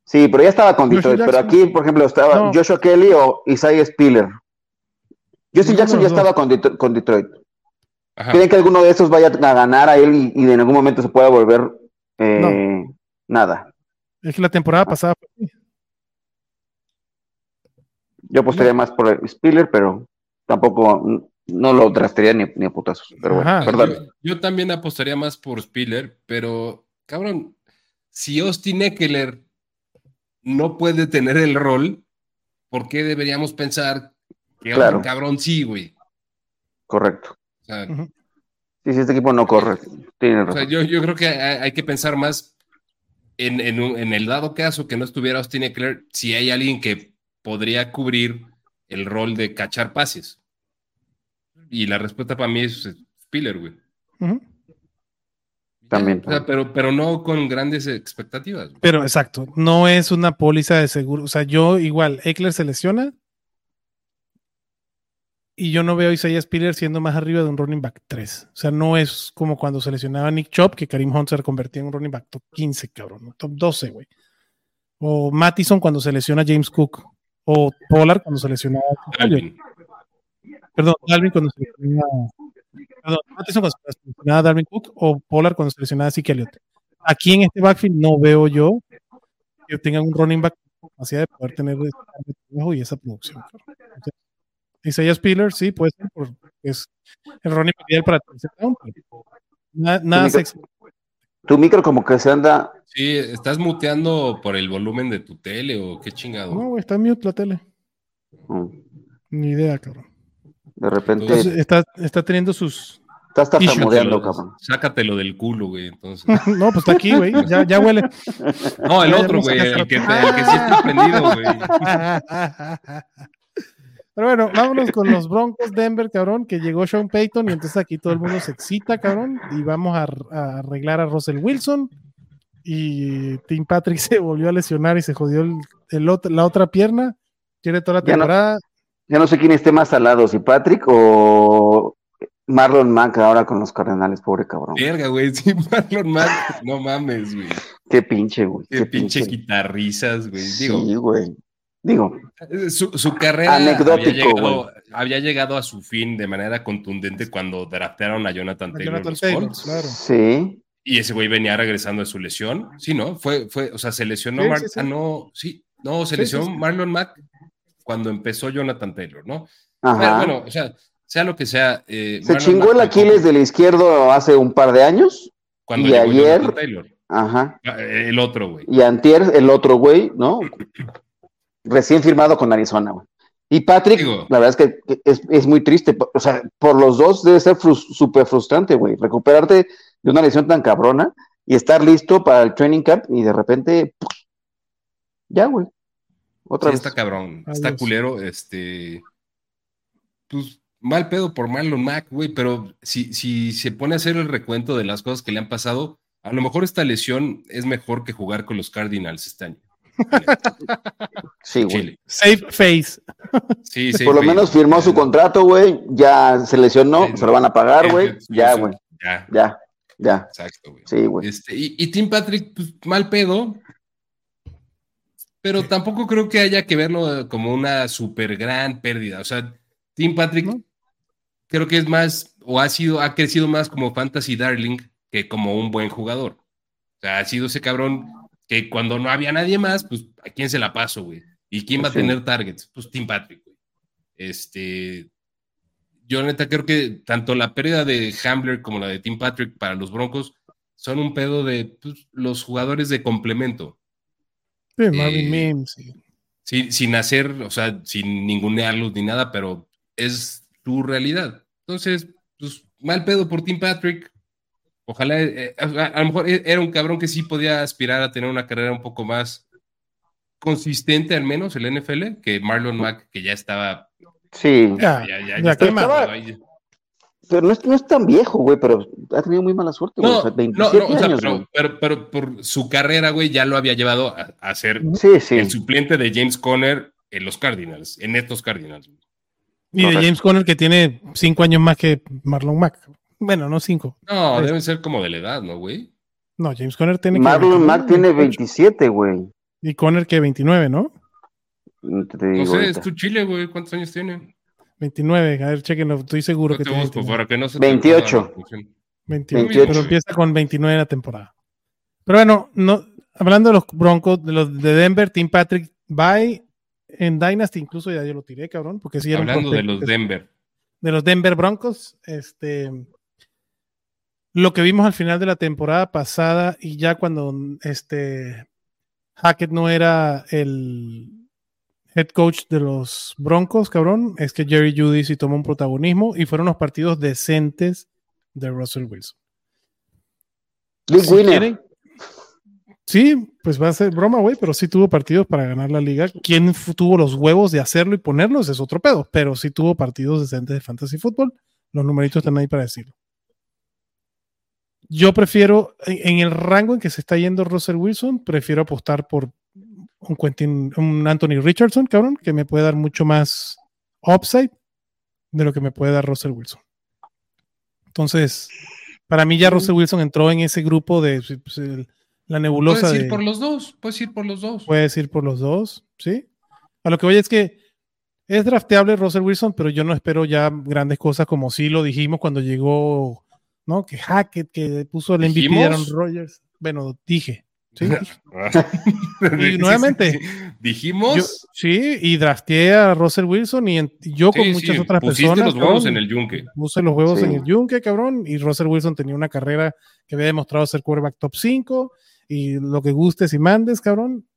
[SPEAKER 3] Sí, pero ya estaba con
[SPEAKER 2] Joshua
[SPEAKER 3] Detroit, pero
[SPEAKER 2] Jackson.
[SPEAKER 3] aquí, por ejemplo, estaba
[SPEAKER 2] No.
[SPEAKER 3] Joshua Kelly o Isaiah Spiller.
[SPEAKER 2] Ninguno
[SPEAKER 3] Justin Jackson
[SPEAKER 2] de
[SPEAKER 3] ya
[SPEAKER 2] los
[SPEAKER 3] estaba con, Detro- con Detroit.
[SPEAKER 4] Ajá.
[SPEAKER 3] ¿Creen que alguno de esos vaya a ganar a él y, y en algún momento se pueda volver eh, nada?
[SPEAKER 2] Es que la
[SPEAKER 3] Ah.
[SPEAKER 2] temporada pasada.
[SPEAKER 3] Yo apostaría más por Spiller, pero tampoco n- no lo trastearía ni, ni a putazos. Pero bueno,
[SPEAKER 2] Ajá.
[SPEAKER 3] perdón.
[SPEAKER 4] Ah, Yo, yo también apostaría más por Spiller, pero cabrón, si Austin Eckler no puede tener el rol, ¿por qué deberíamos pensar que otro
[SPEAKER 3] Claro.
[SPEAKER 4] cabrón sí, güey?
[SPEAKER 3] Correcto.
[SPEAKER 4] O sea,
[SPEAKER 2] Ujú.
[SPEAKER 3] Sí, sí, este equipo no corre. Tiene
[SPEAKER 4] o sea,
[SPEAKER 3] razón.
[SPEAKER 4] yo, yo creo que hay, hay que pensar más en, en un- en el dado caso que no estuviera Austin Eckler, si hay alguien que podría cubrir el rol de cachar pases. Y la respuesta para mí es Spiller, güey.
[SPEAKER 2] ujú.
[SPEAKER 3] También.
[SPEAKER 4] O sea, pero, pero no con grandes expectativas. güey.
[SPEAKER 2] Pero exacto, no es una póliza de seguro. O sea, yo igual, Eckler se lesiona. Y yo no veo a Isaiah Spiller siendo más arriba de un running back 3. O sea, no es como cuando se lesionaba Nick Chop, que Karim Hunt se convertía en un running back top 15, cabrón, ¿no? top 12, güey. O Mattison cuando se lesiona James Cook. O Pollard cuando se lesionaba.
[SPEAKER 4] Alvin.
[SPEAKER 2] Perdón, Dalvin cuando se lesionaba. Perdón, Mattison cuando se lesionaba Dalvin Cook. O Pollard cuando se lesionaba Zeke Elliott. Aquí en este backfield no veo yo que tengan un running back con capacidad de poder tener ese campo de trabajo y esa producción. Entonces, Isaiah Spiller, sí, puede ser, porque es el running back ideal para tercer down. pero Nada, nada
[SPEAKER 3] Único-
[SPEAKER 2] sexy.
[SPEAKER 3] Tu micro como que se anda
[SPEAKER 4] Sí, estás muteando por el volumen de tu tele o qué chingado.
[SPEAKER 2] No, güey, está en mute la tele.
[SPEAKER 3] mm,
[SPEAKER 2] Ni idea, cabrón.
[SPEAKER 3] de repente.
[SPEAKER 2] Entonces, está, está teniendo sus.
[SPEAKER 3] estás
[SPEAKER 2] issues,
[SPEAKER 3] tartamudeando,
[SPEAKER 4] Sácatelo-
[SPEAKER 3] cabrón.
[SPEAKER 4] Sácatelo del culo, güey. Entonces.
[SPEAKER 2] No, pues está aquí, güey. Ya, ya huele.
[SPEAKER 4] No, el
[SPEAKER 2] Ya, ya
[SPEAKER 4] otro,
[SPEAKER 2] lo
[SPEAKER 4] güey.
[SPEAKER 2] sacaste.
[SPEAKER 4] El que, el que sí está prendido, güey.
[SPEAKER 2] Pero bueno, vámonos con los Broncos Denver, cabrón, que llegó Sean Payton y entonces aquí todo el mundo se excita, cabrón, y vamos a, a arreglar a Russell Wilson y Tim Patrick se volvió a lesionar y se jodió el, el ot- la otra pierna, tiene toda la
[SPEAKER 3] Ya no-
[SPEAKER 2] temporada.
[SPEAKER 3] Ya no sé quién esté más al lado, si Patrick o Marlon Mack ahora con los Cardenales, pobre cabrón.
[SPEAKER 4] Verga, güey. Sí, Marlon Mack, No mames, güey.
[SPEAKER 3] Qué pinche, güey.
[SPEAKER 4] Qué pinche guitarrizas, güey.
[SPEAKER 3] Sí,
[SPEAKER 4] Digo, eh,
[SPEAKER 3] güey. Digo,
[SPEAKER 4] su, su carrera
[SPEAKER 3] Anecdótico,
[SPEAKER 4] había llegado, había llegado a su fin de manera contundente cuando draftearon a Jonathan
[SPEAKER 2] A
[SPEAKER 4] Taylor. en
[SPEAKER 2] Jonathan
[SPEAKER 4] los
[SPEAKER 2] Taylor,
[SPEAKER 4] Colts.
[SPEAKER 2] claro.
[SPEAKER 3] sí.
[SPEAKER 4] Y ese güey venía regresando de su lesión. Sí, ¿no? Fue, fue, o sea, se lesionó
[SPEAKER 2] Sí,
[SPEAKER 4] Mar-
[SPEAKER 2] sí, sí.
[SPEAKER 4] ah, no, sí, no, se
[SPEAKER 2] Sí,
[SPEAKER 4] lesionó
[SPEAKER 2] sí, sí.
[SPEAKER 4] Marlon Mack cuando empezó Jonathan Taylor, ¿no? Pero
[SPEAKER 3] Ajá.
[SPEAKER 4] bueno, o sea, sea lo que sea. eh,
[SPEAKER 3] Se
[SPEAKER 4] Marlon
[SPEAKER 3] chingó el
[SPEAKER 4] Mack-
[SPEAKER 3] Aquiles del izquierdo hace un par de años.
[SPEAKER 4] cuando
[SPEAKER 3] y
[SPEAKER 4] llegó
[SPEAKER 3] ayer-
[SPEAKER 4] Jonathan Taylor.
[SPEAKER 3] Ajá.
[SPEAKER 4] Ah, El otro, güey.
[SPEAKER 3] Y Antier, el otro güey, ¿no? Recién firmado con Arizona, güey. Y Patrick,
[SPEAKER 4] Digo.
[SPEAKER 3] la verdad es que es, es muy triste. O sea, por los dos debe ser frus- súper frustrante, güey. Recuperarte de una lesión tan cabrona y estar listo para el training camp y de repente. ¡pum! Ya, güey. Otra
[SPEAKER 4] Sí,
[SPEAKER 3] vez.
[SPEAKER 4] está cabrón,
[SPEAKER 2] Adiós.
[SPEAKER 4] está culero, este. Pues mal pedo por Marlon Mack, güey, pero si, si se pone a hacer el recuento de las cosas que le han pasado, a lo mejor esta lesión es mejor que jugar con los Cardinals este año.
[SPEAKER 3] Sí, güey.
[SPEAKER 4] Chile.
[SPEAKER 2] Safe face.
[SPEAKER 4] Sí, sí,
[SPEAKER 3] por lo
[SPEAKER 4] güey.
[SPEAKER 3] menos firmó su contrato, güey. Ya se lesionó,
[SPEAKER 4] Sí,
[SPEAKER 3] se lo van a pagar, güey.
[SPEAKER 4] Sí,
[SPEAKER 3] Ya,
[SPEAKER 4] sí,
[SPEAKER 3] güey.
[SPEAKER 4] Ya,
[SPEAKER 3] Ya, ya.
[SPEAKER 4] exacto, güey.
[SPEAKER 3] Sí, güey.
[SPEAKER 4] Este, y, y Tim Patrick, pues, mal pedo. Pero tampoco creo que haya que verlo como una super gran pérdida. O sea, Tim Patrick
[SPEAKER 2] No.
[SPEAKER 4] creo que es más, o ha sido, ha crecido más como fantasy darling que como un buen jugador. O sea, ha sido ese cabrón que cuando no había nadie más, pues, ¿a quién se la paso, güey? ¿Y quién va a
[SPEAKER 3] Sí.
[SPEAKER 4] tener targets? Pues Tim Patrick, güey. Este, yo neta creo que tanto la pérdida de Hambler como la de Tim Patrick para los Broncos son un pedo de pues, los jugadores de complemento.
[SPEAKER 2] Sí, Marvin
[SPEAKER 4] Eh,
[SPEAKER 2] Mims, sí.
[SPEAKER 4] Sí, sin hacer, o sea, sin ningunearlos ni nada, pero es tu realidad. Entonces, pues mal pedo por Tim Patrick. Ojalá, eh, a, a- a lo mejor era un cabrón que sí podía aspirar a tener una carrera un poco más consistente, al menos el NFL, que Marlon Mack, que ya estaba.
[SPEAKER 3] Sí,
[SPEAKER 2] Ya,
[SPEAKER 4] ya- ya- ya
[SPEAKER 2] ya
[SPEAKER 4] estaba
[SPEAKER 2] quema.
[SPEAKER 4] quemado ahí.
[SPEAKER 3] pero no es, no es tan viejo, güey, pero ha tenido muy mala suerte, güey.
[SPEAKER 4] No,
[SPEAKER 3] o sea,
[SPEAKER 4] no,
[SPEAKER 3] 27
[SPEAKER 4] no, o sea,
[SPEAKER 3] años,
[SPEAKER 4] pero,
[SPEAKER 3] güey.
[SPEAKER 4] pero- pero por su carrera, güey, ya lo había llevado a, a ser
[SPEAKER 3] Sí, sí.
[SPEAKER 4] el suplente de James Conner en los Cardinals, en estos Cardinals.
[SPEAKER 2] Y de
[SPEAKER 3] correcto.
[SPEAKER 2] James Conner, que tiene cinco años más que Marlon Mack. Bueno, no cinco.
[SPEAKER 4] No,
[SPEAKER 2] Ahí
[SPEAKER 4] deben ser como de la edad, ¿no, güey?
[SPEAKER 2] No, James Conner tiene que-
[SPEAKER 3] Marlon Mack tiene
[SPEAKER 2] 28.
[SPEAKER 3] 27, güey.
[SPEAKER 2] Y Conner que 29, ¿no?
[SPEAKER 3] Te
[SPEAKER 4] No
[SPEAKER 3] digo
[SPEAKER 4] sé,
[SPEAKER 3] ahorita.
[SPEAKER 4] es tu chile, güey. ¿Cuántos años tiene?
[SPEAKER 2] 29, a ver, chequenlo, estoy seguro
[SPEAKER 4] No
[SPEAKER 2] que
[SPEAKER 4] te
[SPEAKER 2] tiene
[SPEAKER 4] busco
[SPEAKER 2] 29,
[SPEAKER 4] para que no se
[SPEAKER 3] 28.
[SPEAKER 4] te pierda la confusión.
[SPEAKER 2] 29,
[SPEAKER 3] 28.
[SPEAKER 2] pero empieza con 29 la temporada. Pero bueno, no, hablando de los Broncos, de los de Denver, Tim Patrick, bye. En Dynasty incluso ya yo lo tiré, cabrón, porque si era un
[SPEAKER 4] Hablando de
[SPEAKER 2] prospecto
[SPEAKER 4] los
[SPEAKER 2] que-
[SPEAKER 4] Denver.
[SPEAKER 2] de los Denver Broncos. Este, lo que vimos al final de la temporada pasada y ya cuando este, Hackett no era el head coach de los Broncos, cabrón, es que Jerry Judy sí tomó un protagonismo y fueron unos partidos decentes de Russell Wilson.
[SPEAKER 3] Big
[SPEAKER 2] Si
[SPEAKER 3] winner.
[SPEAKER 2] quieren- Sí, pues va a ser broma, güey, pero sí tuvo partidos para ganar la liga. ¿Quién fu- tuvo los huevos de hacerlo y ponerlos? Es otro pedo, pero sí tuvo partidos decentes de fantasy fútbol. Los numeritos están ahí para decirlo. Yo prefiero, en en el rango en que se está yendo Russell Wilson, prefiero apostar por un Quentin, un Anthony Richardson, cabrón, que me puede dar mucho más upside de lo que me puede dar Russell Wilson. Entonces, para mí ya Russell Wilson entró en ese grupo de pues, el- la nebulosa
[SPEAKER 4] Puedes ir
[SPEAKER 2] de-
[SPEAKER 4] por los dos. Puedes ir por los dos.
[SPEAKER 2] Puedes ir por los dos, ¿sí? A lo que voy es que es drafteable Russell Wilson, pero yo no espero ya grandes cosas como sí lo dijimos cuando llegó, ¿no? Que Hackett, que puso el MVP de Aaron
[SPEAKER 4] ¿Dijimos?
[SPEAKER 2] Rodgers. Bueno, dije. Sí,
[SPEAKER 4] Sí,
[SPEAKER 2] Y nuevamente.
[SPEAKER 4] sí, sí.
[SPEAKER 2] Yo-
[SPEAKER 4] Dijimos.
[SPEAKER 2] sí, y drafteé a Russell Wilson y, en- y yo con
[SPEAKER 4] sí,
[SPEAKER 2] muchas
[SPEAKER 4] sí,
[SPEAKER 2] otras
[SPEAKER 4] pusiste
[SPEAKER 2] personas.
[SPEAKER 4] los huevos
[SPEAKER 2] cabrón,
[SPEAKER 4] en el yunque.
[SPEAKER 2] Puse los huevos
[SPEAKER 3] Sí.
[SPEAKER 2] en el yunque, cabrón. Y Russell Wilson tenía una carrera que había demostrado ser quarterback top 5 y lo que gustes y mandes, cabrón.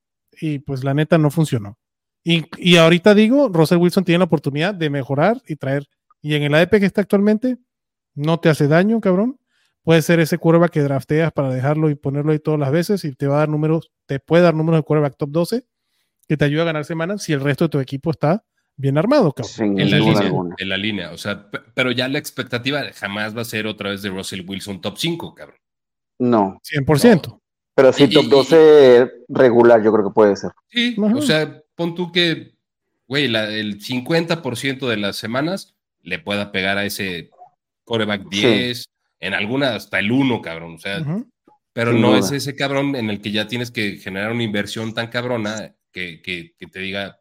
[SPEAKER 2] Y pues la neta no funcionó. Y, y ahorita digo, Russell Wilson tiene la oportunidad de mejorar y traer. Y en el ADP que está actualmente, no te hace daño, cabrón. Puede ser ese quarterback que drafteas para dejarlo y ponerlo ahí todas las veces y te va a dar números, te puede dar números de quarterback top 12 que te ayuda a ganar semanas si el resto de tu equipo está bien armado, cabrón.
[SPEAKER 3] Sin
[SPEAKER 4] En la,
[SPEAKER 3] duda
[SPEAKER 4] línea,
[SPEAKER 3] alguna.
[SPEAKER 4] en la línea, o sea, pe- pero ya la expectativa jamás va a ser otra vez de Russell Wilson top 5, cabrón.
[SPEAKER 3] No,
[SPEAKER 2] 100%.
[SPEAKER 3] pero sí
[SPEAKER 4] Y-
[SPEAKER 3] top
[SPEAKER 4] y-
[SPEAKER 3] 12 regular, yo creo que puede ser.
[SPEAKER 4] Sí,
[SPEAKER 2] Ajá.
[SPEAKER 4] o sea, pon tú que, güey, la- el 50% de las semanas le pueda pegar a ese coreback
[SPEAKER 3] Sí.
[SPEAKER 4] 10, en alguna hasta el 1, cabrón, o sea,
[SPEAKER 2] Ujú.
[SPEAKER 4] pero
[SPEAKER 3] Sin
[SPEAKER 4] no
[SPEAKER 3] duda.
[SPEAKER 4] es ese cabrón en el que ya tienes que generar una inversión tan cabrona que, que- que te diga,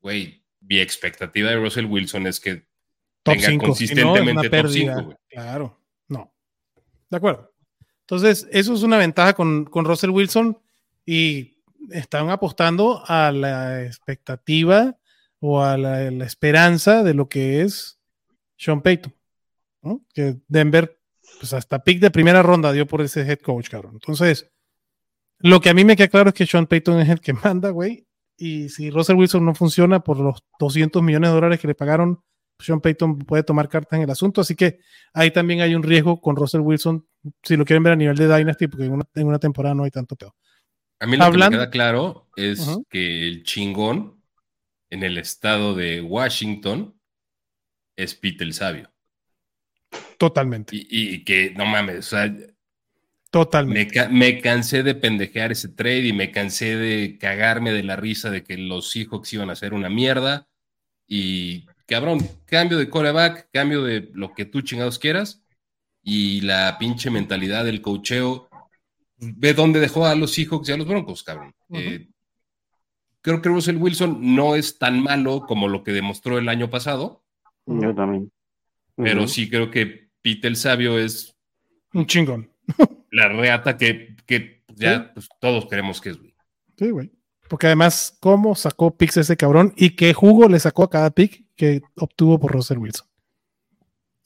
[SPEAKER 4] güey, mi expectativa de Russell Wilson es que
[SPEAKER 2] top
[SPEAKER 4] tenga
[SPEAKER 2] 5.
[SPEAKER 4] consistentemente top
[SPEAKER 2] pérdida.
[SPEAKER 4] cinco, güey.
[SPEAKER 2] claro, no. De acuerdo. Entonces, eso es una ventaja con, con Russell Wilson y están apostando a la expectativa o a la, la esperanza de lo que es Sean Payton. ¿no? Que Denver, pues hasta pick de primera ronda dio por ese head coach, cabrón. Entonces, lo que a mí me queda claro es que Sean Payton es el que manda, güey. Y si Russell Wilson no funciona por los 200 millones de dólares que le pagaron, Sean Payton puede tomar cartas en el asunto. Así que ahí también hay un riesgo con Russell Wilson, si lo quieren ver a nivel de Dynasty, porque en una, en una temporada no hay tanto peor.
[SPEAKER 4] A mí lo
[SPEAKER 2] Hablando-
[SPEAKER 4] que me queda claro es
[SPEAKER 2] Ajá.
[SPEAKER 4] que el chingón en el estado de Washington es Pete el Sabio.
[SPEAKER 2] Totalmente,
[SPEAKER 4] Y, y que, no mames, o sea,
[SPEAKER 2] totalmente.
[SPEAKER 4] me, ca- me cansé de pendejear ese trade y me cansé de cagarme de la risa de que los Seahawks iban a ser una mierda. Y, cabrón, cambio de coreback, cambio de lo que tú chingados quieras. Y la pinche mentalidad del cocheo. Ve dónde dejó a los Seahawks y a los Broncos, cabrón.
[SPEAKER 2] Ujú.
[SPEAKER 4] Eh, creo que Russell Wilson no es tan malo como lo que demostró el año pasado,
[SPEAKER 3] Yo también.
[SPEAKER 4] pero
[SPEAKER 3] Ujú.
[SPEAKER 4] sí creo que Pete el Sabio es
[SPEAKER 2] Un chingón.
[SPEAKER 4] la reata que, que ya pues, todos queremos que es. güey.
[SPEAKER 2] Sí, güey. Porque además, cómo sacó picks ese cabrón y qué jugo le sacó a cada pick que obtuvo por Russell Wilson.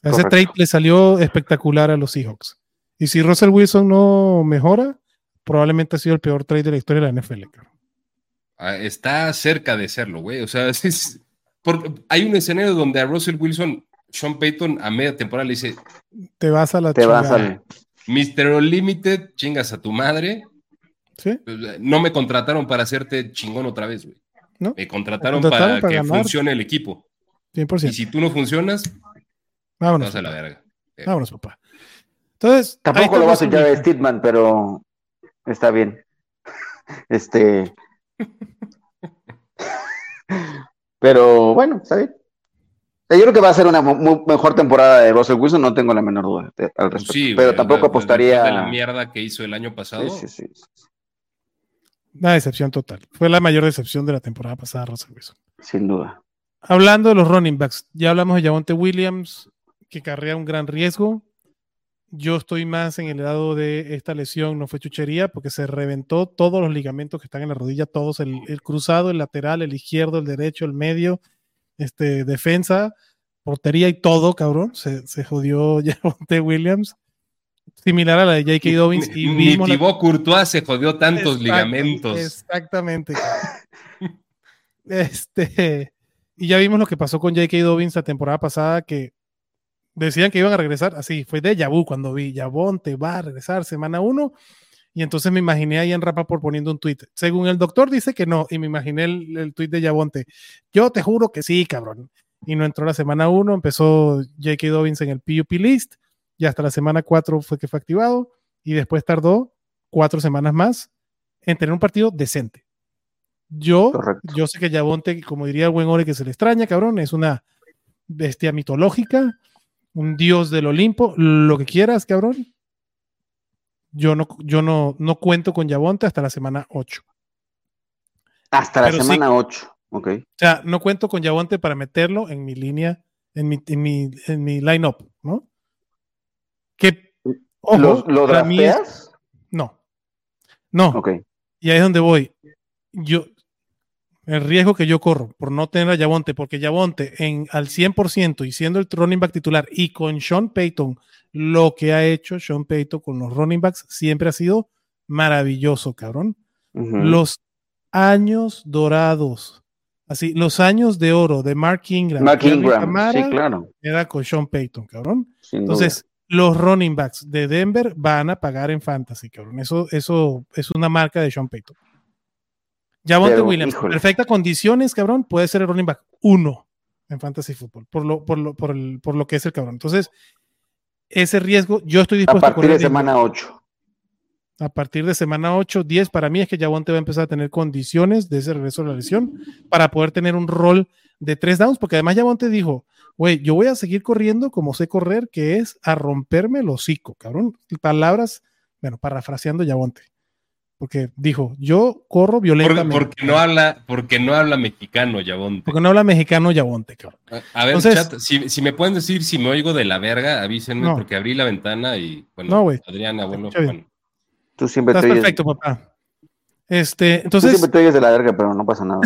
[SPEAKER 2] Ese
[SPEAKER 3] Correcto.
[SPEAKER 2] trade le salió espectacular a los Seahawks. Y si Russell Wilson no mejora, probablemente ha sido el peor trade de la historia de la NFL. cabrón.
[SPEAKER 4] Ah, Está cerca de serlo, güey. O sea, es- es- por- hay un escenario donde a Russell Wilson, Sean Payton, a media temporada le dice:
[SPEAKER 2] Te vas a la
[SPEAKER 3] Te vas
[SPEAKER 2] chingada.
[SPEAKER 3] al.
[SPEAKER 4] Mr. Unlimited, chingas a tu madre. Pues,
[SPEAKER 2] ¿Sí?
[SPEAKER 4] No me contrataron para hacerte chingón otra vez, güey.
[SPEAKER 2] ¿No?
[SPEAKER 4] Me contrataron,
[SPEAKER 2] Me contrataron
[SPEAKER 4] para,
[SPEAKER 2] para
[SPEAKER 4] que
[SPEAKER 2] ganar.
[SPEAKER 4] funcione el equipo. Y
[SPEAKER 2] 100%.
[SPEAKER 4] si tú no funcionas,
[SPEAKER 2] Vámonos.
[SPEAKER 4] vas a la verga.
[SPEAKER 2] Vámonos, papá. Entonces,
[SPEAKER 3] Tampoco
[SPEAKER 2] ahí
[SPEAKER 3] lo va a
[SPEAKER 2] tenemos
[SPEAKER 3] escuchar
[SPEAKER 2] un-
[SPEAKER 3] a Steedman, pero está bien. Este. Pero bueno, está bien. Eh, Yo creo que va a ser una mu- mu- mejor temporada de Russell Wilson, no tengo la menor duda de- al
[SPEAKER 4] Pues
[SPEAKER 3] respecto.
[SPEAKER 4] sí,
[SPEAKER 3] pero tampoco
[SPEAKER 4] güey, de- de- después
[SPEAKER 3] apostaría.
[SPEAKER 4] De la mierda que hizo el año pasado.
[SPEAKER 3] Sí, sí, sí.
[SPEAKER 2] Una decepción total. Fue la mayor decepción de la temporada pasada, Russell Wilson.
[SPEAKER 3] sin duda.
[SPEAKER 2] Hablando de los running backs, ya hablamos de Javonte Williams, que carrea un gran riesgo. Yo estoy más en el lado de esta lesión, no fue chuchería, porque se reventó todos los ligamentos que están en la rodilla, todos, el, el cruzado, el lateral, el izquierdo, el derecho, el medio, este, defensa, portería y todo, cabrón. Se, se jodió Javonte Williams. Similar a la de J.K. Dobbins. Y
[SPEAKER 4] Ni- ni
[SPEAKER 2] vimos la-
[SPEAKER 4] Thibaut Courtois se jodió tantos
[SPEAKER 2] Exacto,
[SPEAKER 4] ligamentos.
[SPEAKER 2] Exactamente. cabrón. este, y ya vimos lo que pasó con J.K. Dobbins la temporada pasada, que decían que iban a regresar. Así fue de Yabu cuando vi Yabonte va a regresar semana uno. Y entonces me imaginé a Ian Rappaport poniendo un tweet. Según el doctor dice que no, y me imaginé el, el tweet de Yabonte. Yo te juro que sí, cabrón. Y no entró la semana uno, empezó J.K. Dobbins en el PUP list, y hasta la semana 4 fue que fue activado, y después tardó cuatro semanas más en tener un partido decente. Yo,
[SPEAKER 3] Correcto.
[SPEAKER 2] yo sé que Yabonte, como diría el buen Ore, que se le extraña, cabrón, es una bestia mitológica, un dios del Olimpo, lo que quieras, cabrón. Yo no, yo no, no cuento con Yabonte hasta la semana 8. O
[SPEAKER 3] Hasta la
[SPEAKER 2] Pero sí.
[SPEAKER 3] semana 8. Ok.
[SPEAKER 2] sea, no cuento con Yabonte para meterlo en mi línea, en mi, en mi, en mi line-up, ¿no? Que, ojo,
[SPEAKER 3] ¿Los- ¿Lo
[SPEAKER 2] para mí es-
[SPEAKER 3] drafteas?
[SPEAKER 2] no. No,
[SPEAKER 3] Ok.
[SPEAKER 2] Y ahí es donde voy. Yo, el riesgo que yo corro por no tener a Yabonte, porque Yabonte en, al 100% y siendo el running back titular y con Sean Payton, lo que ha hecho Sean Payton con los running backs siempre ha sido maravilloso, cabrón.
[SPEAKER 3] Ujú.
[SPEAKER 2] Los años dorados, así, los años de oro de Mark Ingram,
[SPEAKER 3] Mark
[SPEAKER 2] Alvin
[SPEAKER 3] Ingram.
[SPEAKER 2] Kamara,
[SPEAKER 3] Sí, claro.
[SPEAKER 2] era con Sean Payton, cabrón.
[SPEAKER 3] sin duda.
[SPEAKER 2] Entonces, los running backs de Denver van a pagar en fantasy, cabrón. Eso, eso es una marca de Sean Payton. Javonte
[SPEAKER 3] Pero,
[SPEAKER 2] Williams,
[SPEAKER 3] híjole.
[SPEAKER 2] perfectas condiciones, cabrón, puede ser el running back uno en fantasy fútbol, por lo, por lo, por el- por lo que es el cabrón. Entonces, ese riesgo yo estoy
[SPEAKER 3] a
[SPEAKER 2] dispuesto a,
[SPEAKER 3] partir de
[SPEAKER 2] correr riesgo.
[SPEAKER 3] semana 8.
[SPEAKER 2] a partir de semana 8, 10. Para mí es que Javonte va a empezar a tener condiciones de ese regreso a la lesión para poder tener un rol de tres downs, porque además Javonte dijo, güey, yo voy a seguir corriendo como sé correr, que es a romperme el hocico, cabrón. Y Palabras, bueno, parafraseando Javonte, porque dijo, yo corro
[SPEAKER 4] Por-
[SPEAKER 2] violentamente.
[SPEAKER 4] porque, no habla, porque no habla mexicano, Yabonte.
[SPEAKER 2] Porque no habla mexicano Javonte, cabrón.
[SPEAKER 4] A ver,
[SPEAKER 2] Entonces-
[SPEAKER 4] chat, si, si me pueden decir si me oigo de la verga, avísenme
[SPEAKER 2] No.
[SPEAKER 4] porque abrí la ventana y bueno,
[SPEAKER 2] No, güey.
[SPEAKER 4] Adrián, abuelo,
[SPEAKER 2] Está bien.
[SPEAKER 4] bueno.
[SPEAKER 3] Tú siempre
[SPEAKER 2] Estás
[SPEAKER 3] te oyes-
[SPEAKER 2] perfecto, papá. Este,
[SPEAKER 3] tú
[SPEAKER 2] entonces,
[SPEAKER 3] siempre te oyes de la verga, pero no pasa nada.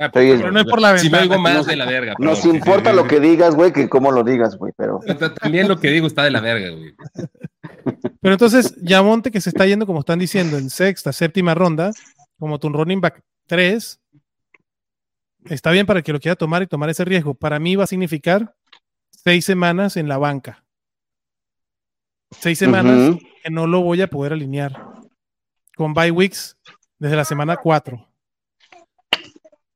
[SPEAKER 4] Ah,
[SPEAKER 3] Te oyes-
[SPEAKER 2] Pero no es por la
[SPEAKER 4] Si me
[SPEAKER 2] ventana.
[SPEAKER 4] oigo más
[SPEAKER 3] Nos-
[SPEAKER 4] de la verga.
[SPEAKER 3] Nos
[SPEAKER 4] perdón.
[SPEAKER 3] importa lo que digas, güey, que cómo lo digas, güey, pero
[SPEAKER 4] También lo que digo está de la verga, güey.
[SPEAKER 2] Pero entonces, Yamonte que se está yendo, como están diciendo, en sexta, séptima ronda, como tu running back 3, está bien para el que lo quiera tomar y tomar ese riesgo. Para mí va a significar seis semanas en la banca. Seis semanas
[SPEAKER 3] Ujú.
[SPEAKER 2] que no lo voy a poder alinear. Con bye weeks desde la semana 4.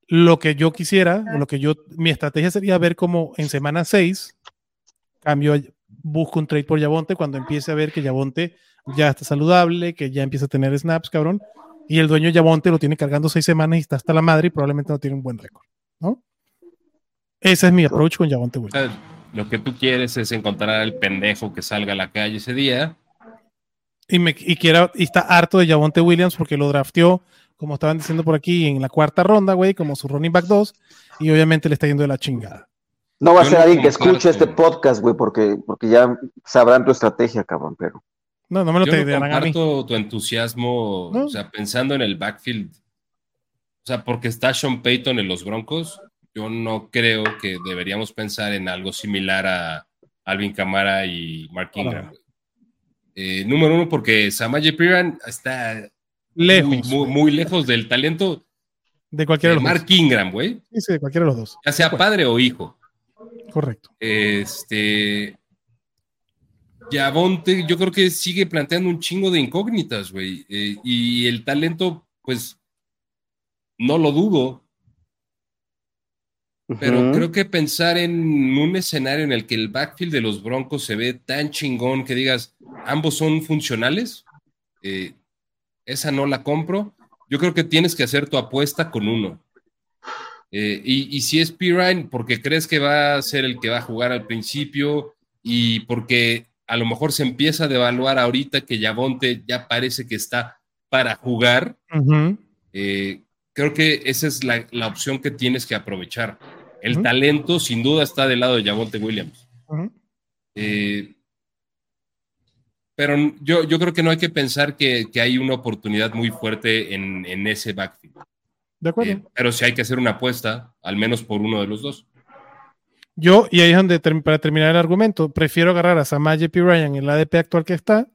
[SPEAKER 2] Lo que yo quisiera, o lo que yo, mi estrategia sería ver cómo en semana 6 cambio, a- busco un trade por Yabonte cuando empiece a ver que Yabonte ya está saludable, que ya empieza a tener snaps, cabrón. Y el dueño Yabonte lo tiene cargando seis semanas y está hasta la madre y probablemente no tiene un buen récord, ¿no? Ese es mi approach con Yabonte
[SPEAKER 4] O
[SPEAKER 2] Williams.
[SPEAKER 4] sea, lo que tú quieres es encontrar al pendejo que salga a la calle ese día.
[SPEAKER 2] y, me, y, quiera- y está harto de Javonte Williams porque lo drafteó, como estaban diciendo por aquí, en la cuarta ronda, güey, como su running back 2, y obviamente le está yendo de la chingada.
[SPEAKER 3] no va a
[SPEAKER 4] Yo
[SPEAKER 3] ser
[SPEAKER 4] no
[SPEAKER 3] alguien que
[SPEAKER 4] comparto.
[SPEAKER 3] escuche este podcast, güey, porque, porque ya sabrán tu estrategia, cabrón, pero
[SPEAKER 2] No, no me lo
[SPEAKER 4] Yo
[SPEAKER 2] te
[SPEAKER 4] no
[SPEAKER 2] darán a mí.
[SPEAKER 4] comparto tu entusiasmo,
[SPEAKER 2] No.
[SPEAKER 4] o sea, pensando en el backfield. O sea, porque está Sean Payton en los Broncos, yo no creo que deberíamos pensar en algo similar a Alvin Kamara y Mark Ingram.
[SPEAKER 2] Ahora.
[SPEAKER 4] Eh, número uno, porque Samaje Piran está
[SPEAKER 2] Lejos.
[SPEAKER 4] muy, muy, muy lejos del talento
[SPEAKER 2] de
[SPEAKER 4] de
[SPEAKER 2] cualquiera de los
[SPEAKER 4] Mark
[SPEAKER 2] dos.
[SPEAKER 4] Ingram, güey.
[SPEAKER 2] Sí, sí, de cualquiera de los dos.
[SPEAKER 4] Ya sea padre o hijo.
[SPEAKER 2] Correcto.
[SPEAKER 4] Este. Yavonte, yo creo que sigue planteando un chingo de incógnitas, güey. Eh, y el talento, pues, no lo dudo, pero
[SPEAKER 3] Ujú.
[SPEAKER 4] creo que pensar en un escenario en el que el backfield de los Broncos se ve tan chingón que digas, ambos son funcionales, eh, esa no la compro. Yo creo que tienes que hacer tu apuesta con uno. Eh, y, y si es Pirine, porque crees que va a ser el que va a jugar al principio y porque a lo mejor se empieza a devaluar ahorita que Yavonte ya parece que está para jugar,
[SPEAKER 2] Ujú.
[SPEAKER 4] eh, creo que esa es la, la opción que tienes que aprovechar. El
[SPEAKER 2] Ujú.
[SPEAKER 4] talento, sin duda, está del lado de Javonte Williams.
[SPEAKER 2] Ujú.
[SPEAKER 4] Eh, pero n- yo, yo creo que no hay que pensar que, que hay una oportunidad muy fuerte en, en ese backfield.
[SPEAKER 2] De acuerdo.
[SPEAKER 4] Eh, pero sí hay que hacer una apuesta, al menos por uno de los dos.
[SPEAKER 2] Yo, y ahí es donde, term- para terminar el argumento, prefiero agarrar a Samaje P. Ryan, el ADP actual que está,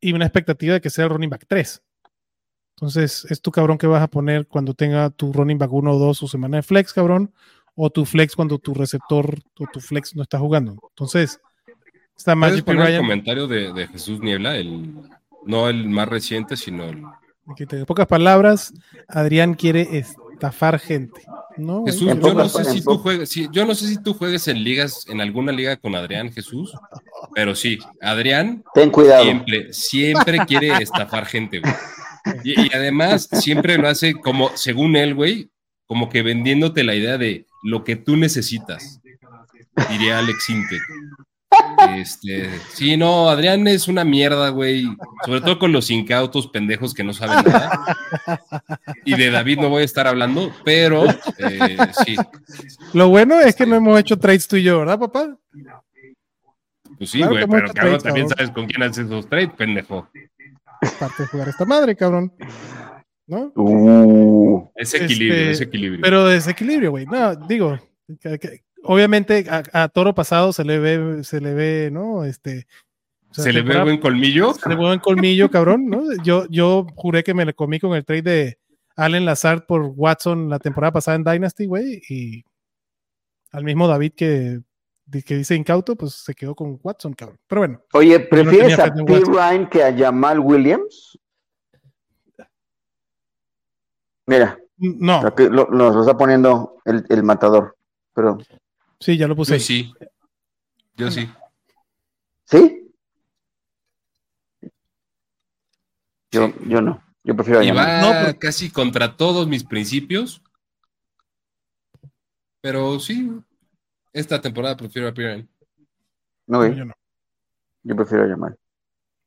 [SPEAKER 2] y una expectativa de que sea el running back 3. Entonces, es tu cabrón que vas a poner cuando tenga tu running back 1 o 2 su semana de flex, cabrón, o tu flex cuando tu receptor o tu flex no está jugando. Entonces,
[SPEAKER 4] ¿Puedes
[SPEAKER 2] Samaje P.
[SPEAKER 4] poner el
[SPEAKER 2] Ryan,
[SPEAKER 4] comentario de, de Jesús Niebla? El, no el más reciente, sino el...
[SPEAKER 2] aquí te- en pocas palabras, Adrián quiere estafar gente. No, güey,
[SPEAKER 4] Jesús,
[SPEAKER 3] En
[SPEAKER 4] yo no,
[SPEAKER 3] pocas-
[SPEAKER 4] sé
[SPEAKER 3] en
[SPEAKER 4] si tú
[SPEAKER 3] pocas-
[SPEAKER 4] juegues, sí, yo no sé si tú juegues en ligas, en alguna liga con Adrián Jesús, pero sí, Adrián
[SPEAKER 3] Ten cuidado.
[SPEAKER 4] siempre, siempre quiere estafar gente, güey. Y, y además siempre lo hace como, según él, güey, como que vendiéndote la idea de lo que tú necesitas, diría Alex Inte. Este, sí, no, Adrián es una mierda, güey. Sobre todo con los incautos pendejos que no saben nada. Y de David no voy a estar hablando, pero eh, sí,
[SPEAKER 2] Lo bueno es que no hemos hecho trades tú y yo, ¿verdad, papá?
[SPEAKER 4] pues sí,
[SPEAKER 2] Claro
[SPEAKER 4] güey,
[SPEAKER 2] que
[SPEAKER 4] pero
[SPEAKER 2] mucho
[SPEAKER 4] cabrón,
[SPEAKER 2] trade,
[SPEAKER 4] también
[SPEAKER 2] cabrón.
[SPEAKER 4] sabes con quién haces esos trades, pendejo.
[SPEAKER 2] Parte de jugar esta madre, cabrón. ¿No?
[SPEAKER 3] Uh,
[SPEAKER 4] Ese equilibrio,
[SPEAKER 2] Este,
[SPEAKER 4] ese equilibrio.
[SPEAKER 2] Pero desequilibrio, güey. No, digo, que- que- obviamente a, a Toro pasado se le ve, se le ve, ¿no? Este. o sea,
[SPEAKER 4] ¿Se le ve
[SPEAKER 2] temporada-
[SPEAKER 4] buen colmillo?
[SPEAKER 2] se le ve buen colmillo, cabrón, ¿no? Yo, yo juré que me le comí con el trade de Allen Lazard por Watson la temporada pasada en Dynasty, güey, y al mismo David que, de- que dice incauto, pues se quedó con Watson, cabrón. Pero bueno,
[SPEAKER 3] Oye, ¿prefieres
[SPEAKER 2] tenía
[SPEAKER 3] a
[SPEAKER 2] fe en
[SPEAKER 3] P.
[SPEAKER 2] Watson.
[SPEAKER 3] Ryan que a Jamal Williams? Mira,
[SPEAKER 2] no,
[SPEAKER 3] aquí lo- nos lo está poniendo el, el matador. Pero,
[SPEAKER 2] sí, ya lo
[SPEAKER 4] Yo
[SPEAKER 2] puse.
[SPEAKER 4] sí. Yo sí.
[SPEAKER 3] ¿sí? Yo, yo no. Yo prefiero a
[SPEAKER 4] Y
[SPEAKER 3] Jamal.
[SPEAKER 4] va
[SPEAKER 2] No, pero-
[SPEAKER 4] casi contra todos mis principios. Pero sí, esta temporada prefiero a Piran.
[SPEAKER 3] No,
[SPEAKER 2] No,
[SPEAKER 3] güey,
[SPEAKER 2] yo no.
[SPEAKER 3] yo prefiero a Jamal.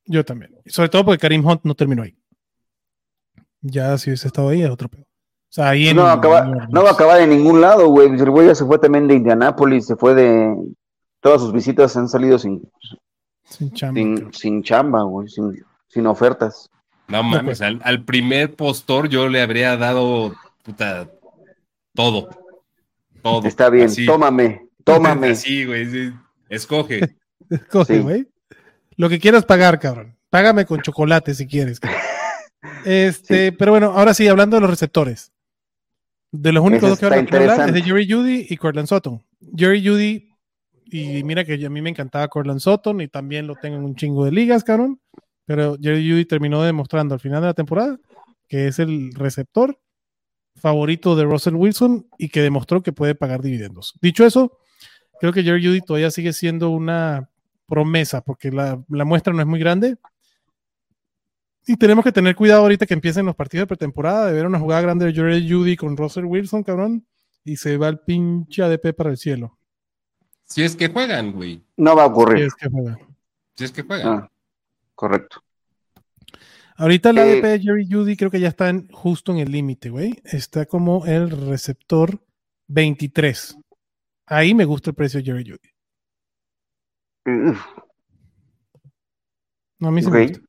[SPEAKER 2] Yo también. Sobre todo porque Karim Hunt no terminó ahí. Ya si hubiese estado ahí, es otro pedo. O sea, ahí en-
[SPEAKER 3] No, acaba-
[SPEAKER 2] en Orleans.
[SPEAKER 3] no va a acabar en ningún lado, güey. Pues, El güey ya se fue también de Indianápolis, se fue de. Todas sus visitas han salido sin,
[SPEAKER 2] Sin chamba,
[SPEAKER 3] sin,
[SPEAKER 2] creo.
[SPEAKER 3] sin chamba, güey, sin, sin ofertas.
[SPEAKER 4] No pues. mames, al, al primer postor yo le habría dado puta todo. Todo.
[SPEAKER 3] Está bien,
[SPEAKER 4] Así.
[SPEAKER 3] tómame, tómame.
[SPEAKER 4] Así, güey. sí. Escoge.
[SPEAKER 2] Escoge,
[SPEAKER 3] sí.
[SPEAKER 2] güey. Lo que quieras pagar, cabrón. Págame con chocolate si quieres. cabrón. Este, pero bueno, ahora sí, hablando de los receptores. De los únicos
[SPEAKER 3] Ese
[SPEAKER 2] dos que
[SPEAKER 3] está
[SPEAKER 2] ahora quiero hablar es de
[SPEAKER 3] interesante.
[SPEAKER 2] Jerry Judy y Cortland Sutton. Jerry Judy, y mira que a mí me encantaba Cortland Sutton y también lo tengo en un chingo de ligas, cabrón. Pero Jerry Judy terminó demostrando al final de la temporada que es el receptor favorito de Russell Wilson y que demostró que puede pagar dividendos. Dicho eso, creo que Jerry Judy todavía sigue siendo una promesa porque la, la muestra no es muy grande. Y tenemos que tener cuidado ahorita que empiecen los partidos de pretemporada de ver una jugada grande de Jerry Judy con Russell Wilson, cabrón, y se va el pinche ADP para el cielo.
[SPEAKER 4] Si es que juegan, güey.
[SPEAKER 3] No va a ocurrir.
[SPEAKER 2] Y es que juega.
[SPEAKER 4] Si es que juegan.
[SPEAKER 3] Ah, correcto.
[SPEAKER 2] Ahorita el
[SPEAKER 3] Eh,
[SPEAKER 2] ADP de Jerry Judy creo que ya está en- justo en el límite, güey. Está como el receptor 23. Ahí me gusta el precio de Jerry Judy.
[SPEAKER 3] Uf,
[SPEAKER 2] No, a mí sí me
[SPEAKER 3] ok.
[SPEAKER 2] gusta.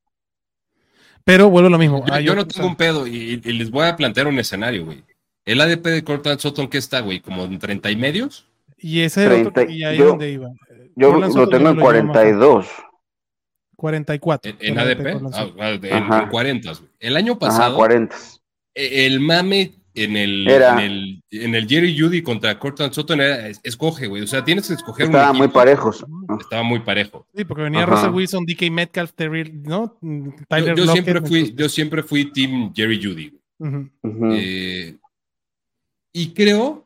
[SPEAKER 2] Pero vuelvo a lo mismo.
[SPEAKER 4] Yo,
[SPEAKER 2] Hay
[SPEAKER 4] Ah, yo no
[SPEAKER 2] otro-
[SPEAKER 4] tengo un pedo y, y les voy a plantear un escenario, güey. El ADP de Cortland Sutton, ¿qué está, güey? ¿Como en 30 y medios?
[SPEAKER 2] Y ese es el otro,
[SPEAKER 3] 30,
[SPEAKER 2] y ahí
[SPEAKER 3] yo-
[SPEAKER 2] es donde iba.
[SPEAKER 3] Yo
[SPEAKER 2] Cortland
[SPEAKER 3] lo
[SPEAKER 2] Sutton
[SPEAKER 3] tengo
[SPEAKER 2] yo
[SPEAKER 3] en
[SPEAKER 2] lo llevo más alto.
[SPEAKER 3] 42.
[SPEAKER 2] 44.
[SPEAKER 4] En, en
[SPEAKER 2] 44
[SPEAKER 4] ADP,
[SPEAKER 2] lanzó.
[SPEAKER 4] ah, ah, en-
[SPEAKER 3] Ajá.
[SPEAKER 4] en 40. güey. El año
[SPEAKER 3] Ajá,
[SPEAKER 4] pasado,
[SPEAKER 3] 40.
[SPEAKER 4] e- el mame en el,
[SPEAKER 3] Era.
[SPEAKER 4] en el, en el Jerry Judy contra Cortland Sutton era, es- escoge, güey. O sea, tienes que escoger un
[SPEAKER 3] Estaban muy
[SPEAKER 4] equipo.
[SPEAKER 3] parejos.
[SPEAKER 4] Estaba muy parejo.
[SPEAKER 2] Sí, porque venía
[SPEAKER 3] Ajá.
[SPEAKER 2] Russell Wilson, DK Metcalf, Terry, ¿no? Mm,
[SPEAKER 4] Yo-
[SPEAKER 2] Tyler
[SPEAKER 4] yo,
[SPEAKER 2] Lockett,
[SPEAKER 4] siempre fui,
[SPEAKER 2] entonces-
[SPEAKER 4] yo siempre fui Team Jerry Judy. güey.
[SPEAKER 2] Ujú.
[SPEAKER 3] Ujú.
[SPEAKER 4] Eh, y creo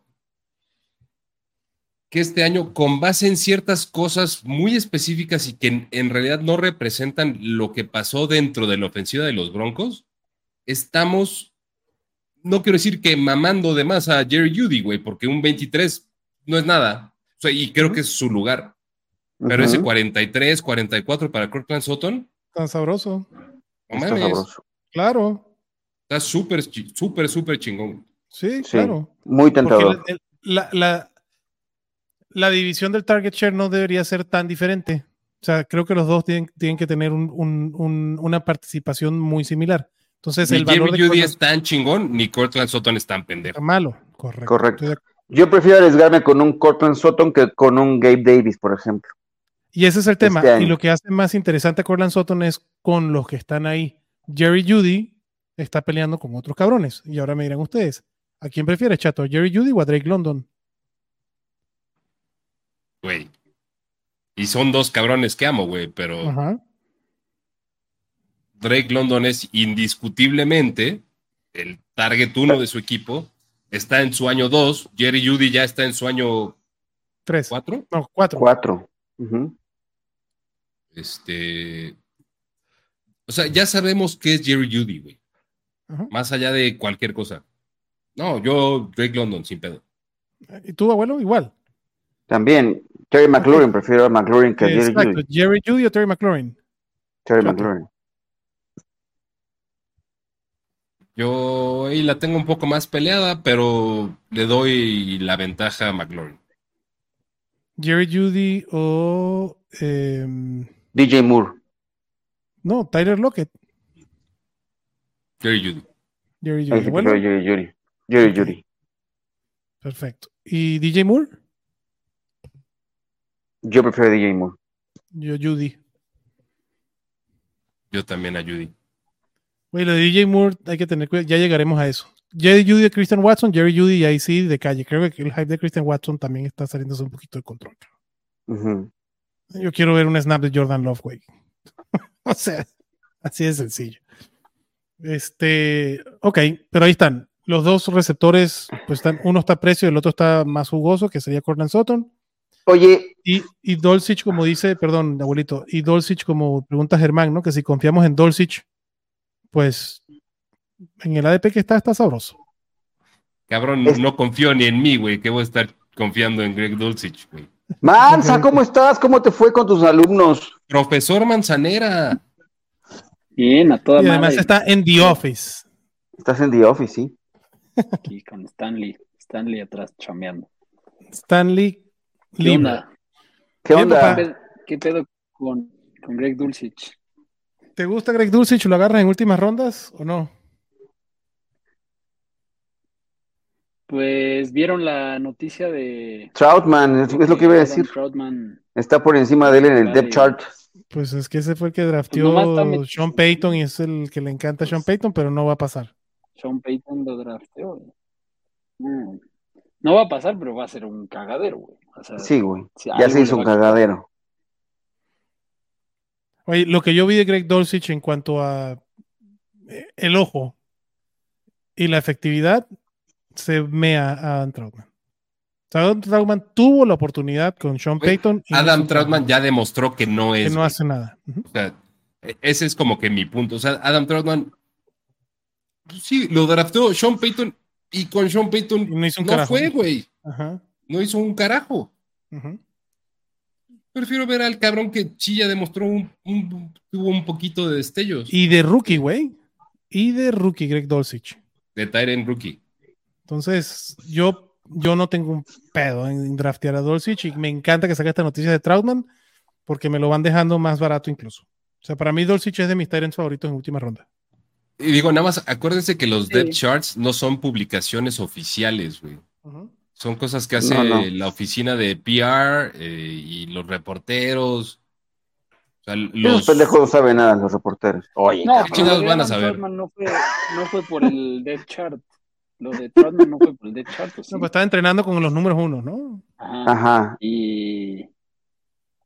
[SPEAKER 4] que este año, con base en ciertas cosas muy específicas y que en, en realidad no representan lo que pasó dentro de la ofensiva de los Broncos, estamos, no quiero decir que mamando de más a Jerry Judy, güey, porque un 23 no es nada. O sea, y creo que es su lugar. Pero ese
[SPEAKER 3] Ujú.
[SPEAKER 4] 43, 44 para Cortland Sutton,
[SPEAKER 2] Tan sabroso.
[SPEAKER 4] no
[SPEAKER 3] Está
[SPEAKER 4] mames,
[SPEAKER 3] sabroso.
[SPEAKER 2] Claro.
[SPEAKER 4] está súper, chi- súper, súper chingón.
[SPEAKER 2] Sí,
[SPEAKER 3] Sí.
[SPEAKER 2] claro.
[SPEAKER 3] Muy
[SPEAKER 2] Porque
[SPEAKER 3] tentador.
[SPEAKER 2] el- el- la, la- la división del target share no debería ser tan diferente. O sea, creo que los dos tienen, tienen que tener un- un- un- una participación muy similar. Entonces,
[SPEAKER 4] ni
[SPEAKER 2] el valor
[SPEAKER 4] Jerry Judy
[SPEAKER 2] de
[SPEAKER 4] es tan chingón, ni Cortland Sutton es tan pendejo.
[SPEAKER 2] es malo. Correcto.
[SPEAKER 3] Correcto.
[SPEAKER 2] Estoy de
[SPEAKER 3] Yo prefiero arriesgarme con un Cortland Sutton que con un Gabe Davis, por ejemplo.
[SPEAKER 2] Y ese es el tema.
[SPEAKER 3] Este año.
[SPEAKER 2] y lo que hace más interesante a Corland Sutton es con los que están ahí. Jerry Judy está peleando con otros cabrones. Y ahora me dirán ustedes, ¿a quién prefieres, chato? ¿A ¿Jerry Judy o a Drake London?
[SPEAKER 4] güey. Y son dos cabrones que amo, güey, pero
[SPEAKER 2] Ajá.
[SPEAKER 4] Drake London es indiscutiblemente el target uno de su equipo. Está en su año dos, Jerry Judy ya está en su año
[SPEAKER 2] Tres.
[SPEAKER 4] cuatro.
[SPEAKER 2] No, cuatro.
[SPEAKER 3] Cuatro. Ujú.
[SPEAKER 4] Este. O sea, ya sabemos qué es Jerry Judy, güey.
[SPEAKER 2] Ajá.
[SPEAKER 4] Más allá de cualquier cosa. No, yo, Drake London, sin pedo.
[SPEAKER 2] ¿Y tu abuelo? Igual.
[SPEAKER 3] También, Terry McLaurin, prefiero a McLaurin que a Jerry
[SPEAKER 2] Exacto.
[SPEAKER 3] Judy.
[SPEAKER 2] Jerry Judy o Terry McLaurin.
[SPEAKER 3] Terry
[SPEAKER 2] Chato.
[SPEAKER 3] McLaurin.
[SPEAKER 4] Yo ahí la tengo un poco más peleada, pero le doy la ventaja a McLaurin.
[SPEAKER 2] Jerry Judy o... em,
[SPEAKER 3] DJ Moore.
[SPEAKER 2] no, Tyler Lockett.
[SPEAKER 4] Jerry Judy.
[SPEAKER 2] Jerry
[SPEAKER 3] Ahí
[SPEAKER 2] Judy.
[SPEAKER 3] sí
[SPEAKER 2] Abuelo.
[SPEAKER 3] prefiero Jerry Judy. Jerry Judy.
[SPEAKER 2] Perfecto. ¿Y DJ Moore?
[SPEAKER 3] Yo prefiero a DJ Moore.
[SPEAKER 2] Yo Judy.
[SPEAKER 4] Yo también a Judy.
[SPEAKER 2] Güey, lo de DJ Moore hay que tener cuidado, ya llegaremos a eso. Jerry Judy de Christian Watson, Jerry Judy y ahí sí de calle. Creo que el hype de Christian Watson también está saliéndose un poquito de control.
[SPEAKER 3] Ujú.
[SPEAKER 2] Yo quiero ver un snap de Jordan Love, güey. o sea, así de sencillo. Este, ok, pero ahí están. Los dos receptores, pues están, uno está precio, el otro está más jugoso, que sería Cortland Sutton.
[SPEAKER 3] Oye,
[SPEAKER 2] Y, y Dolcich, como dice, perdón, abuelito, y Dolcich, como pregunta Germán, ¿no? Que si confiamos en Dolcich, pues en el ADP que está, está sabroso.
[SPEAKER 4] Cabrón,
[SPEAKER 3] Es-
[SPEAKER 4] no confío ni en mí, güey, que voy a estar confiando en Greg Dulcich, güey.
[SPEAKER 3] Mansa, ¿cómo estás? ¿Cómo te fue con tus alumnos?
[SPEAKER 4] Profesor Manzanera.
[SPEAKER 5] Bien, a toda
[SPEAKER 2] Y
[SPEAKER 5] madre
[SPEAKER 2] además está en The Office.
[SPEAKER 3] Estás en The Office, ¿sí?
[SPEAKER 5] aquí con Stanley. Stanley atrás chameando.
[SPEAKER 2] Stanley
[SPEAKER 5] ¿Qué
[SPEAKER 2] Lima.
[SPEAKER 5] onda?
[SPEAKER 2] Bien,
[SPEAKER 3] ¿Qué
[SPEAKER 5] ¿Qué
[SPEAKER 2] Ah.
[SPEAKER 3] onda?
[SPEAKER 2] papá.
[SPEAKER 5] pedo, qué pedo con, con Greg Dulcich?
[SPEAKER 2] ¿Te gusta Greg Dulcich? ¿Lo agarras en últimas rondas o no?
[SPEAKER 5] Pues vieron la noticia de.
[SPEAKER 3] Troutman, es, es lo que iba a
[SPEAKER 5] de Adam
[SPEAKER 3] decir.
[SPEAKER 5] Troutman.
[SPEAKER 3] Está por encima de él en el
[SPEAKER 5] Vale.
[SPEAKER 3] depth chart.
[SPEAKER 2] Pues es que ese fue el que
[SPEAKER 5] nomás está
[SPEAKER 2] drafteó
[SPEAKER 5] metido.
[SPEAKER 2] Sean Payton y es el que le encanta a Sean
[SPEAKER 4] Pues
[SPEAKER 2] Payton, pero no va a pasar.
[SPEAKER 5] Sean Payton lo drafteó. güey. Mm. No va a pasar, pero va a ser un cagadero, güey. O sea,
[SPEAKER 3] Sí, güey.
[SPEAKER 5] si
[SPEAKER 3] Ya
[SPEAKER 5] algo
[SPEAKER 3] se hizo
[SPEAKER 5] le
[SPEAKER 3] un
[SPEAKER 5] va a-
[SPEAKER 3] cagadero.
[SPEAKER 2] Oye, lo que yo vi de Greg Dulcich en cuanto a eh, el ojo y la efectividad se mea a Adam Trautman. O sea, Adam Trautman tuvo la oportunidad con Sean
[SPEAKER 4] Güey,
[SPEAKER 2] Payton y
[SPEAKER 4] Adam
[SPEAKER 2] hizo-
[SPEAKER 4] Troutman ya demostró que no
[SPEAKER 2] que
[SPEAKER 4] es.
[SPEAKER 2] no
[SPEAKER 4] güey.
[SPEAKER 2] hace nada. Ujú.
[SPEAKER 4] O sea, e- ese es como que mi punto. O sea, Adam Troutman. pues Sí, lo draftó Sean Payton y con Sean
[SPEAKER 2] Y
[SPEAKER 4] Payton
[SPEAKER 2] no hizo un
[SPEAKER 4] no
[SPEAKER 2] carajo.
[SPEAKER 4] fue, güey.
[SPEAKER 2] Ajá,
[SPEAKER 4] No hizo un carajo.
[SPEAKER 2] ujú.
[SPEAKER 4] Prefiero ver al cabrón que Chilla demostró un, un- tuvo un poquito de destellos
[SPEAKER 2] Y de rookie, güey. Y de rookie Greg Dulcich.
[SPEAKER 4] de Tyren Rookie.
[SPEAKER 2] Entonces, yo, yo no tengo un pedo en, en draftear a Dolcich y me encanta que saque esta noticia de Troutman porque me lo van dejando más barato incluso. O sea, para mí Dolcich es de mis Tyrants favoritos en última ronda.
[SPEAKER 4] Y digo, nada más, acuérdense que los
[SPEAKER 5] Sí.
[SPEAKER 4] depth charts no son publicaciones oficiales, güey. Son cosas que hace
[SPEAKER 3] No, no.
[SPEAKER 4] la oficina de PR eh, y los reporteros. O sea,
[SPEAKER 3] Los
[SPEAKER 4] los,
[SPEAKER 3] pendejos no saben nada, los reporteros. Oye,
[SPEAKER 5] No,
[SPEAKER 3] cabrón.
[SPEAKER 5] pero
[SPEAKER 4] chingados
[SPEAKER 5] lo de
[SPEAKER 4] van a
[SPEAKER 5] Adam
[SPEAKER 4] saber?
[SPEAKER 5] Trotman No fue, no fue por el death chart. Lo de Trotman no fue por el death chart. ¿o sí?
[SPEAKER 2] No, pues estaba entrenando con los números uno, ¿no?
[SPEAKER 5] Ajá.
[SPEAKER 3] Ajá.
[SPEAKER 5] Y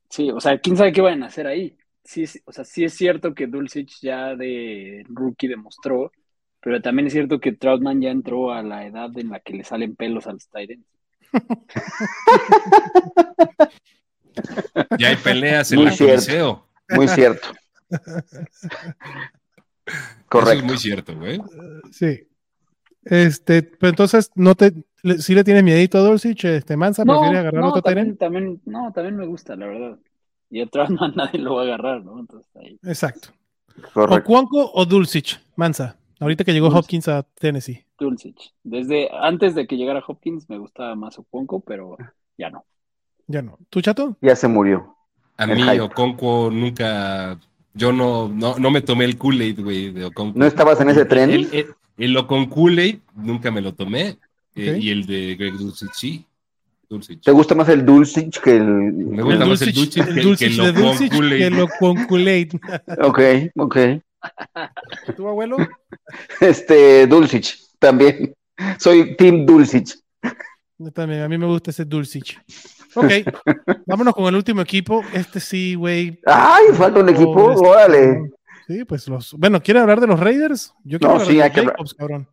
[SPEAKER 5] sí, o sea, quién sabe qué van a hacer ahí. Sí, es- o sea, sí es cierto que Dulcich ya de rookie demostró, pero también es cierto que Troutman ya entró a la edad en la que le salen pelos a los Tyrants.
[SPEAKER 4] ya hay peleas en
[SPEAKER 3] Muy
[SPEAKER 4] la
[SPEAKER 3] cierto.
[SPEAKER 4] Coliseo.
[SPEAKER 3] Muy cierto.
[SPEAKER 4] Eso es
[SPEAKER 3] Correcto.
[SPEAKER 4] muy cierto, güey.
[SPEAKER 2] Sí. Este, pero entonces, no te, le- si le tienes miedito a Dulcich, este Mansa, prefiere agarrar
[SPEAKER 5] no,
[SPEAKER 2] otro
[SPEAKER 5] también,
[SPEAKER 2] Tyrant.
[SPEAKER 5] también, no, también me gusta, la verdad. Y a Troutman nadie lo va a agarrar, ¿no? Entonces ahí.
[SPEAKER 2] Exacto. O
[SPEAKER 3] Correcto.
[SPEAKER 2] Cuanco o Dulcich, Mansa. Ahorita que llegó
[SPEAKER 5] Dulcich.
[SPEAKER 2] Hopkins a Tennessee.
[SPEAKER 5] Dulcich. Desde antes de que llegara Hopkins me gustaba más Oconco, pero ya no.
[SPEAKER 2] Ya no. ¿Tú, chato?
[SPEAKER 3] Ya se murió.
[SPEAKER 4] A
[SPEAKER 3] El
[SPEAKER 4] mí
[SPEAKER 3] hype.
[SPEAKER 4] Oconquo nunca... Yo no, no, no me tomé el Kool-Aid, güey, de Oconquo.
[SPEAKER 3] ¿No estabas en ese tren?
[SPEAKER 4] El, el, el Oconquo-Aid nunca me lo tomé. eh,
[SPEAKER 2] Ok.
[SPEAKER 4] y el de Greg Dulcich, sí. Dulcich.
[SPEAKER 3] ¿Te gusta más el Dulcich que el.?
[SPEAKER 4] Me gusta más el Dulcich que- que el
[SPEAKER 2] de Dulcich
[SPEAKER 4] Oconculate.
[SPEAKER 2] que lo conculate.
[SPEAKER 3] Ok, ok.
[SPEAKER 2] ¿Tu abuelo?
[SPEAKER 3] Este, Dulcich también. Soy Team Dulcich.
[SPEAKER 2] Yo también, a mí me gusta ese Dulcich. Ok, vámonos con el último equipo. Este sí, güey.
[SPEAKER 3] ¡Ay! Falta un equipo.
[SPEAKER 2] Pobres,
[SPEAKER 4] este,
[SPEAKER 3] Órale.
[SPEAKER 2] cabrón. Sí, pues los. Bueno, ¿quiere hablar de los Raiders? Yo quiero
[SPEAKER 3] No,
[SPEAKER 2] hablar
[SPEAKER 3] sí,
[SPEAKER 2] de
[SPEAKER 3] hay
[SPEAKER 2] los
[SPEAKER 3] que hablar.
[SPEAKER 2] Jacobs, cabrón.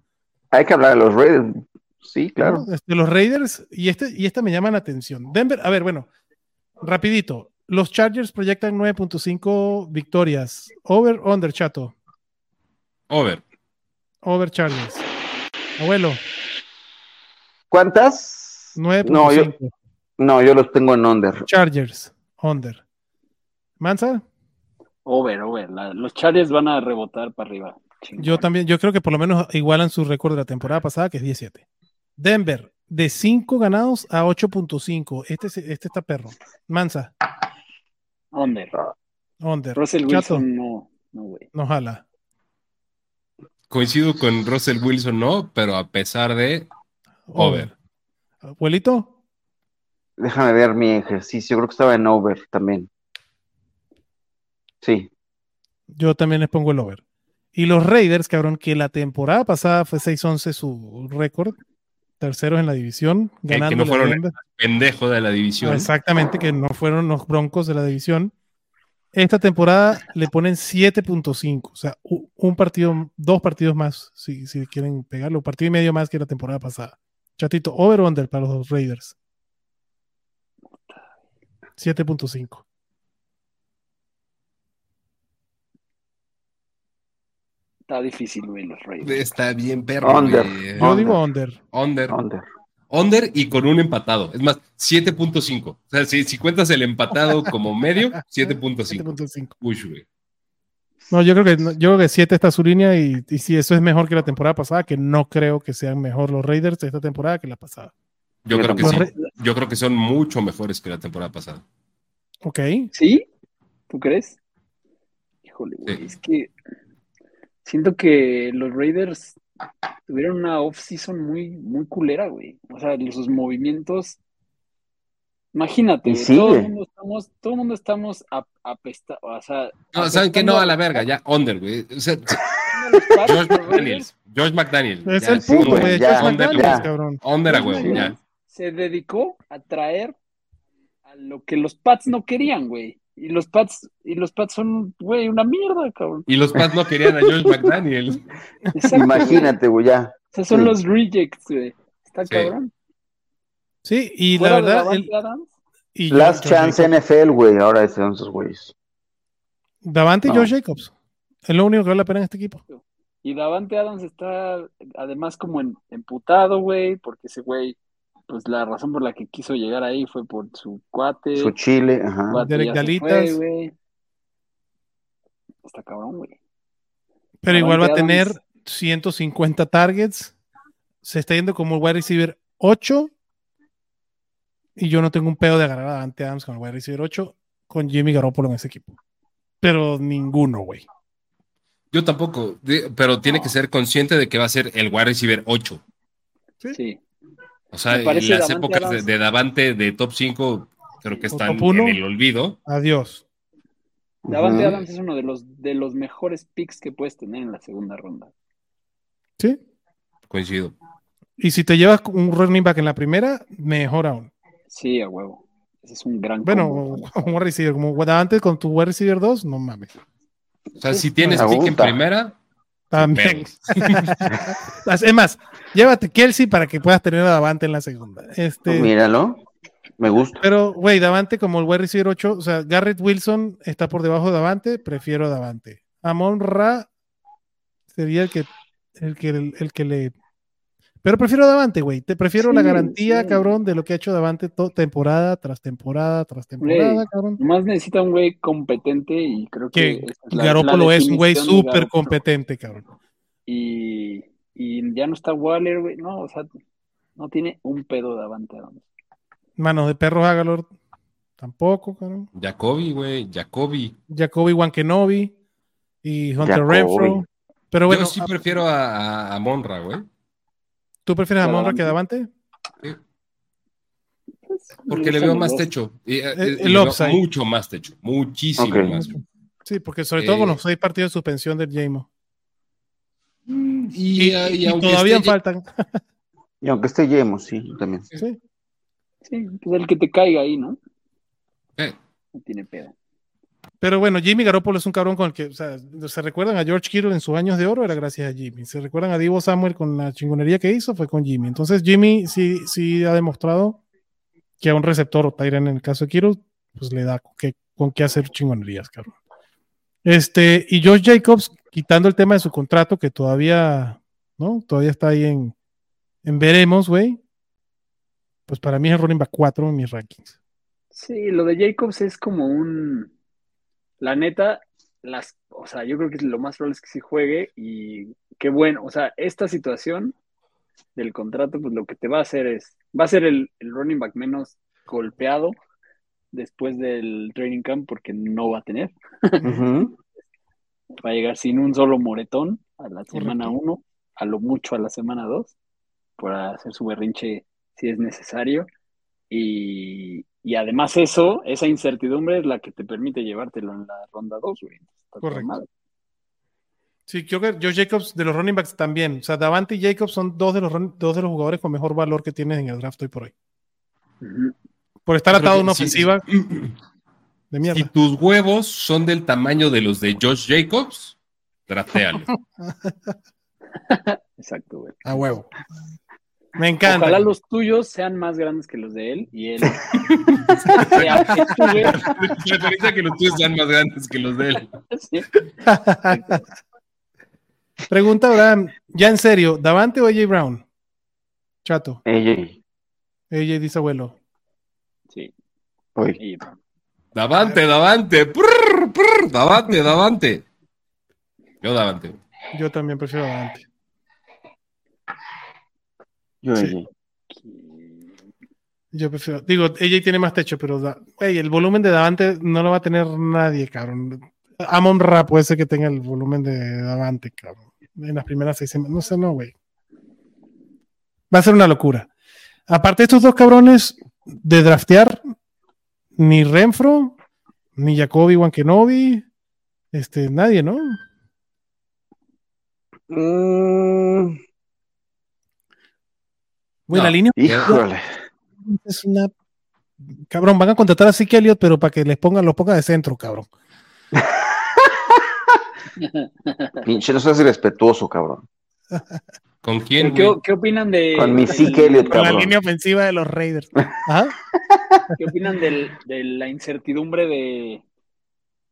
[SPEAKER 3] Hay que hablar de los Raiders. Sí, claro.
[SPEAKER 2] ¿no? Este, los Raiders y este y esta me llama la atención. Denver, a ver, bueno, rapidito. Los Chargers proyectan 9.5 victorias. Over, under, chato.
[SPEAKER 4] Over.
[SPEAKER 2] Over Chargers. Abuelo,
[SPEAKER 3] ¿Cuántas?
[SPEAKER 2] 9.5.
[SPEAKER 3] No, yo, no, yo los tengo en under.
[SPEAKER 2] Chargers, under. Mansa,
[SPEAKER 5] Over, over. La- los Chargers van a rebotar para arriba. Chingón.
[SPEAKER 2] yo también, yo creo que por lo menos igualan su récord de la temporada pasada, que es 17. Denver, de 5 ganados a 8.5. Este, se- este está perro. Mansa,
[SPEAKER 5] Under.
[SPEAKER 2] under.
[SPEAKER 5] Russell
[SPEAKER 2] Ah, Chato,
[SPEAKER 5] Wilson no, no, güey.
[SPEAKER 2] no jala.
[SPEAKER 4] Coincido con Russell Wilson, no, pero a pesar de... Over.
[SPEAKER 2] Abuelito,
[SPEAKER 3] Déjame ver mi ejercicio. Creo que estaba en over también. Sí.
[SPEAKER 2] Yo también les pongo el over. Y los Raiders, cabrón, que la temporada pasada fue 6-11 su récord, terceros en la división,
[SPEAKER 4] que
[SPEAKER 2] ganando.
[SPEAKER 4] no fueron
[SPEAKER 2] Denver.
[SPEAKER 4] Pendejo de la
[SPEAKER 2] Ah,
[SPEAKER 4] división.
[SPEAKER 2] Exactamente, que no fueron los Broncos de la división. Esta temporada le ponen 7.5, o sea, u- un partido, dos partidos más, si, si quieren pegarlo, un partido y medio más que la temporada pasada. Chatito, over o under para los Raiders. 7.5.
[SPEAKER 5] Está difícil, güey, los Raiders.
[SPEAKER 4] Está bien, perro.
[SPEAKER 3] Under.
[SPEAKER 4] güey.
[SPEAKER 2] Yo
[SPEAKER 3] Under.
[SPEAKER 2] digo under.
[SPEAKER 4] Under.
[SPEAKER 2] Ah.
[SPEAKER 3] Under.
[SPEAKER 4] Under y con un empatado. Es más, 7.5. O sea, si, si cuentas el empatado como medio, 7.5.
[SPEAKER 2] 7.5.
[SPEAKER 4] Uy, güey.
[SPEAKER 2] No, yo creo que no, yo creo que 7 está su línea y, y si eso es mejor que la temporada pasada, que no creo que sean mejor los Raiders esta temporada que la pasada.
[SPEAKER 4] Yo
[SPEAKER 3] Yo
[SPEAKER 4] creo que
[SPEAKER 2] Los
[SPEAKER 4] sí.
[SPEAKER 2] Ra-
[SPEAKER 4] Yo creo que son mucho mejores que la temporada pasada.
[SPEAKER 2] Ok,
[SPEAKER 5] ¿Sí? ¿Tú crees? Híjole, güey.
[SPEAKER 4] Sí.
[SPEAKER 5] Es que siento que los Raiders tuvieron una off-season muy, muy culera, güey. O sea, sus movimientos. Imagínate,
[SPEAKER 3] Y
[SPEAKER 5] güey, todo el
[SPEAKER 3] sigue.
[SPEAKER 5] mundo estamos, todo el mundo estamos ap- apesta, o sea,
[SPEAKER 2] Ah,
[SPEAKER 4] No, ¿saben qué? No, a la verga, ya. Under, güey. O sea,
[SPEAKER 5] apestando a los Pats,
[SPEAKER 4] George
[SPEAKER 5] los Raiders
[SPEAKER 4] McDaniels. George McDaniels.
[SPEAKER 2] es
[SPEAKER 4] Ya,
[SPEAKER 2] el
[SPEAKER 4] sí,
[SPEAKER 2] punto,
[SPEAKER 4] güey.
[SPEAKER 2] güey.
[SPEAKER 3] ya,
[SPEAKER 2] Josh
[SPEAKER 4] under,
[SPEAKER 2] McDaniels,
[SPEAKER 3] ya.
[SPEAKER 2] cabrón.
[SPEAKER 4] Under a huevo,
[SPEAKER 5] Sí.
[SPEAKER 4] ya.
[SPEAKER 5] se dedicó a traer a lo que los Pats no querían, güey. Y los Pats, y los Pats son, güey, una mierda, cabrón.
[SPEAKER 4] Y los Pats no querían a George McDaniels.
[SPEAKER 5] Exacto, güey.
[SPEAKER 3] Imagínate, güey, ya.
[SPEAKER 5] O sea, son
[SPEAKER 3] Sí.
[SPEAKER 5] los rejects, güey. Está
[SPEAKER 4] Sí.
[SPEAKER 5] cabrón.
[SPEAKER 2] Sí, y la
[SPEAKER 5] Fuera de
[SPEAKER 2] verdad,
[SPEAKER 5] Davante
[SPEAKER 2] el-
[SPEAKER 5] Adams,
[SPEAKER 2] y
[SPEAKER 3] Last
[SPEAKER 2] Josh
[SPEAKER 3] chance
[SPEAKER 2] Jacobs.
[SPEAKER 3] NFL, güey. Ahora son esos güeyes.
[SPEAKER 2] Davante y
[SPEAKER 3] No.
[SPEAKER 2] Josh Jacobs. Es lo único que vale la pena en este equipo.
[SPEAKER 5] Y Davante Adams está además como en- emputado, güey, porque ese güey, pues la razón por la que quiso llegar ahí fue por su cuate.
[SPEAKER 3] Su chile, ajá.
[SPEAKER 5] cuate
[SPEAKER 2] Derek
[SPEAKER 5] ya se
[SPEAKER 2] Dalitas.
[SPEAKER 5] fue, güey. Está cabrón, güey.
[SPEAKER 2] Pero igual va a
[SPEAKER 5] Davante
[SPEAKER 2] tener
[SPEAKER 5] Adams.
[SPEAKER 2] 150 targets. Se está yendo como wide receiver 8. Y yo no tengo un pedo de agarrar a Davante Adams con el wide receiver 8 con Jimmy Garoppolo en ese equipo. Pero ninguno, güey.
[SPEAKER 4] Yo tampoco, de- pero tiene
[SPEAKER 5] No.
[SPEAKER 4] que ser consciente de que va a ser el wide receiver 8.
[SPEAKER 5] Sí.
[SPEAKER 4] O sea,
[SPEAKER 5] Me parece
[SPEAKER 4] las
[SPEAKER 5] Davante
[SPEAKER 4] épocas de,
[SPEAKER 5] Adams.
[SPEAKER 4] de Davante de top 5 creo que
[SPEAKER 2] O
[SPEAKER 4] están
[SPEAKER 2] top uno.
[SPEAKER 4] en el olvido.
[SPEAKER 2] Adiós.
[SPEAKER 5] Davante
[SPEAKER 3] Ujú.
[SPEAKER 5] Adams es uno de los, de los mejores picks que puedes tener en la segunda ronda.
[SPEAKER 2] Sí.
[SPEAKER 4] Coincido.
[SPEAKER 2] Y si te llevas un running back en la primera, mejor aún.
[SPEAKER 5] Sí, a huevo. Ese es un gran
[SPEAKER 2] Bueno,
[SPEAKER 5] combo.
[SPEAKER 2] un wide receiver, como antes con tu wide receiver 2, no mames.
[SPEAKER 4] O sea, si tienes
[SPEAKER 3] Me
[SPEAKER 4] pick en
[SPEAKER 3] gusta.
[SPEAKER 4] primera,
[SPEAKER 2] También.
[SPEAKER 4] perros.
[SPEAKER 2] es más, llévate Kelsey para que puedas tener a Davante en la segunda.
[SPEAKER 5] Oh,
[SPEAKER 2] Este,
[SPEAKER 3] Pues Míralo. Me gusta.
[SPEAKER 2] Pero, güey, Davante como el wide receiver 8, o sea, Garrett Wilson está por debajo de Davante, prefiero Davante. Amon Ra sería el que, el que, el, que le... Pero prefiero Davante, güey. Te prefiero la
[SPEAKER 5] Sí,
[SPEAKER 2] garantía,
[SPEAKER 5] sí.
[SPEAKER 2] cabrón, de lo que ha hecho Davante to- temporada tras temporada tras temporada,
[SPEAKER 5] Güey,
[SPEAKER 2] cabrón.
[SPEAKER 5] Más necesita un güey competente y creo que.
[SPEAKER 2] Que
[SPEAKER 5] esa es la-
[SPEAKER 2] Garópolo
[SPEAKER 5] la
[SPEAKER 2] es un güey
[SPEAKER 5] definición de
[SPEAKER 2] súper
[SPEAKER 5] Garoppolo.
[SPEAKER 2] competente, cabrón.
[SPEAKER 5] Y, y ya no está Waller, güey. No, o sea, no tiene un pedo Davante Adams.
[SPEAKER 2] Manos de perros Agalor tampoco, cabrón.
[SPEAKER 4] Jacoby, güey, Jacoby.
[SPEAKER 2] Jacoby Wankenobi y Hunter
[SPEAKER 3] Jacoby.
[SPEAKER 2] Renfro. Pero bueno, ah,
[SPEAKER 4] Yo sí prefiero a, a- a Monra, güey.
[SPEAKER 2] ¿tú prefieres a
[SPEAKER 5] a
[SPEAKER 2] Monra que a
[SPEAKER 5] Davante.
[SPEAKER 2] Davante?
[SPEAKER 5] Pues,
[SPEAKER 4] Porque le
[SPEAKER 5] son
[SPEAKER 4] veo
[SPEAKER 5] los
[SPEAKER 4] más
[SPEAKER 5] dos.
[SPEAKER 4] techo. Y, eh,
[SPEAKER 2] El-
[SPEAKER 4] y
[SPEAKER 2] el
[SPEAKER 4] le veo
[SPEAKER 2] upside.
[SPEAKER 4] mucho más techo. Muchísimo
[SPEAKER 3] Ok.
[SPEAKER 4] más.
[SPEAKER 2] pues, Sí, porque sobre todo
[SPEAKER 4] Ah, Eh,
[SPEAKER 2] con los seis partidos de suspensión del Jamo.
[SPEAKER 4] Y,
[SPEAKER 2] Mm, Y,
[SPEAKER 4] eh, y
[SPEAKER 2] y
[SPEAKER 4] aunque
[SPEAKER 2] todavía
[SPEAKER 4] esté-
[SPEAKER 2] faltan.
[SPEAKER 3] Y aunque esté Yemos, sí, yo también.
[SPEAKER 2] Sí.
[SPEAKER 5] Sí, pues el que te caiga ahí, ¿no?
[SPEAKER 4] Eh,
[SPEAKER 5] No tiene pedo.
[SPEAKER 2] Pero bueno, Jimmy Garoppolo es un cabrón con el que, o sea, se recuerdan a George Kittle en sus años de oro, era gracias a Jimmy. Se recuerdan a Divo Samuel con la chingonería que hizo, fue con Jimmy. Entonces Jimmy sí, sí ha demostrado que a un receptor o Tyran en el caso de Kittle, pues le da con qué, con qué hacer chingonerías, cabrón. Este, y Josh Jacobs, quitando el tema de su contrato, que todavía, ¿no? Todavía está ahí en, en veremos, güey. Pues para mí es el running back 4 en mis rankings.
[SPEAKER 5] Sí, lo de Jacobs es como un. La neta, las, o sea, yo creo que lo más probable es que sí juegue y qué bueno. O sea, esta situación del contrato, pues lo que te va a hacer es, va a ser el, el running back menos golpeado después del training camp porque no va a tener.
[SPEAKER 3] Ujú.
[SPEAKER 5] Va a llegar sin un solo moretón a la semana
[SPEAKER 2] Correcto.
[SPEAKER 5] 1, a lo mucho a la semana 2, para hacer su berrinche si es necesario. Y, y además eso, esa incertidumbre es la que te permite llevártelo en la ronda 2, güey. Está toda
[SPEAKER 2] Correcto.
[SPEAKER 5] madre.
[SPEAKER 2] Sí, yo creo que Josh Jacobs de los running backs también. O sea, Davante y Jacobs son dos de los run- dos de los jugadores con mejor valor que tienes en el draft hoy por hoy.
[SPEAKER 5] Ujú.
[SPEAKER 2] Por estar atado a
[SPEAKER 4] creo
[SPEAKER 2] una
[SPEAKER 4] que sí.
[SPEAKER 2] ofensiva de mierda.
[SPEAKER 4] Si tus huevos son del tamaño de los de Josh Jacobs, tratealo.
[SPEAKER 5] Exacto, güey.
[SPEAKER 2] A huevo. Me encanta.
[SPEAKER 5] Ojalá los tuyos sean más grandes que los de él y él sea pechugue.
[SPEAKER 4] Me parece que los tuyos sean más grandes que los de él.
[SPEAKER 5] Sí.
[SPEAKER 2] Pregunta Abraham, ya en serio, ¿Davante o AJ Brown? Chato,
[SPEAKER 3] Ella,
[SPEAKER 2] AJ dice abuelo.
[SPEAKER 5] Sí.
[SPEAKER 3] oye.
[SPEAKER 5] Y-
[SPEAKER 4] Davante, Davante. prrr, prrr, davante, Davante. Yo Davante.
[SPEAKER 2] Yo también prefiero a Davante.
[SPEAKER 3] Yo,
[SPEAKER 2] Sí.
[SPEAKER 3] ella.
[SPEAKER 2] Yo prefiero, digo, AJ tiene más techo, pero da- güey, el volumen de Davante no lo va a tener nadie, cabrón. Amon Ra puede ser que tenga el volumen de Davante, cabrón. En las primeras seis semanas. No sé, no, güey. Va a ser una locura. Aparte de estos dos cabrones de draftear, ni Renfro, ni Jacoby Wankenobi, este, nadie, ¿no?
[SPEAKER 3] Mm,
[SPEAKER 2] Güey, la
[SPEAKER 4] No.
[SPEAKER 2] línea
[SPEAKER 3] híjole.
[SPEAKER 2] es una. Cabrón, van a contratar a Zeke Elliott, pero para que les pongan, los ponga de centro, cabrón.
[SPEAKER 3] Pinche, no seas irrespetuoso, cabrón.
[SPEAKER 4] ¿Con quién?
[SPEAKER 5] ¿Qué,
[SPEAKER 4] güey?
[SPEAKER 5] qué opinan de
[SPEAKER 3] Con mi
[SPEAKER 5] del-
[SPEAKER 3] psique, Elliot,
[SPEAKER 2] Con la
[SPEAKER 3] Cabrón.
[SPEAKER 2] línea ofensiva de los Raiders. Ajá.
[SPEAKER 5] ¿Qué opinan del- de la incertidumbre de,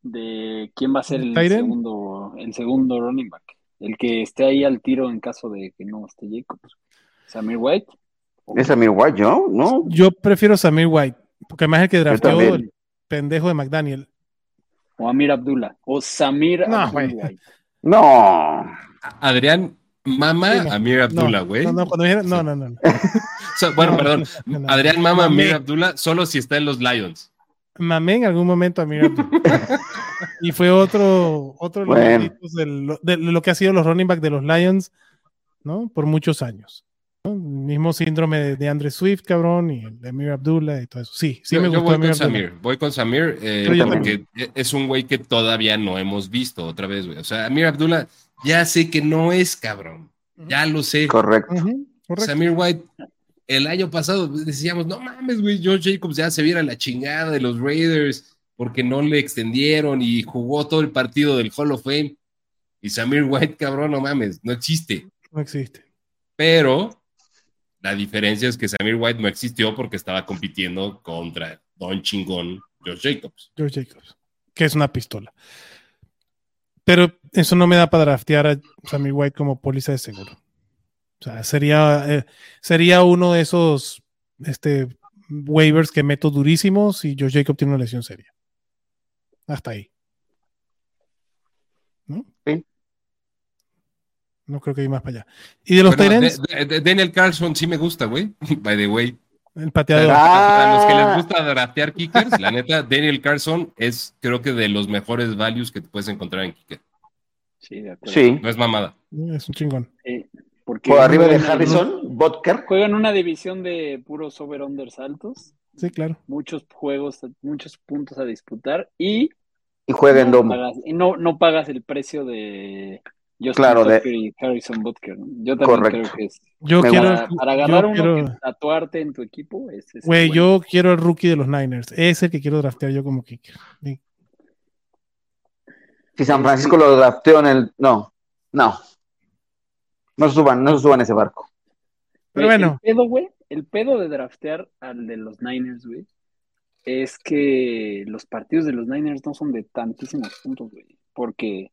[SPEAKER 5] de quién va a ser el
[SPEAKER 2] ¿Tyren?
[SPEAKER 5] segundo, el segundo running back? El que esté ahí al tiro en caso de que no esté Jacobs. ¿Samir White?
[SPEAKER 3] ¿Es Amir White, yo? ¿No?
[SPEAKER 2] Yo prefiero Samir White, porque además es el que drafteó
[SPEAKER 3] también.
[SPEAKER 2] el pendejo de McDaniel.
[SPEAKER 5] ¿O Amir Abdullah? ¿O Samir
[SPEAKER 2] No,
[SPEAKER 5] Abdul
[SPEAKER 2] güey.
[SPEAKER 5] White?
[SPEAKER 3] No.
[SPEAKER 4] Adrián Mama
[SPEAKER 2] Sí, no.
[SPEAKER 4] Amir
[SPEAKER 2] No,
[SPEAKER 4] Abdullah, güey.
[SPEAKER 2] no, no, cuando dijeron- no, no, no, no.
[SPEAKER 4] O sea, bueno,
[SPEAKER 2] no,
[SPEAKER 4] perdón.
[SPEAKER 2] no, no.
[SPEAKER 4] Adrián Mama
[SPEAKER 2] Mamé.
[SPEAKER 4] Amir Abdullah solo si está en los Lions.
[SPEAKER 2] Mamé en algún momento a Amir Abdul. y fue otro, otro de los
[SPEAKER 3] Bueno.
[SPEAKER 2] malditos del- de lo que ha sido los running back de los Lions, ¿no? Por muchos años. ¿no? El mismo síndrome de, de Andre Swift, cabrón, y el de Amir Abdullah y todo eso. Sí, sí
[SPEAKER 4] yo,
[SPEAKER 2] me
[SPEAKER 4] yo
[SPEAKER 2] gustó
[SPEAKER 4] voy
[SPEAKER 2] Amir
[SPEAKER 4] con
[SPEAKER 2] Abdullah.
[SPEAKER 4] Samir, voy con Samir, eh,
[SPEAKER 2] Sí, yo
[SPEAKER 4] porque es un güey que todavía no hemos visto otra vez, güey. O sea, Amir Abdullah, ya sé que no es cabrón, ya lo sé.
[SPEAKER 3] Correcto.
[SPEAKER 2] Ujú, correcto.
[SPEAKER 4] Samir White, el año pasado decíamos, no mames, güey, George Jacobs ya se viera la chingada de los Raiders porque no le extendieron y jugó todo el partido del Hall of Fame. Y Samir White, cabrón, no mames, no existe.
[SPEAKER 2] No existe.
[SPEAKER 4] Pero la diferencia es que Samir White no existió porque estaba compitiendo contra Don Chingón George Jacobs.
[SPEAKER 2] George Jacobs, que es una pistola. Pero eso no me da para draftear a Sammy White como póliza de seguro. O sea, sería, eh, sería uno de esos este, waivers que meto durísimos si George Jacob tiene una lesión seria. Hasta ahí. ¿No?
[SPEAKER 3] Sí.
[SPEAKER 2] No creo que hay más para allá. Y de los
[SPEAKER 4] Bueno,
[SPEAKER 2] Tyrants,
[SPEAKER 4] de- de- Daniel Carlson sí me gusta, güey. By the way.
[SPEAKER 2] el pateador.
[SPEAKER 3] Ah.
[SPEAKER 4] Para los que les gusta draftear kickers, la neta, Daniel Carlson es, creo que, de los mejores values que te puedes encontrar en kicker.
[SPEAKER 5] Sí, de acuerdo. Eh,
[SPEAKER 3] Sí.
[SPEAKER 4] No es mamada.
[SPEAKER 2] Es un chingón.
[SPEAKER 5] Porque
[SPEAKER 3] Por arriba de
[SPEAKER 5] juegan en-
[SPEAKER 3] Harrison, Botker.
[SPEAKER 5] Juegan una división de puros over-unders altos,
[SPEAKER 2] Sí, claro.
[SPEAKER 5] muchos juegos, muchos puntos a disputar y
[SPEAKER 3] Y juega en
[SPEAKER 5] no
[SPEAKER 3] domo.
[SPEAKER 5] pagas- y no, no pagas el precio de Justin
[SPEAKER 3] Claro, de-
[SPEAKER 5] Tucker y Harrison Butker. ¿no? Yo también
[SPEAKER 3] Correcto.
[SPEAKER 5] creo que es.
[SPEAKER 2] Yo
[SPEAKER 3] Me
[SPEAKER 2] quiero.
[SPEAKER 5] Para, para agarrar
[SPEAKER 2] yo
[SPEAKER 5] uno
[SPEAKER 2] quiero-
[SPEAKER 5] que tatuarte en tu equipo, es, es
[SPEAKER 2] Güey,
[SPEAKER 5] bueno.
[SPEAKER 2] yo quiero al rookie de los Niners. Es el que quiero draftear yo como kicker. Sí.
[SPEAKER 3] Si San Francisco lo drafteó en el. No, no. No se suban, no se suban a ese barco.
[SPEAKER 2] Pero
[SPEAKER 5] Güey,
[SPEAKER 2] bueno.
[SPEAKER 5] El pedo, güey, el pedo de draftear al de los Niners, güey, es que los partidos de los Niners no son de tantísimos puntos, güey. Porque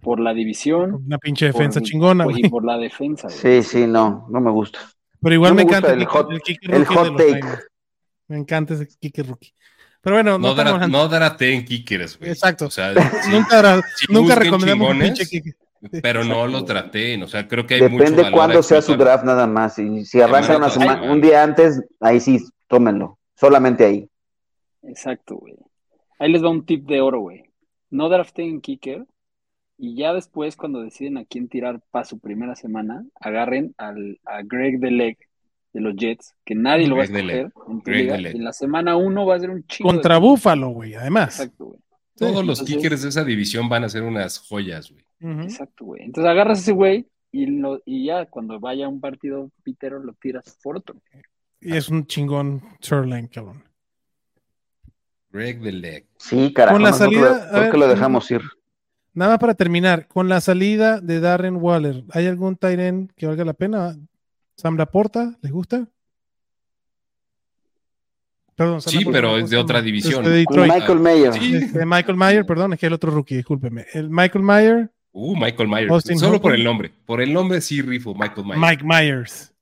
[SPEAKER 5] por la división
[SPEAKER 2] Una pinche defensa
[SPEAKER 5] por-
[SPEAKER 2] chingona,
[SPEAKER 5] pues,
[SPEAKER 2] güey.
[SPEAKER 5] y por la defensa,
[SPEAKER 3] Sí,
[SPEAKER 5] güey.
[SPEAKER 3] sí, no, no me gusta.
[SPEAKER 2] Pero igual
[SPEAKER 3] no
[SPEAKER 2] me
[SPEAKER 3] me gusta
[SPEAKER 2] encanta
[SPEAKER 3] el hot-
[SPEAKER 2] kicker
[SPEAKER 3] el
[SPEAKER 2] rookie de
[SPEAKER 3] hot
[SPEAKER 2] los
[SPEAKER 3] take.
[SPEAKER 2] Niners. Me encanta ese kicker rookie. Pero bueno, no
[SPEAKER 4] No,
[SPEAKER 2] estamos
[SPEAKER 4] dra-
[SPEAKER 2] hablando-
[SPEAKER 4] no drafteen kickers, güey.
[SPEAKER 2] Exacto.
[SPEAKER 4] O sea, sí,
[SPEAKER 2] Nunca, dra-
[SPEAKER 4] sí
[SPEAKER 2] nunca
[SPEAKER 4] busquen
[SPEAKER 2] recomendamos un
[SPEAKER 4] chingones,
[SPEAKER 2] pinche kicker.
[SPEAKER 4] Pero no los drafteen. O sea, creo que hay mucho
[SPEAKER 3] Depende
[SPEAKER 4] valor
[SPEAKER 3] cuándo
[SPEAKER 4] aquí
[SPEAKER 3] sea su
[SPEAKER 4] para-
[SPEAKER 3] draft nada más. Y si arranca
[SPEAKER 4] Semana
[SPEAKER 3] una
[SPEAKER 4] pasada,
[SPEAKER 3] semana,
[SPEAKER 4] ¿no?
[SPEAKER 3] un día antes, ahí sí, tómenlo. Solamente ahí.
[SPEAKER 5] Exacto, güey. Ahí les va un tip de oro, güey. No drafteen kicker y ya después, cuando deciden a quién tirar para su primera semana, agarren al, a Greg Deleg de los Jets, que nadie lo va a
[SPEAKER 4] Greg
[SPEAKER 5] escoger
[SPEAKER 4] Deleg.
[SPEAKER 5] en tu
[SPEAKER 4] Greg
[SPEAKER 5] liga.
[SPEAKER 4] Deleg.
[SPEAKER 5] Y en la semana uno va a ser un chingo. de-
[SPEAKER 2] Contra Búfalo, güey, además.
[SPEAKER 5] Exacto, güey.
[SPEAKER 4] Todos los
[SPEAKER 5] Entonces-
[SPEAKER 4] kickers de esa división van a ser unas joyas, güey.
[SPEAKER 2] Ujú.
[SPEAKER 5] Exacto, güey. Entonces agarras ese güey y, lo, y ya cuando vaya un partido pitero lo tiras por otro.
[SPEAKER 2] Y es un chingón Sherline, cabrón.
[SPEAKER 4] Greg the Leg.
[SPEAKER 3] Sí, carajo.
[SPEAKER 2] Con la
[SPEAKER 3] no, creo que
[SPEAKER 2] salida,
[SPEAKER 3] lo-
[SPEAKER 2] a
[SPEAKER 3] creo
[SPEAKER 2] ver,
[SPEAKER 3] que lo dejamos ir.
[SPEAKER 2] Nada más para terminar, con la salida de Darren Waller, ¿hay algún Tyren que valga la pena? ¿Sam Laporta? ¿Les gusta? Perdón, Sam
[SPEAKER 4] Sí,
[SPEAKER 2] Laporta,
[SPEAKER 4] pero
[SPEAKER 2] me
[SPEAKER 4] es
[SPEAKER 2] gusta
[SPEAKER 4] de otra
[SPEAKER 2] más.
[SPEAKER 4] división.
[SPEAKER 2] Es de
[SPEAKER 3] Con
[SPEAKER 2] Detroit.
[SPEAKER 3] Michael Mayer.
[SPEAKER 4] Sí.
[SPEAKER 2] Este, Michael Mayer, perdón, es que el otro rookie, discúlpeme. El Michael Mayer,
[SPEAKER 4] Uh, Michael Myers.
[SPEAKER 2] Austin
[SPEAKER 4] Solo
[SPEAKER 2] Hooper.
[SPEAKER 4] por el nombre. Por el nombre sí rifo, Michael Myers.
[SPEAKER 2] Mike Myers.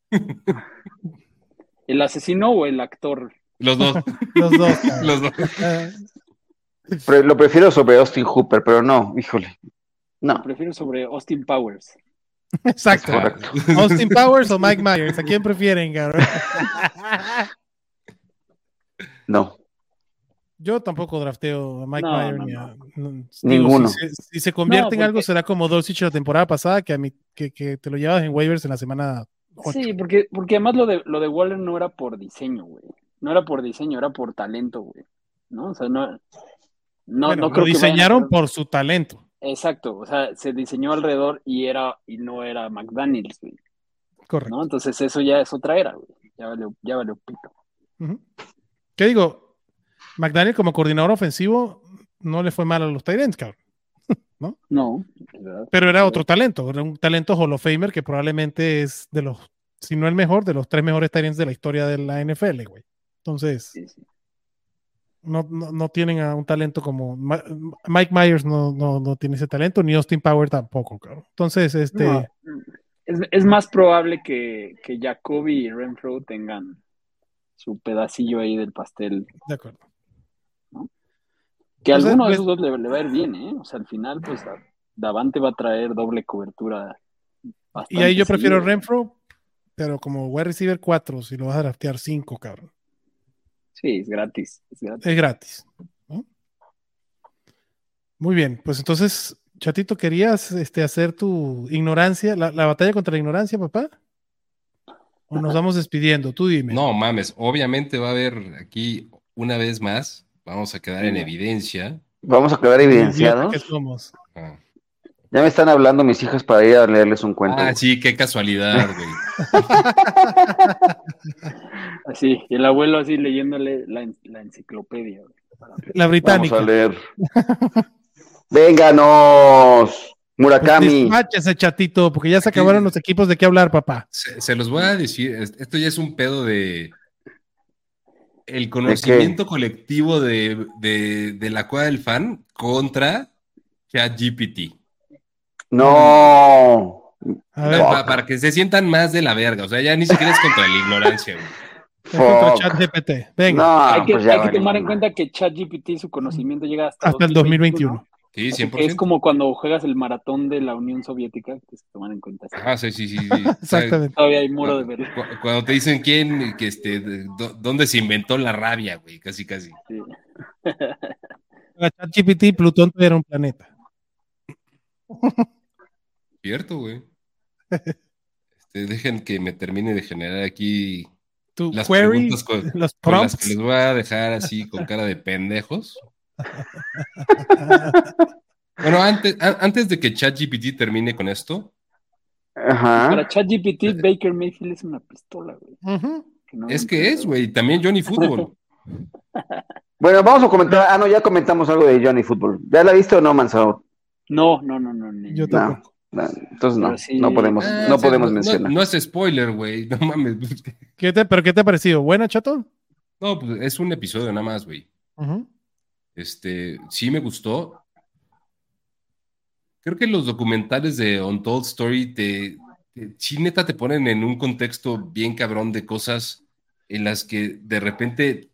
[SPEAKER 5] ¿El asesino o el actor?
[SPEAKER 4] Los dos.
[SPEAKER 2] Los dos. cabrón.
[SPEAKER 4] los dos.
[SPEAKER 2] Ah,
[SPEAKER 3] Pre- Lo prefiero sobre Austin Hooper, pero no, híjole. No,
[SPEAKER 5] Prefiero sobre Austin Powers.
[SPEAKER 2] exacto.
[SPEAKER 3] correcto.
[SPEAKER 2] Austin Powers o Mike Myers. ¿A quién prefieren, cabrón?
[SPEAKER 3] No.
[SPEAKER 2] Yo tampoco drafteo a Mike
[SPEAKER 5] No,
[SPEAKER 2] Myers.
[SPEAKER 5] no,
[SPEAKER 2] ni a- no, digo,
[SPEAKER 3] Ninguno.
[SPEAKER 2] Si, se- si se convierte en
[SPEAKER 5] No,
[SPEAKER 2] algo,
[SPEAKER 5] porque-
[SPEAKER 2] será como Dolcich la temporada pasada, que, a mí, que, que te lo llevabas en waivers en la semana 8.
[SPEAKER 5] Sí, porque, porque además lo de, lo de Waller no era por diseño, güey. No era por diseño, era por talento, güey. ¿No? O sea, no, no, no creo
[SPEAKER 2] lo
[SPEAKER 5] que vayan a
[SPEAKER 2] diseñaron
[SPEAKER 5] hacer-
[SPEAKER 2] por su talento.
[SPEAKER 5] Exacto, o sea, se diseñó alrededor y era y no era McDaniels, güey.
[SPEAKER 2] Correcto.
[SPEAKER 5] ¿no? Entonces eso ya es otra era, güey. Ya valió, ya valió pito.
[SPEAKER 2] Ujú. ¿Qué digo? McDaniel como coordinador ofensivo no le fue mal a los Tyrants, cabrón.
[SPEAKER 5] No, es verdad.
[SPEAKER 2] Pero era otro talento, era un talento Hall of Famer que probablemente es de los, si no el mejor, de los tres mejores tight ends de la historia de la NFL, güey. Entonces,
[SPEAKER 5] Sí, sí.
[SPEAKER 2] no, no, no tienen a un talento como Ma- Mike Myers no, no, no tiene ese talento, ni Austin Power tampoco, cabrón. Entonces, este,
[SPEAKER 5] No, es, es más probable que, que Jacoby y Renfro tengan su pedacillo ahí del pastel.
[SPEAKER 2] de acuerdo.
[SPEAKER 5] Que a
[SPEAKER 2] O sea,
[SPEAKER 5] alguno de
[SPEAKER 2] pues-
[SPEAKER 5] esos dos le, le va a ir bien, ¿eh? O sea, al final, pues a- Davante va a traer doble cobertura.
[SPEAKER 2] Y ahí yo prefiero
[SPEAKER 5] Renfro
[SPEAKER 2] Renfro, pero como wide receiver 4, si lo vas a draftear 5, cabrón.
[SPEAKER 5] Sí, es gratis, es gratis.
[SPEAKER 2] Es gratis. ¿no? Muy bien, pues entonces, Chatito, ¿querías este, hacer tu ignorancia, la, la batalla contra la ignorancia, papá? o nos vamos despidiendo? Tú dime.
[SPEAKER 4] No mames, obviamente va a haber aquí una vez más, vamos a quedar en evidencia.
[SPEAKER 3] Vamos a quedar evidenciados.
[SPEAKER 2] ¿Qué somos?
[SPEAKER 4] Ah,
[SPEAKER 3] Ya me están hablando mis hijas para ir a leerles un cuento.
[SPEAKER 4] Ah, sí, qué casualidad, güey.
[SPEAKER 5] Así, y el abuelo así leyéndole la, en- la enciclopedia. güey.
[SPEAKER 2] La
[SPEAKER 3] Vamos
[SPEAKER 2] británica.
[SPEAKER 3] a leer. Vénganos, Murakami.
[SPEAKER 2] ese Pues chatito, porque ya se acabaron los equipos de qué hablar, papá.
[SPEAKER 4] Se, se los voy a decir, es- esto ya es un pedo de el conocimiento colectivo de, de, de la cueva del fan contra ChatGPT.
[SPEAKER 3] No.
[SPEAKER 2] A
[SPEAKER 4] Pa-
[SPEAKER 2] ver,
[SPEAKER 4] pa- para que se sientan más de la verga. O sea, ya ni siquiera es contra la ignorancia, güey.
[SPEAKER 2] es contra
[SPEAKER 3] Fuck.
[SPEAKER 2] ChatGPT. Venga,
[SPEAKER 3] No,
[SPEAKER 4] Ah,
[SPEAKER 5] hay que,
[SPEAKER 3] pues ya
[SPEAKER 5] hay que
[SPEAKER 3] valió,
[SPEAKER 5] tomar en
[SPEAKER 3] man.
[SPEAKER 5] cuenta que ChatGPT, su conocimiento llega hasta,
[SPEAKER 2] hasta el 2021.
[SPEAKER 4] Sí,
[SPEAKER 5] Así
[SPEAKER 4] 100%.
[SPEAKER 5] que Es como cuando juegas el maratón de la Unión Soviética, que se toman en cuenta.
[SPEAKER 4] Ajá, sí, sí, sí. sí. O sea,
[SPEAKER 2] Exactamente.
[SPEAKER 5] Todavía hay muro de verdad.
[SPEAKER 4] cu- Cuando te dicen quién, que este, de- do- dónde se inventó la rabia, güey, casi, casi.
[SPEAKER 5] sí.
[SPEAKER 2] Para ChatGPT, Plutón todavía era un planeta.
[SPEAKER 4] Cierto, güey. Este, dejen que me termine de generar aquí
[SPEAKER 2] Tu
[SPEAKER 4] las
[SPEAKER 2] query,
[SPEAKER 4] preguntas con,
[SPEAKER 2] los
[SPEAKER 4] con las que
[SPEAKER 2] prompts.
[SPEAKER 4] les voy a dejar así con cara de pendejos. Bueno, antes, a- antes de que ChatGPT termine con esto,
[SPEAKER 3] Ajá.
[SPEAKER 4] Ah.
[SPEAKER 5] Para ChatGPT, Baker Mayfield es una pistola, güey.
[SPEAKER 2] Ujú.
[SPEAKER 5] no
[SPEAKER 4] es que
[SPEAKER 5] entiendo.
[SPEAKER 4] es, güey, también Johnny Fútbol.
[SPEAKER 3] Bueno, vamos a comentar. Ah, no, ya comentamos algo de Johnny Fútbol. ¿Ya la viste o no, Manzano?
[SPEAKER 5] No, no, no, no. ni-
[SPEAKER 2] Yo
[SPEAKER 5] ni-
[SPEAKER 3] No,
[SPEAKER 2] tampoco.
[SPEAKER 3] no, entonces no,
[SPEAKER 5] Pero sí.
[SPEAKER 3] no podemos,
[SPEAKER 4] Ah,
[SPEAKER 3] no
[SPEAKER 4] o sea,
[SPEAKER 3] podemos mencionar.
[SPEAKER 4] No, es spoiler, güey, no mames.
[SPEAKER 2] ¿Qué te- ¿Pero qué te ha parecido? ¿Buena, chato?
[SPEAKER 4] No, pues es un episodio nada más, güey.
[SPEAKER 2] Ujú.
[SPEAKER 4] Este, sí me gustó. Creo que los documentales de Untold Story te, te- sí neta te ponen en un contexto bien cabrón de cosas en las que de repente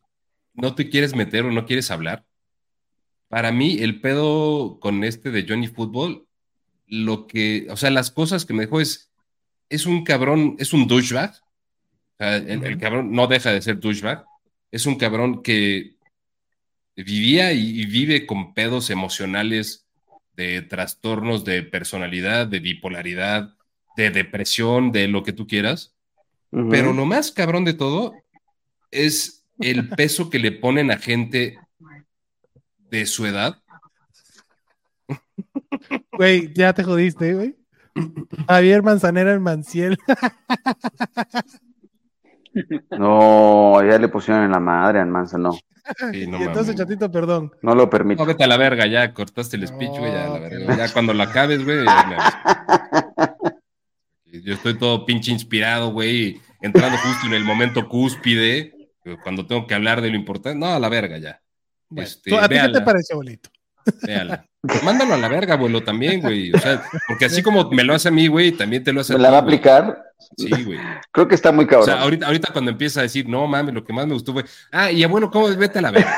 [SPEAKER 4] no te quieres meter o no quieres hablar. Para mí, el pedo con este de Johnny Football, lo que, o sea, las cosas que me dejó es, es un cabrón, es un douchebag. O sea, el, el cabrón no deja de ser douchebag. Es un cabrón que vivía y, y vive con pedos emocionales de trastornos de personalidad, de bipolaridad, de depresión, de lo que tú quieras.
[SPEAKER 3] Ujú.
[SPEAKER 4] Pero lo más cabrón de todo es el peso que le ponen a gente de su edad.
[SPEAKER 2] Güey, ya te jodiste, güey. Javier Manzanera en Manciel.
[SPEAKER 3] No, ya le pusieron en la madre al Manzano. No,
[SPEAKER 4] Sí, no
[SPEAKER 2] Ah, y entonces,
[SPEAKER 4] mames.
[SPEAKER 2] chatito, perdón.
[SPEAKER 3] no lo
[SPEAKER 4] No,
[SPEAKER 3] permito.
[SPEAKER 4] vete a la verga, ya cortaste el
[SPEAKER 2] No,
[SPEAKER 4] speech, güey, ya, a la
[SPEAKER 2] que
[SPEAKER 4] verga.
[SPEAKER 2] no.
[SPEAKER 4] Ya cuando lo acabes, güey. ya me avisas. Yo estoy todo pinche inspirado, güey, entrando justo en el momento cúspide, eh, cuando tengo que hablar de lo importante. No, a la verga, ya.
[SPEAKER 2] Bueno,
[SPEAKER 4] Este,
[SPEAKER 2] ¿tú- ¿A ti qué te
[SPEAKER 4] véala.
[SPEAKER 2] pareció, abuelito?
[SPEAKER 4] Véala. Mándalo a la verga, abuelo, también, güey. O sea, porque así como me lo hace a mí, güey, también te lo hace
[SPEAKER 3] ¿Me
[SPEAKER 4] ti,
[SPEAKER 3] la va a
[SPEAKER 4] güey.
[SPEAKER 3] aplicar?
[SPEAKER 4] Sí, güey.
[SPEAKER 3] Creo que está muy
[SPEAKER 4] O
[SPEAKER 3] cabrón.
[SPEAKER 4] sea, ahorita, ahorita cuando empieza a decir, no mames, lo que más me gustó fue, ah, y abuelo, ¿cómo es? vete a la verga?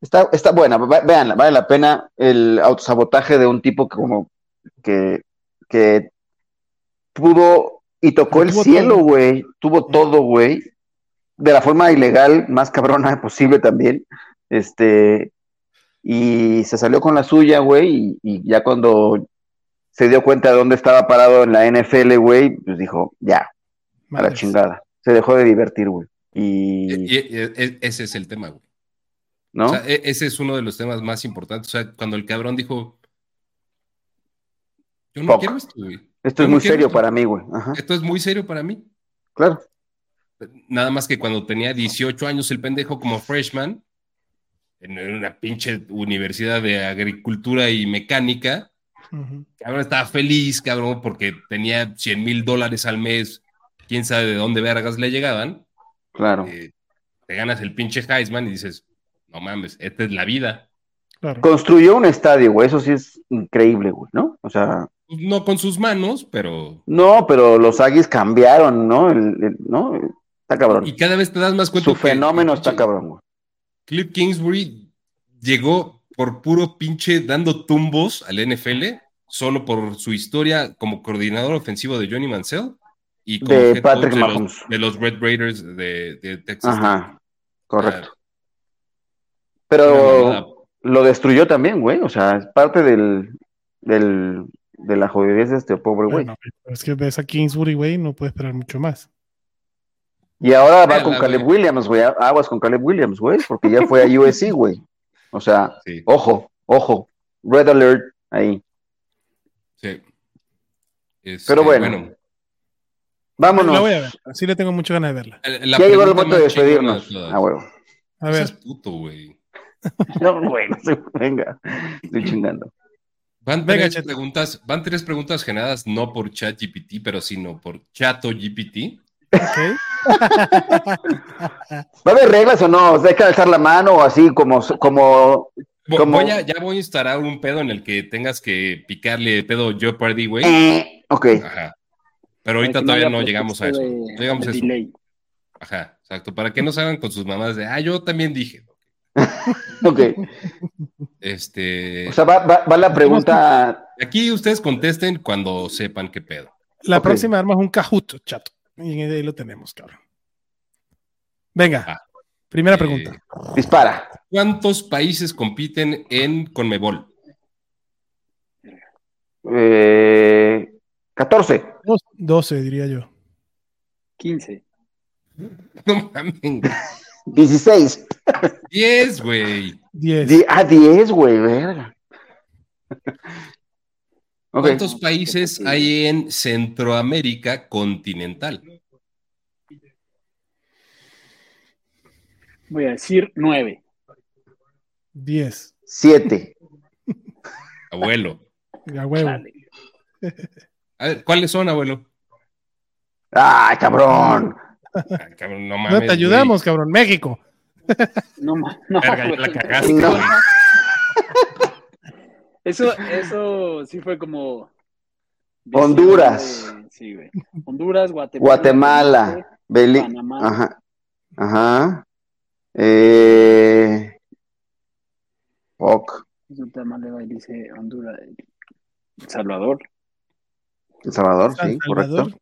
[SPEAKER 3] Está, está buena, va- véanla, vale la pena el autosabotaje de un tipo que como que, que pudo y tocó
[SPEAKER 2] Lo
[SPEAKER 3] el
[SPEAKER 2] tuvo
[SPEAKER 3] cielo,
[SPEAKER 2] todo.
[SPEAKER 3] güey, tuvo todo, güey, de la forma ilegal más cabrona posible también, este, y se salió con la suya, güey, y, y ya cuando se dio cuenta de dónde estaba parado en la NFL, güey, pues dijo, ya, a la
[SPEAKER 2] Madres.
[SPEAKER 3] chingada, se dejó de divertir, güey, y,
[SPEAKER 4] Y- y- e- ese es el tema, güey.
[SPEAKER 3] ¿no?
[SPEAKER 4] O sea, e- ese es uno de los temas más importantes. O sea, cuando el cabrón dijo, yo no
[SPEAKER 3] Fuck.
[SPEAKER 4] quiero esto, güey.
[SPEAKER 3] Esto
[SPEAKER 4] yo
[SPEAKER 3] es
[SPEAKER 4] no
[SPEAKER 3] muy
[SPEAKER 4] quiero
[SPEAKER 3] serio
[SPEAKER 4] esto.
[SPEAKER 3] para mí, güey, ajá,
[SPEAKER 4] Esto es muy serio para mí.
[SPEAKER 3] claro.
[SPEAKER 4] Nada más que cuando tenía 18 años el pendejo como freshman, en una pinche universidad de agricultura y mecánica,
[SPEAKER 2] Ujú.
[SPEAKER 4] cabrón estaba feliz, cabrón, porque tenía 100 mil dólares al mes, quién sabe de dónde vergas le llegaban.
[SPEAKER 3] Claro.
[SPEAKER 4] Eh, te ganas el pinche Heisman y dices, no mames, esta es la vida.
[SPEAKER 2] Claro.
[SPEAKER 3] Construyó un estadio, güey. Eso sí es increíble, güey, ¿no? O sea,
[SPEAKER 4] Pues No con sus manos, pero...
[SPEAKER 3] no, pero los Aggies cambiaron, ¿no? El- el- ¿no? Está cabrón.
[SPEAKER 4] Y cada vez te das más cuenta
[SPEAKER 3] Su
[SPEAKER 4] que-
[SPEAKER 3] fenómeno está
[SPEAKER 4] pinche
[SPEAKER 3] cabrón, güey.
[SPEAKER 4] Cliff Kingsbury llegó por puro pinche dando tumbos al NFL, solo por su historia como coordinador ofensivo de Johnny Mansell y como
[SPEAKER 3] De
[SPEAKER 4] head coach
[SPEAKER 3] Patrick
[SPEAKER 4] de,
[SPEAKER 3] Mahomes.
[SPEAKER 4] los, de los Red Raiders de, de Texas.
[SPEAKER 3] Ajá, correcto.
[SPEAKER 4] Una mamada.
[SPEAKER 3] Pero lo destruyó también, güey. O sea, es parte del, del de la jodidez de este pobre güey.
[SPEAKER 2] Bueno, pero es que ves a Kingsbury, güey, no puede esperar mucho más.
[SPEAKER 3] Y ahora va
[SPEAKER 4] Vela,
[SPEAKER 3] con Caleb
[SPEAKER 4] güey.
[SPEAKER 3] Williams, güey. Aguas con Caleb Williams, güey, porque ya fue a USC, güey. O sea,
[SPEAKER 4] Sí,
[SPEAKER 3] ojo, ojo. Red alert ahí.
[SPEAKER 4] sí. Este,
[SPEAKER 3] Pero bueno.
[SPEAKER 2] La
[SPEAKER 3] Vámonos.
[SPEAKER 2] voy a ver. Sí le tengo mucho ganas de verla.
[SPEAKER 4] la
[SPEAKER 3] Ya llegó el
[SPEAKER 4] pregunta
[SPEAKER 3] momento de
[SPEAKER 4] más chingona
[SPEAKER 3] despedirnos.
[SPEAKER 4] todas.
[SPEAKER 3] Ah, huevo.
[SPEAKER 2] A
[SPEAKER 4] No
[SPEAKER 2] ver,
[SPEAKER 4] seas puto, güey.
[SPEAKER 3] No, güey, no se- venga. Estoy chingando.
[SPEAKER 4] Van,
[SPEAKER 2] Venga,
[SPEAKER 4] tres
[SPEAKER 2] Chato.
[SPEAKER 4] preguntas, van tres preguntas generadas no por ChatGPT, pero sino por ChatoGPT.
[SPEAKER 2] ok.
[SPEAKER 3] ¿Va a haber reglas o no? O sea, hay que alzar la mano o así como, como
[SPEAKER 4] Vo-
[SPEAKER 3] ¿Cómo?
[SPEAKER 4] Voy a, ya voy a instalar un pedo en el que tengas que picarle pedo Jeopardy, güey.
[SPEAKER 3] eh, ok.
[SPEAKER 4] Ajá. Pero ahorita
[SPEAKER 5] Para que
[SPEAKER 4] todavía
[SPEAKER 5] haya
[SPEAKER 4] no llegamos a eso.
[SPEAKER 5] pretexto
[SPEAKER 4] No
[SPEAKER 5] de-
[SPEAKER 4] llegamos
[SPEAKER 5] de
[SPEAKER 4] a eso.
[SPEAKER 5] delay.
[SPEAKER 4] Ajá, exacto. Para que no salgan con sus mamás de, ah, yo también dije.
[SPEAKER 3] Ok.
[SPEAKER 4] Este,
[SPEAKER 3] O sea, va, va- va la pregunta.
[SPEAKER 4] aquí ustedes contesten cuando sepan qué pedo.
[SPEAKER 2] La
[SPEAKER 3] Ok.
[SPEAKER 2] próxima arma es un cajuto, chato. Y ahí lo tenemos, cabrón. Venga,
[SPEAKER 4] Ah.
[SPEAKER 2] primera
[SPEAKER 4] Eh,
[SPEAKER 2] pregunta.
[SPEAKER 3] Dispara.
[SPEAKER 4] ¿Cuántos países compiten en Conmebol?
[SPEAKER 3] Eh, 14.
[SPEAKER 2] Dos- 12, diría yo.
[SPEAKER 5] 15.
[SPEAKER 4] No mames.
[SPEAKER 3] 16.
[SPEAKER 4] 10, güey.
[SPEAKER 2] 10.
[SPEAKER 3] Di- ah, 10, güey, verga. Ok.
[SPEAKER 4] ¿Cuántos países hay en Centroamérica continental?
[SPEAKER 5] Voy a decir 9.
[SPEAKER 2] 10.
[SPEAKER 3] 7.
[SPEAKER 4] Abuelo.
[SPEAKER 2] A huevo.
[SPEAKER 4] A ver, ¿cuáles son, abuelo?
[SPEAKER 3] ¡Ay, cabrón!
[SPEAKER 4] Ah, cabrón, no
[SPEAKER 2] no
[SPEAKER 4] mames.
[SPEAKER 2] te
[SPEAKER 4] güey.
[SPEAKER 2] ayudamos, cabrón. México.
[SPEAKER 5] No, ma- no,
[SPEAKER 4] Verga, ya la
[SPEAKER 5] güey.
[SPEAKER 4] cagaste,
[SPEAKER 3] No.
[SPEAKER 4] güey.
[SPEAKER 5] Eso, eso sí fue como.
[SPEAKER 3] Honduras.
[SPEAKER 5] Sí, güey. Honduras, Guatemala.
[SPEAKER 3] Guatemala. Beli-
[SPEAKER 5] Este, Panamá.
[SPEAKER 3] Ajá. Ajá. Eh. fuck.
[SPEAKER 5] Guatemala, güey, dice Honduras. El Salvador.
[SPEAKER 3] El Salvador,
[SPEAKER 2] San
[SPEAKER 3] sí,
[SPEAKER 2] Salvador.
[SPEAKER 3] correcto.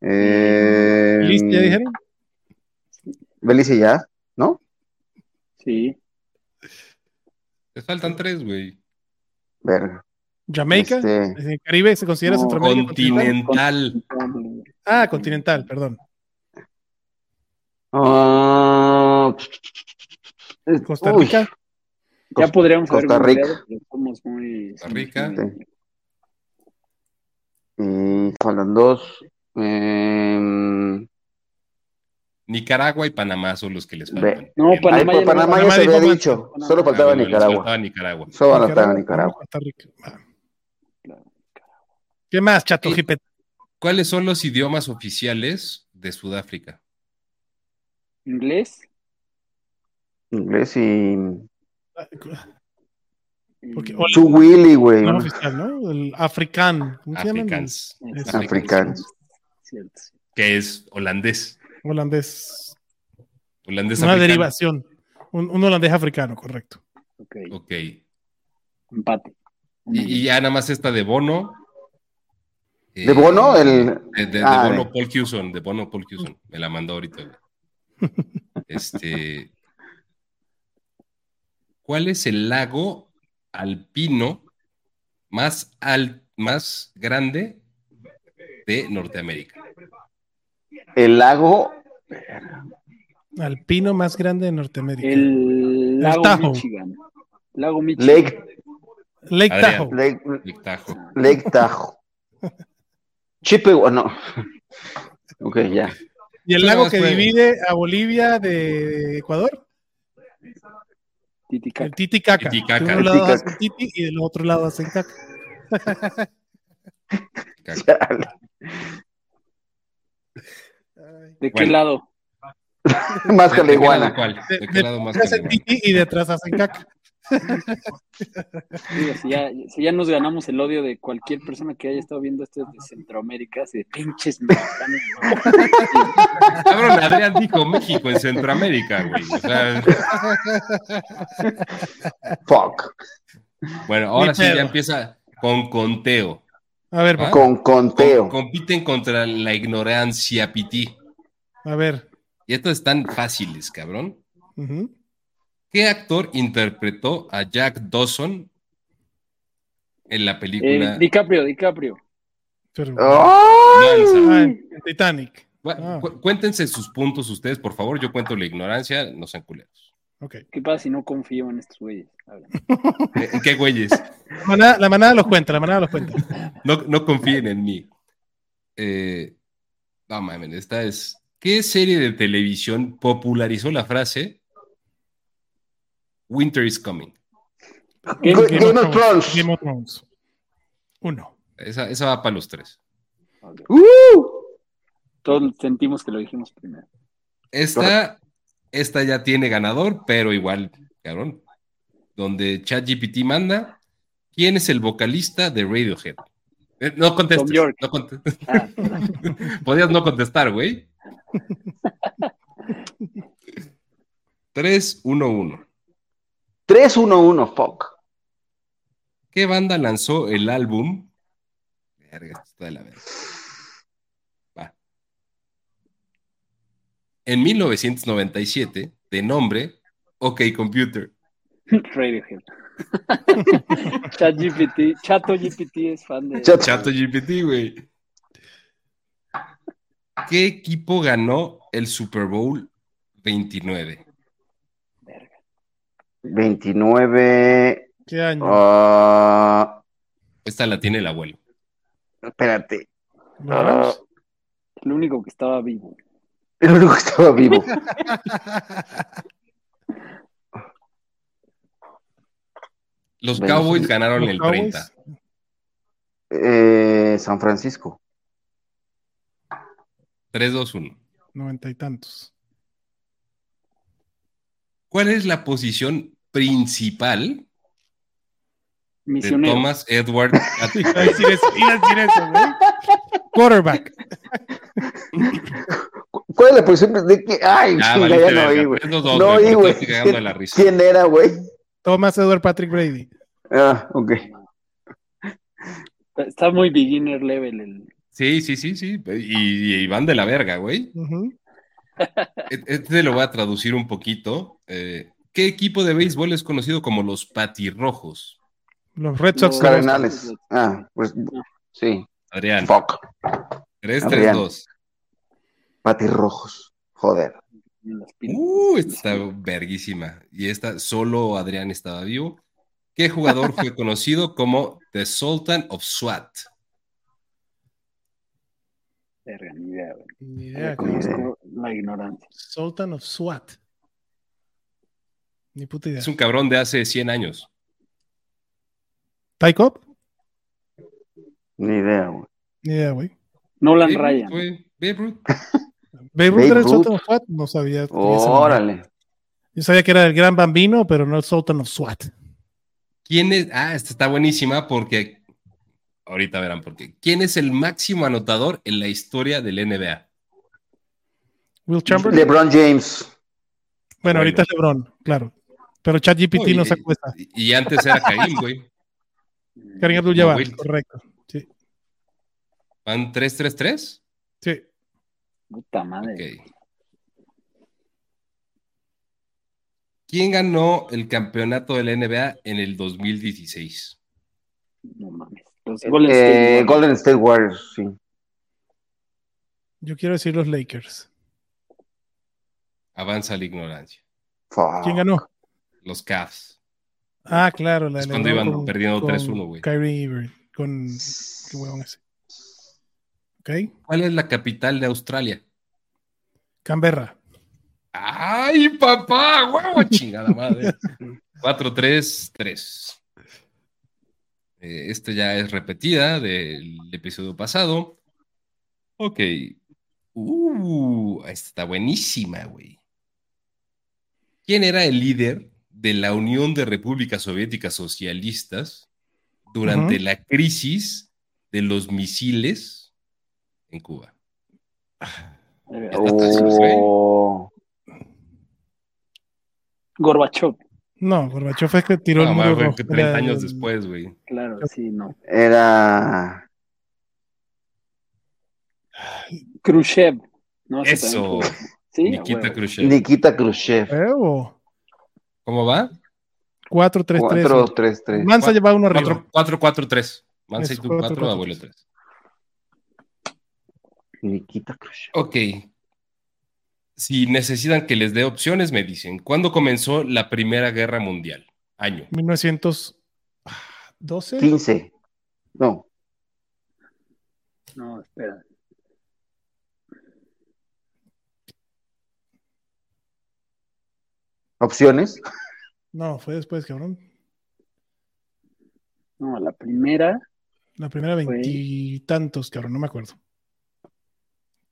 [SPEAKER 3] Eh, mm,
[SPEAKER 2] ¿Listo? ¿Ya dijeron?
[SPEAKER 3] Belice ya.
[SPEAKER 5] Sí.
[SPEAKER 4] Te faltan tres, güey.
[SPEAKER 3] Verga.
[SPEAKER 2] Jamaica.
[SPEAKER 3] Este,
[SPEAKER 2] ¿En el Caribe se considera
[SPEAKER 5] No,
[SPEAKER 2] Centroamérica continental?
[SPEAKER 4] Continental.
[SPEAKER 2] Ah, continental, perdón.
[SPEAKER 3] ah,
[SPEAKER 2] Costa
[SPEAKER 3] uy,
[SPEAKER 2] Rica.
[SPEAKER 5] Ya podríamos haber
[SPEAKER 3] Costa Rica.
[SPEAKER 5] googleado, pero somos muy.
[SPEAKER 4] Costa Rica.
[SPEAKER 5] muy-
[SPEAKER 3] eh, faltan dos. Eh,
[SPEAKER 4] Nicaragua y Panamá son los que les
[SPEAKER 3] Ve.
[SPEAKER 4] faltan.
[SPEAKER 5] No,
[SPEAKER 4] Bien.
[SPEAKER 5] Panamá
[SPEAKER 3] ahí por
[SPEAKER 5] ya no-
[SPEAKER 3] Panamá ya
[SPEAKER 2] Panamá
[SPEAKER 3] se
[SPEAKER 2] dijo
[SPEAKER 3] había
[SPEAKER 2] Panamá.
[SPEAKER 3] dicho.
[SPEAKER 5] Panamá.
[SPEAKER 3] Solo
[SPEAKER 5] Ah,
[SPEAKER 3] faltaba
[SPEAKER 4] bueno, les
[SPEAKER 3] Nicaragua.
[SPEAKER 4] faltaba Nicaragua.
[SPEAKER 3] Solo faltaba Nicaragua.
[SPEAKER 2] Costa Rica. Va. ¿Qué más, chato?
[SPEAKER 4] Sí.
[SPEAKER 2] Jipet?
[SPEAKER 4] ¿Cuáles son los idiomas oficiales de Sudáfrica?
[SPEAKER 5] Inglés.
[SPEAKER 3] Inglés y.
[SPEAKER 2] ah, Porque-
[SPEAKER 5] y-
[SPEAKER 2] o-
[SPEAKER 3] Su Willy, güey.
[SPEAKER 2] No pues, oficial, ¿no? El africán. ¿Cómo se llama?
[SPEAKER 4] Afrikaans.
[SPEAKER 5] Es-
[SPEAKER 3] Africanos.
[SPEAKER 5] Cierto, sí.
[SPEAKER 4] Que es holandés.
[SPEAKER 2] Holandés.
[SPEAKER 4] Holandés
[SPEAKER 2] Una
[SPEAKER 4] africano.
[SPEAKER 2] derivación. Un, un holandés africano, correcto.
[SPEAKER 5] Ok,
[SPEAKER 4] Ok. Y,
[SPEAKER 5] empate.
[SPEAKER 4] y ya nada más esta de Bono. Eh,
[SPEAKER 3] ¿De Bono? El...
[SPEAKER 4] De, de- de
[SPEAKER 3] Ah,
[SPEAKER 4] Bono
[SPEAKER 3] de-
[SPEAKER 4] Paul Cuson, de Bono Paul Cuson. Me la mandó ahorita. güey. Este. ¿Cuál es el lago alpino más, al- más grande de Norteamérica?
[SPEAKER 3] El lago.
[SPEAKER 2] Alpino más grande de Norteamérica.
[SPEAKER 5] El lago
[SPEAKER 2] Tajo.
[SPEAKER 5] Michigan. Lago Michigan.
[SPEAKER 3] Lake,
[SPEAKER 2] Lake
[SPEAKER 4] Adrián.
[SPEAKER 2] Tahoe.
[SPEAKER 3] Lake,
[SPEAKER 4] Big Tajo.
[SPEAKER 3] Lake Tahoe. Chippewa, no. Ok, ya.
[SPEAKER 2] Y el
[SPEAKER 4] Tú
[SPEAKER 2] lago
[SPEAKER 4] no
[SPEAKER 2] que
[SPEAKER 4] juegues.
[SPEAKER 2] divide a Bolivia de Ecuador, el
[SPEAKER 5] Titicaca.
[SPEAKER 2] Titicaca.
[SPEAKER 4] Titicaca.
[SPEAKER 2] De un lado
[SPEAKER 3] Titicaca.
[SPEAKER 2] hacen titi y del otro lado hacen caca.
[SPEAKER 3] Chale.
[SPEAKER 5] ¿De qué
[SPEAKER 4] Bueno.
[SPEAKER 5] lado?
[SPEAKER 3] Más que la
[SPEAKER 4] iguana.
[SPEAKER 3] iguana.
[SPEAKER 4] ¿De
[SPEAKER 2] De-
[SPEAKER 4] qué
[SPEAKER 2] de-
[SPEAKER 4] lado más que la
[SPEAKER 2] Hacen
[SPEAKER 4] iguana?
[SPEAKER 2] titi y detrás hacen caca.
[SPEAKER 5] Digo, si, ya, si ya nos ganamos el odio de cualquier persona que haya estado viendo esto de Centroamérica, así de pinches mexicanos. ¿no?
[SPEAKER 4] Cabrón, Adrián dijo México en Centroamérica, güey. O sea,
[SPEAKER 3] Fuck.
[SPEAKER 4] bueno, ahora
[SPEAKER 2] Ni
[SPEAKER 4] sí ya
[SPEAKER 2] pedo.
[SPEAKER 4] empieza con conteo.
[SPEAKER 2] A ver,
[SPEAKER 4] ¿Ah?
[SPEAKER 3] Con conteo.
[SPEAKER 4] Com- compiten contra la ignorancia, Piti.
[SPEAKER 2] a ver.
[SPEAKER 4] Y estas están fáciles, cabrón.
[SPEAKER 2] Ujú.
[SPEAKER 4] ¿Qué actor interpretó a Jack Dawson en la película.
[SPEAKER 5] Eh, DiCaprio, DiCaprio.
[SPEAKER 2] Pero-
[SPEAKER 3] ¡Ay!
[SPEAKER 2] Ah, en Titanic.
[SPEAKER 4] Bueno,
[SPEAKER 2] Ah.
[SPEAKER 4] cu- Cuéntense sus puntos ustedes, por favor. Yo cuento la ignorancia, no sean culeros.
[SPEAKER 2] Ok.
[SPEAKER 5] ¿Qué pasa si no confío en estos güeyes? A ver.
[SPEAKER 4] Eh, ¿En qué güeyes?
[SPEAKER 2] La manada, la manada los cuenta, la manada los cuenta.
[SPEAKER 4] No, no confíen en mí. Eh, no mames, esta es. ¿Qué serie de televisión popularizó la frase Winter is coming?
[SPEAKER 5] ¿Qué?
[SPEAKER 3] Güey, Game of Thrones.
[SPEAKER 2] Game of Thrones. Uno.
[SPEAKER 4] Esa, esa va para los tres.
[SPEAKER 3] ¡Uh!
[SPEAKER 5] Todos sentimos que lo dijimos primero.
[SPEAKER 4] Esta, esta ya tiene ganador, pero igual, cabrón. Donde ChatGPT manda, ¿quién es el vocalista de Radiohead? Eh, no contestes.
[SPEAKER 5] Tom York.
[SPEAKER 4] No conte-
[SPEAKER 5] Ah,
[SPEAKER 4] Podías no contestar, güey. 3-1-1.
[SPEAKER 3] 3-1-1, fuck.
[SPEAKER 4] ¿Qué banda lanzó el álbum? Verga, esto está de la verga. Va. En 1997, de nombre OK Computer.
[SPEAKER 5] Radiohead. Chat GPT, Chato GPT es fan de.
[SPEAKER 3] Chat-
[SPEAKER 4] Chato GPT, güey. ¿Qué equipo ganó el Super Bowl 29?
[SPEAKER 5] Verga.
[SPEAKER 3] 29.
[SPEAKER 2] ¿Qué año?
[SPEAKER 3] ah,
[SPEAKER 4] Esta la tiene el abuelo.
[SPEAKER 3] espérate.
[SPEAKER 2] ¿Los Rams?
[SPEAKER 5] El único que estaba vivo.
[SPEAKER 3] El único que estaba vivo.
[SPEAKER 4] Los
[SPEAKER 3] Bueno,
[SPEAKER 4] Cowboys ganaron
[SPEAKER 2] ¿Los
[SPEAKER 4] el
[SPEAKER 2] Cowboys?
[SPEAKER 4] 30.
[SPEAKER 3] Eh, San Francisco.
[SPEAKER 4] 3-2-1.
[SPEAKER 2] Noventa y tantos.
[SPEAKER 4] ¿Cuál es la posición principal de
[SPEAKER 5] Misionero.
[SPEAKER 4] Thomas Edward
[SPEAKER 2] Iba a
[SPEAKER 4] Atkinson?
[SPEAKER 2] decir eso, iba a decir eso, güey. Quarterback.
[SPEAKER 3] ¿Cu- ¿Cuál es la posición de qué? Ay,
[SPEAKER 4] Ya,
[SPEAKER 3] chinga, ya no
[SPEAKER 4] valiste verga.
[SPEAKER 3] oí, güey.
[SPEAKER 4] 3-2-2,
[SPEAKER 3] No
[SPEAKER 4] güey,
[SPEAKER 3] oí,
[SPEAKER 4] porque
[SPEAKER 3] güey.
[SPEAKER 4] estoy cagando de la risa.
[SPEAKER 3] ¿Quién era, güey?
[SPEAKER 2] Thomas Edward Patrick Brady.
[SPEAKER 3] Ah, ok.
[SPEAKER 5] Está- Está muy beginner level el.
[SPEAKER 4] Sí, sí, sí, sí. Y, y van de la verga, güey.
[SPEAKER 2] Ujú.
[SPEAKER 4] Este lo voy a traducir un poquito. Eh, ¿Qué equipo de béisbol es conocido como los patirrojos?
[SPEAKER 2] Los Red Sox.
[SPEAKER 5] Los
[SPEAKER 2] Cardenales.
[SPEAKER 3] Cardenales. Ah, pues sí.
[SPEAKER 4] Adrián,
[SPEAKER 3] Fuck.
[SPEAKER 4] 3-3-2.
[SPEAKER 3] Patirrojos. Joder.
[SPEAKER 5] en las pilas.
[SPEAKER 4] Uh, esta está verguísima. Y esta, solo Adrián estaba vivo. ¿Qué jugador fue conocido como The Sultan of SWAT?
[SPEAKER 5] Verga, ni idea, güey.
[SPEAKER 2] Yeah,
[SPEAKER 3] Ni
[SPEAKER 2] cabrón.
[SPEAKER 3] idea.
[SPEAKER 5] La ignorancia.
[SPEAKER 2] Sultan of SWAT. Ni puta idea.
[SPEAKER 4] Es un cabrón de hace 100 años.
[SPEAKER 2] ¿Ty Cobb?
[SPEAKER 3] Ni idea, güey.
[SPEAKER 2] Ni idea, güey.
[SPEAKER 5] Nolan
[SPEAKER 4] Babe Ruth,
[SPEAKER 5] Ryan.
[SPEAKER 4] güey. Babe Ruth.
[SPEAKER 2] Babe Ruth era
[SPEAKER 3] Babe
[SPEAKER 2] el
[SPEAKER 3] Ruth.
[SPEAKER 2] Sultan of SWAT. No sabía. tenía ese nombre.
[SPEAKER 3] Órale.
[SPEAKER 2] Yo sabía que era el gran bambino, pero no el Sultan of SWAT.
[SPEAKER 4] ¿Quién es? Ah, esta está buenísima porque ahorita verán por qué. ¿Quién es el máximo anotador en la historia del NBA?
[SPEAKER 2] Will Chamberlain.
[SPEAKER 3] LeBron James.
[SPEAKER 2] bueno, ahorita es LeBron, claro. Pero ChatGPT
[SPEAKER 4] Oye,
[SPEAKER 2] no sacó esa.
[SPEAKER 4] Y, y antes era Karim, güey.
[SPEAKER 5] Mm,
[SPEAKER 2] Karim Abdul-Jabbar,
[SPEAKER 4] No, Will.
[SPEAKER 2] correcto.
[SPEAKER 4] ¿Van 3-3-3?
[SPEAKER 2] Sí.
[SPEAKER 5] Puta madre.
[SPEAKER 4] Ok. ¿Quién ganó el campeonato del NBA en el 2016?
[SPEAKER 5] No mames. Los Golden State
[SPEAKER 3] Eh,
[SPEAKER 5] Warriors.
[SPEAKER 3] Golden State Warriors, sí.
[SPEAKER 2] Yo quiero decir los Lakers.
[SPEAKER 4] Avanza la ignorancia.
[SPEAKER 3] Fuck.
[SPEAKER 2] ¿Quién ganó?
[SPEAKER 4] Los Cavs.
[SPEAKER 2] Ah, claro, la
[SPEAKER 4] Es
[SPEAKER 2] de
[SPEAKER 4] cuando
[SPEAKER 2] LeBron
[SPEAKER 4] iban
[SPEAKER 2] con-
[SPEAKER 4] perdiendo
[SPEAKER 2] con
[SPEAKER 4] 3-1, güey.
[SPEAKER 2] Kyrie Irving, con qué huevón ese. Ok,
[SPEAKER 4] ¿Cuál es la capital de Australia?
[SPEAKER 2] Canberra.
[SPEAKER 4] ¡Ay, papá! ¡Huevo! ¡Chingada madre! 4-3-3. Eh, esto ya es repetida del episodio pasado. Ok. Uh, esta está buenísima, güey. ¿Quién era el líder de la Unión de Repúblicas Soviéticas Socialistas durante
[SPEAKER 2] Ujú.
[SPEAKER 4] la crisis de los misiles en Cuba?
[SPEAKER 5] Verga.
[SPEAKER 3] Oh.
[SPEAKER 5] Gorbachev.
[SPEAKER 2] No, Gorbachev fue el que tiró
[SPEAKER 4] No,
[SPEAKER 2] el
[SPEAKER 4] mames,
[SPEAKER 2] muro
[SPEAKER 4] Ah, fue
[SPEAKER 2] rojo.
[SPEAKER 4] que 30
[SPEAKER 2] Era
[SPEAKER 4] años
[SPEAKER 2] el-
[SPEAKER 4] después, güey.
[SPEAKER 5] Claro, sí, no.
[SPEAKER 3] Era.
[SPEAKER 5] Khrushchev. No, ese
[SPEAKER 4] Eso,
[SPEAKER 5] también fue- Sí, a
[SPEAKER 4] Nikita
[SPEAKER 5] huevo.
[SPEAKER 4] Khrushchev.
[SPEAKER 3] Nikita Khrushchev.
[SPEAKER 2] Huevo.
[SPEAKER 4] ¿Cómo va?
[SPEAKER 2] 4-3-3.
[SPEAKER 3] 4-3-3.
[SPEAKER 2] Mansa lleva uno arriba.
[SPEAKER 4] 4-4-3. Mansa y
[SPEAKER 2] Eso,
[SPEAKER 4] tú
[SPEAKER 2] cuatro,
[SPEAKER 4] 4,
[SPEAKER 2] cuatro,
[SPEAKER 4] abuelo 3.
[SPEAKER 3] Nikita Khrushchev.
[SPEAKER 4] Ok. Si necesitan que les dé opciones, me dicen. ¿Cuándo comenzó la Primera Guerra Mundial? Año.
[SPEAKER 2] 1912.
[SPEAKER 3] 15. No.
[SPEAKER 5] No, espera.
[SPEAKER 3] Opciones.
[SPEAKER 2] No, fue después, cabrón.
[SPEAKER 5] No, la primera.
[SPEAKER 2] La primera
[SPEAKER 5] Fue-
[SPEAKER 2] veintitantos, cabrón, no me acuerdo.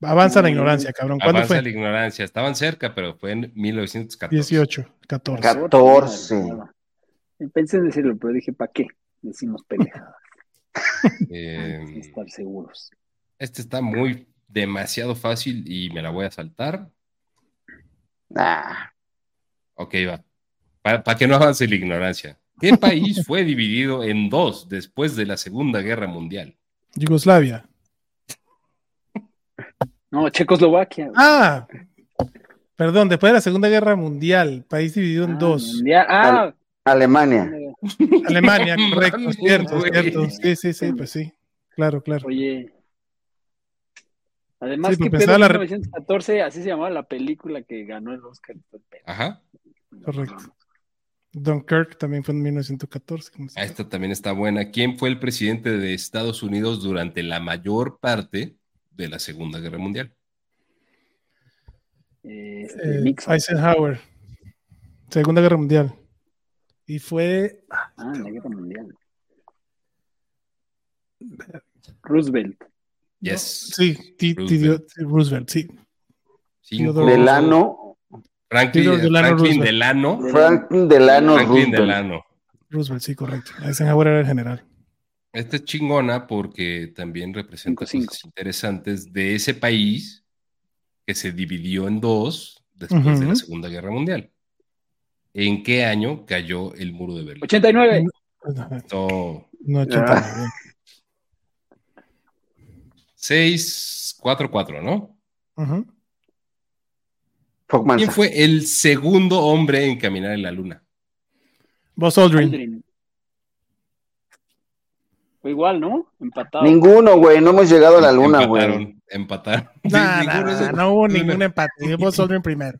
[SPEAKER 2] Avanza la
[SPEAKER 5] Mm,
[SPEAKER 2] ignorancia, cabrón. ¿Cuándo
[SPEAKER 4] Avanza la
[SPEAKER 2] fue?
[SPEAKER 4] ignorancia. Estaban cerca, pero fue en 1914.
[SPEAKER 2] 18, 14.
[SPEAKER 3] Cat- 14.
[SPEAKER 5] madre, nada. Pensé en decirlo, pero dije, ¿para qué? Decimos pendejadas, hay que
[SPEAKER 4] Eh,
[SPEAKER 5] estar seguros.
[SPEAKER 4] este está muy demasiado fácil y me la voy a saltar.
[SPEAKER 3] Nah.
[SPEAKER 4] Ok, va. Para que no avance la ignorancia. ¿Qué país fue dividido en dos después de la Segunda Guerra Mundial?
[SPEAKER 2] Yugoslavia.
[SPEAKER 5] No, Checoslovaquia. güey.
[SPEAKER 2] Ah, perdón, después de la Segunda Guerra Mundial, país dividido en
[SPEAKER 5] Ah,
[SPEAKER 2] dos.
[SPEAKER 5] mundial. Ah,
[SPEAKER 3] Alemania.
[SPEAKER 2] Alemania,
[SPEAKER 4] Mames,
[SPEAKER 2] correcto, es cierto, es
[SPEAKER 4] güey.
[SPEAKER 2] cierto. Sí, sí, sí, pues sí. Claro, claro.
[SPEAKER 5] oye. Además,
[SPEAKER 2] Sí,
[SPEAKER 5] que
[SPEAKER 2] pero pensaba la re-
[SPEAKER 5] 1914, así se llamaba la película que ganó el Oscar.
[SPEAKER 4] Ajá.
[SPEAKER 2] Correcto. Dunkirk también fue en 1914. como se
[SPEAKER 4] Ah,
[SPEAKER 2] llama.
[SPEAKER 4] Esta también está buena. ¿Quién fue el presidente de Estados Unidos durante la mayor parte de la Segunda Guerra Mundial?
[SPEAKER 5] Eh, este,
[SPEAKER 2] Eh,
[SPEAKER 5] Nixon.
[SPEAKER 2] Eisenhower. Segunda Guerra Mundial. Y fue.
[SPEAKER 5] Ah, la guerra mundial. Roosevelt.
[SPEAKER 4] Yes.
[SPEAKER 2] no, sí, ti- ti-
[SPEAKER 4] Roosevelt.
[SPEAKER 2] sí, Roosevelt, sí.
[SPEAKER 4] Cinco.
[SPEAKER 2] Theodore
[SPEAKER 3] Delano.
[SPEAKER 4] Franklin,
[SPEAKER 2] Theodore Delano
[SPEAKER 4] Franklin
[SPEAKER 2] Roosevelt.
[SPEAKER 4] Delano.
[SPEAKER 3] Franklin Delano
[SPEAKER 4] Franklin
[SPEAKER 3] Roosevelt.
[SPEAKER 4] Delano.
[SPEAKER 2] Roosevelt, sí, correcto. Eisenhower era el general.
[SPEAKER 4] Esta es chingona porque también representa
[SPEAKER 5] Cinco, cinco.
[SPEAKER 4] cosas interesantes de ese país que se dividió en dos después de la
[SPEAKER 2] Ujú.
[SPEAKER 4] Segunda Guerra Mundial. ¿En qué año cayó el muro de Berlín?
[SPEAKER 5] 89.
[SPEAKER 4] Esto,
[SPEAKER 2] No, 89.
[SPEAKER 4] 6, 4, 4, ¿no?
[SPEAKER 2] Ujú.
[SPEAKER 3] Fuck
[SPEAKER 4] ¿Quién
[SPEAKER 3] Mansa.
[SPEAKER 4] fue el segundo hombre en caminar en la luna?
[SPEAKER 2] Buzz Aldrin.
[SPEAKER 5] Aldrin. Fue igual, ¿no? Empatado.
[SPEAKER 3] Ninguno, güey. No hemos llegado a la luna,
[SPEAKER 4] empataron,
[SPEAKER 3] güey.
[SPEAKER 4] Empataron.
[SPEAKER 2] Nah, nah,
[SPEAKER 4] Sí, ninguno
[SPEAKER 2] nah,
[SPEAKER 4] es-
[SPEAKER 2] no hubo
[SPEAKER 4] no,
[SPEAKER 2] ningún
[SPEAKER 4] no.
[SPEAKER 2] empate. Buzz Aldrin primero.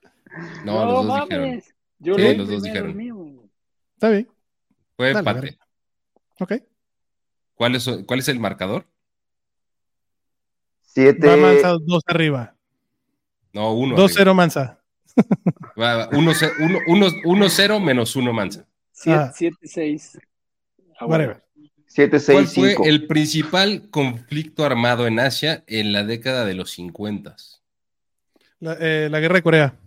[SPEAKER 4] No, los dos
[SPEAKER 5] mames.
[SPEAKER 4] dijeron.
[SPEAKER 5] Yo
[SPEAKER 4] Sí,
[SPEAKER 5] leí
[SPEAKER 4] los dos
[SPEAKER 5] primero
[SPEAKER 4] dijeron.
[SPEAKER 5] el mío, güey.
[SPEAKER 2] Ah. Está bien.
[SPEAKER 4] Fue
[SPEAKER 2] Dale,
[SPEAKER 4] empate.
[SPEAKER 2] verga. Ok.
[SPEAKER 4] ¿Cuál es, ¿Cuál es el marcador?
[SPEAKER 3] Siete.
[SPEAKER 2] Va Mansa dos arriba.
[SPEAKER 4] No, uno.
[SPEAKER 2] 2-0 Mansa.
[SPEAKER 4] 1-0 menos 1 Mansa.
[SPEAKER 2] Ah.
[SPEAKER 5] 7, 6. Ah,
[SPEAKER 2] Whatever.
[SPEAKER 3] Siete,
[SPEAKER 4] ¿Cuál
[SPEAKER 3] seis,
[SPEAKER 4] fue
[SPEAKER 3] cinco.
[SPEAKER 4] el principal conflicto armado en Asia en la década de los 50?
[SPEAKER 2] La, eh, la guerra de Corea.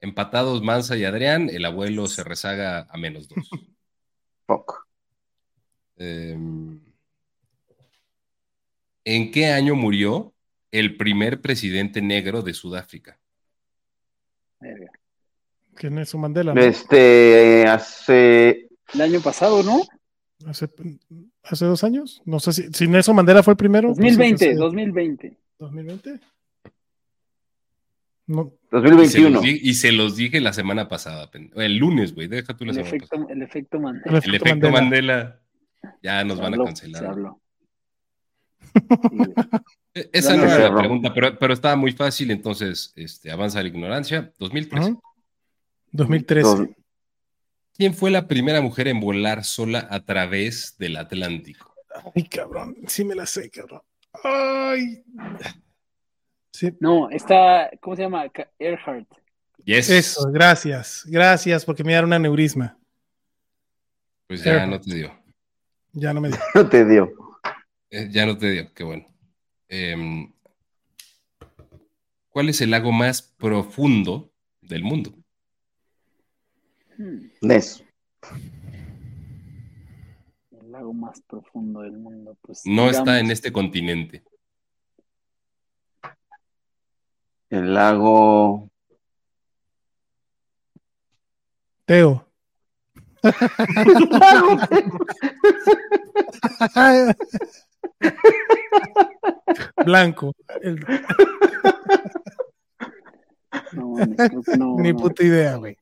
[SPEAKER 4] Empatados Mansa y Adrián, el abuelo se rezaga a menos dos.
[SPEAKER 3] Fuck.
[SPEAKER 4] Eh, ¿En qué año murió el primer presidente negro de Sudáfrica?
[SPEAKER 2] Que es Nelson Mandela. ¿no?
[SPEAKER 3] Este. Hace.
[SPEAKER 5] El año pasado, ¿no?
[SPEAKER 2] Hace, hace dos años. No sé si, si Nelson Mandela fue el primero. pues,
[SPEAKER 5] 2020,
[SPEAKER 2] hace-
[SPEAKER 5] 2020.
[SPEAKER 2] 2020. No,
[SPEAKER 4] Y se, los
[SPEAKER 3] 2021.
[SPEAKER 4] di- y se los dije la semana pasada, pen- el lunes, güey, deja tú la
[SPEAKER 5] El
[SPEAKER 4] semana
[SPEAKER 5] efecto,
[SPEAKER 4] pasada.
[SPEAKER 5] el efecto
[SPEAKER 2] el
[SPEAKER 5] Mandela.
[SPEAKER 2] efecto,
[SPEAKER 4] El efecto
[SPEAKER 2] Mandela.
[SPEAKER 4] Mandela. Ya nos
[SPEAKER 5] Se
[SPEAKER 4] van a
[SPEAKER 5] habló, Se
[SPEAKER 4] cancelar.
[SPEAKER 5] habló. Sí, güey.
[SPEAKER 4] Eh, Esa
[SPEAKER 5] Ya
[SPEAKER 4] no
[SPEAKER 5] no
[SPEAKER 4] era
[SPEAKER 3] se
[SPEAKER 4] la
[SPEAKER 3] habló.
[SPEAKER 4] pregunta, pero, pero estaba muy fácil, entonces este, avanza la ignorancia. 2013.
[SPEAKER 2] Ajá. 2013.
[SPEAKER 3] Dos-
[SPEAKER 4] ¿Quién fue la primera mujer en volar sola a través del Atlántico?
[SPEAKER 2] Ay, cabrón. Sí me la sé, cabrón. Ay. Sí.
[SPEAKER 5] No, está, ¿cómo se llama? Ca- Earhart.
[SPEAKER 4] Yes.
[SPEAKER 2] Eso, gracias. Gracias porque me dieron un aneurisma.
[SPEAKER 4] Pues ya no te dio.
[SPEAKER 2] Ya no me dio.
[SPEAKER 3] No te dio.
[SPEAKER 4] Eh, ya no te dio, qué bueno. Em, ¿Cuál es el lago más profundo del mundo?
[SPEAKER 5] Hmm,
[SPEAKER 3] Nes.
[SPEAKER 5] el lago más profundo del mundo. Pues,
[SPEAKER 4] No está
[SPEAKER 5] digamos,
[SPEAKER 4] en este continente.
[SPEAKER 3] El lago.
[SPEAKER 2] Teo. Blanco. El-
[SPEAKER 5] no, mames, creo que no,
[SPEAKER 2] ni
[SPEAKER 4] este-
[SPEAKER 5] no.
[SPEAKER 2] puta idea, güey.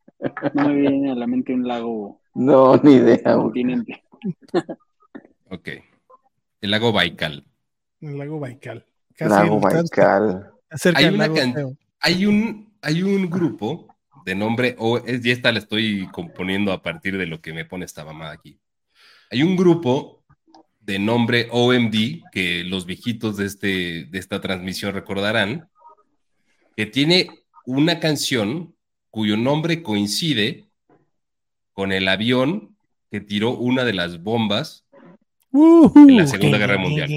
[SPEAKER 5] No me viene a la mente un lago
[SPEAKER 3] No, ni idea. güey.
[SPEAKER 5] continente.
[SPEAKER 4] Ok. El lago Baikal.
[SPEAKER 2] El lago Baikal. Casi
[SPEAKER 3] Lago
[SPEAKER 2] está
[SPEAKER 3] Baikal.
[SPEAKER 2] cerca
[SPEAKER 4] Hay
[SPEAKER 2] del
[SPEAKER 4] una
[SPEAKER 2] lago
[SPEAKER 4] can-
[SPEAKER 2] Feo.
[SPEAKER 4] Hay un, hay un grupo de nombre, o es, y esta la estoy componiendo a partir de lo que me pone esta mamada aquí. Hay un grupo de nombre OMD, que los viejitos de, este, de esta transmisión recordarán, que tiene una canción cuyo nombre coincide con el avión que tiró una de las bombas.
[SPEAKER 2] Ujú.
[SPEAKER 4] la Segunda Guerra Mundial.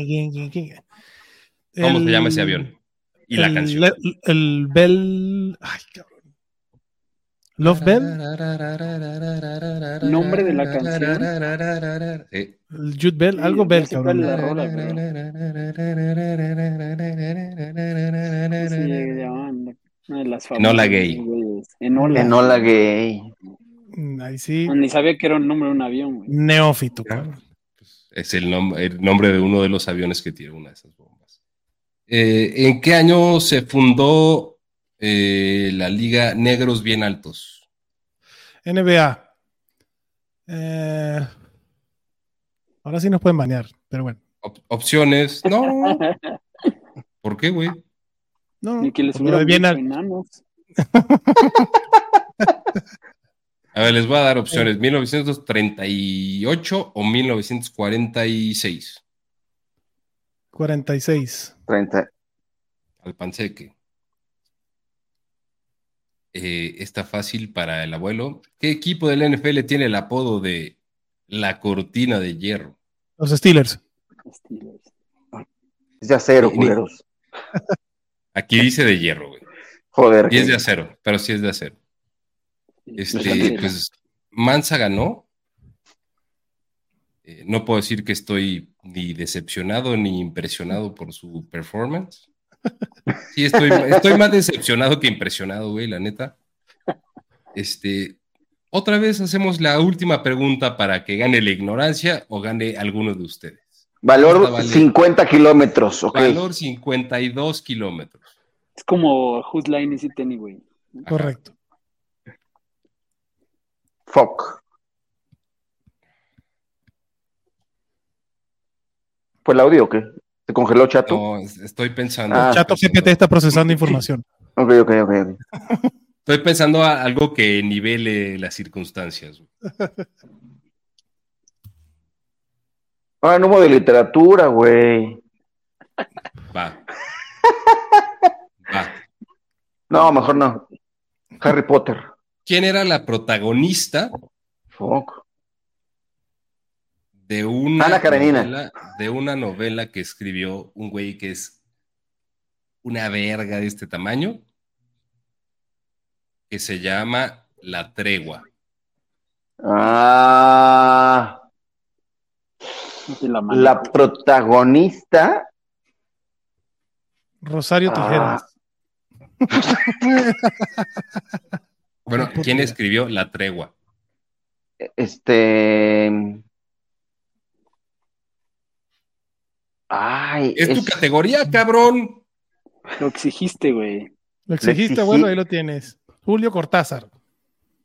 [SPEAKER 4] ¿Cómo se llama ese
[SPEAKER 2] El-
[SPEAKER 4] avión? Y la
[SPEAKER 2] el-
[SPEAKER 4] canción.
[SPEAKER 2] le- El, Bell. Ay, cabrón. Love Bell.
[SPEAKER 5] ¿Nombre de la canción?
[SPEAKER 4] Sí.
[SPEAKER 2] el Jude Bell.
[SPEAKER 5] Sí,
[SPEAKER 2] Algo
[SPEAKER 5] ya
[SPEAKER 2] Bell,
[SPEAKER 5] sé cuál
[SPEAKER 2] cabrón.
[SPEAKER 5] La rola, pero- ¿Cómo se llamaban? Una de las
[SPEAKER 4] Enola
[SPEAKER 5] famosas,
[SPEAKER 4] Gay.
[SPEAKER 5] güeyes. Enola. Ah,
[SPEAKER 3] Enola Gay.
[SPEAKER 2] Mm, Ahí sí.
[SPEAKER 5] Ni sabía que era un nombre de un avión, güey.
[SPEAKER 2] Neófito, cabrón.
[SPEAKER 4] Pues, Es el, nom- el nombre de uno de los aviones que tiró una de esas bombas. Eh, ¿En qué año se fundó eh, la Liga Negros Bien Altos?
[SPEAKER 2] NBA. Eh, ahora sí nos pueden banear, pero bueno.
[SPEAKER 4] Op- opciones. No. ¿Por qué, güey?
[SPEAKER 2] No,
[SPEAKER 5] Ni que les
[SPEAKER 2] por lo
[SPEAKER 5] hubiera
[SPEAKER 2] de
[SPEAKER 5] dicho
[SPEAKER 2] bien al-
[SPEAKER 5] enanos.
[SPEAKER 4] A ver, les voy a dar opciones. ¿1938 o 1946?
[SPEAKER 2] 46.
[SPEAKER 3] 30.
[SPEAKER 4] Al panseque. Eh, está fácil para el abuelo. ¿Qué equipo del NFL tiene el apodo de la cortina de hierro?
[SPEAKER 2] Los Steelers.
[SPEAKER 5] Steelers.
[SPEAKER 3] Es de acero,
[SPEAKER 4] Ni-
[SPEAKER 3] culeros.
[SPEAKER 4] Aquí dice de hierro, güey.
[SPEAKER 3] Joder.
[SPEAKER 4] Y es de
[SPEAKER 3] que-
[SPEAKER 4] acero, pero sí es de acero.
[SPEAKER 5] Los
[SPEAKER 4] Este,
[SPEAKER 5] Steelers.
[SPEAKER 4] pues, Mansa ganó. Eh, no puedo decir que estoy ni decepcionado ni impresionado por su performance. Sí, estoy, estoy más decepcionado que impresionado, güey, la neta. Este, otra vez hacemos la última pregunta para que gane la ignorancia o gane alguno de ustedes.
[SPEAKER 3] Valor
[SPEAKER 4] Vale.
[SPEAKER 3] 50 kilómetros, ok.
[SPEAKER 4] Valor 52 kilómetros.
[SPEAKER 5] Es como Whose Line Is It Anyway.
[SPEAKER 4] Ajá.
[SPEAKER 2] Correcto.
[SPEAKER 3] Fuck. ¿Fue el audio o qué? ¿Se congeló, chato?
[SPEAKER 4] No, es- estoy pensando.
[SPEAKER 3] Ah,
[SPEAKER 2] Chato
[SPEAKER 4] estoy
[SPEAKER 2] GPT
[SPEAKER 4] pensando.
[SPEAKER 2] está procesando información.
[SPEAKER 3] Ok, ok, ok. ok.
[SPEAKER 4] Estoy pensando a algo que nivele las circunstancias. güey.
[SPEAKER 3] Ah, no hubo de literatura, güey.
[SPEAKER 4] Va. Va.
[SPEAKER 3] No, mejor no. Harry Potter.
[SPEAKER 4] ¿Quién era la protagonista
[SPEAKER 3] Fuck.
[SPEAKER 4] de una,
[SPEAKER 3] Ana Karenina.
[SPEAKER 4] novela, de una novela que escribió un güey que es una verga de este tamaño? Que se llama La Tregua.
[SPEAKER 3] Ah,
[SPEAKER 5] No te la mando.
[SPEAKER 3] la protagonista.
[SPEAKER 2] Rosario
[SPEAKER 3] Ah.
[SPEAKER 2] Tijeras.
[SPEAKER 4] Bueno,
[SPEAKER 2] Puta
[SPEAKER 4] ¿quién
[SPEAKER 2] idea.
[SPEAKER 4] escribió La Tregua?
[SPEAKER 3] Este. Ay,
[SPEAKER 4] Es tu
[SPEAKER 3] es-
[SPEAKER 4] categoría, cabrón.
[SPEAKER 5] Lo exigiste, güey.
[SPEAKER 2] Lo exigiste,
[SPEAKER 3] exigí.
[SPEAKER 2] abuelo, ahí lo tienes. Julio Cortázar.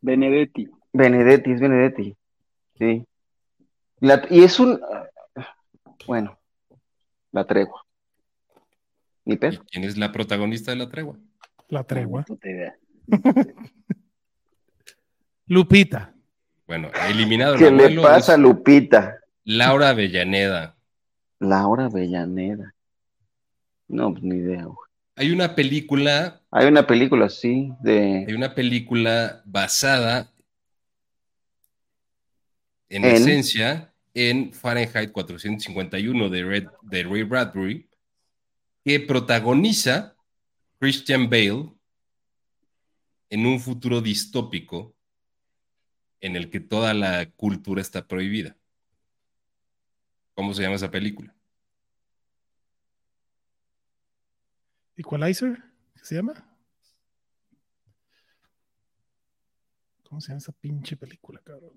[SPEAKER 5] Benedetti.
[SPEAKER 3] Benedetti, es Benedetti. Sí. La- y es un. Bueno, la tregua. Ni
[SPEAKER 4] ¿Y
[SPEAKER 3] pedo.
[SPEAKER 4] quién es la protagonista de La Tregua?
[SPEAKER 2] La tregua.
[SPEAKER 5] No, puta idea.
[SPEAKER 2] Lupita.
[SPEAKER 4] Bueno, eliminado el
[SPEAKER 3] ¿Qué le
[SPEAKER 4] abuelo,
[SPEAKER 3] pasa a
[SPEAKER 4] es
[SPEAKER 3] Lupita?
[SPEAKER 4] Laura Avellaneda.
[SPEAKER 3] Laura Avellaneda. No, pues, ni idea, güey.
[SPEAKER 4] Hay una película,
[SPEAKER 3] Hay una película así
[SPEAKER 4] hay
[SPEAKER 3] de.
[SPEAKER 4] una película basada en,
[SPEAKER 3] En-
[SPEAKER 4] esencia en Fahrenheit 451 de, Red, de Ray Bradbury, que protagoniza Christian Bale en un futuro distópico en el que toda la cultura está prohibida. ¿Cómo se llama esa película?
[SPEAKER 2] Equalizer. ¿qué ¿Se llama? ¿Cómo se llama esa pinche película, cabrón?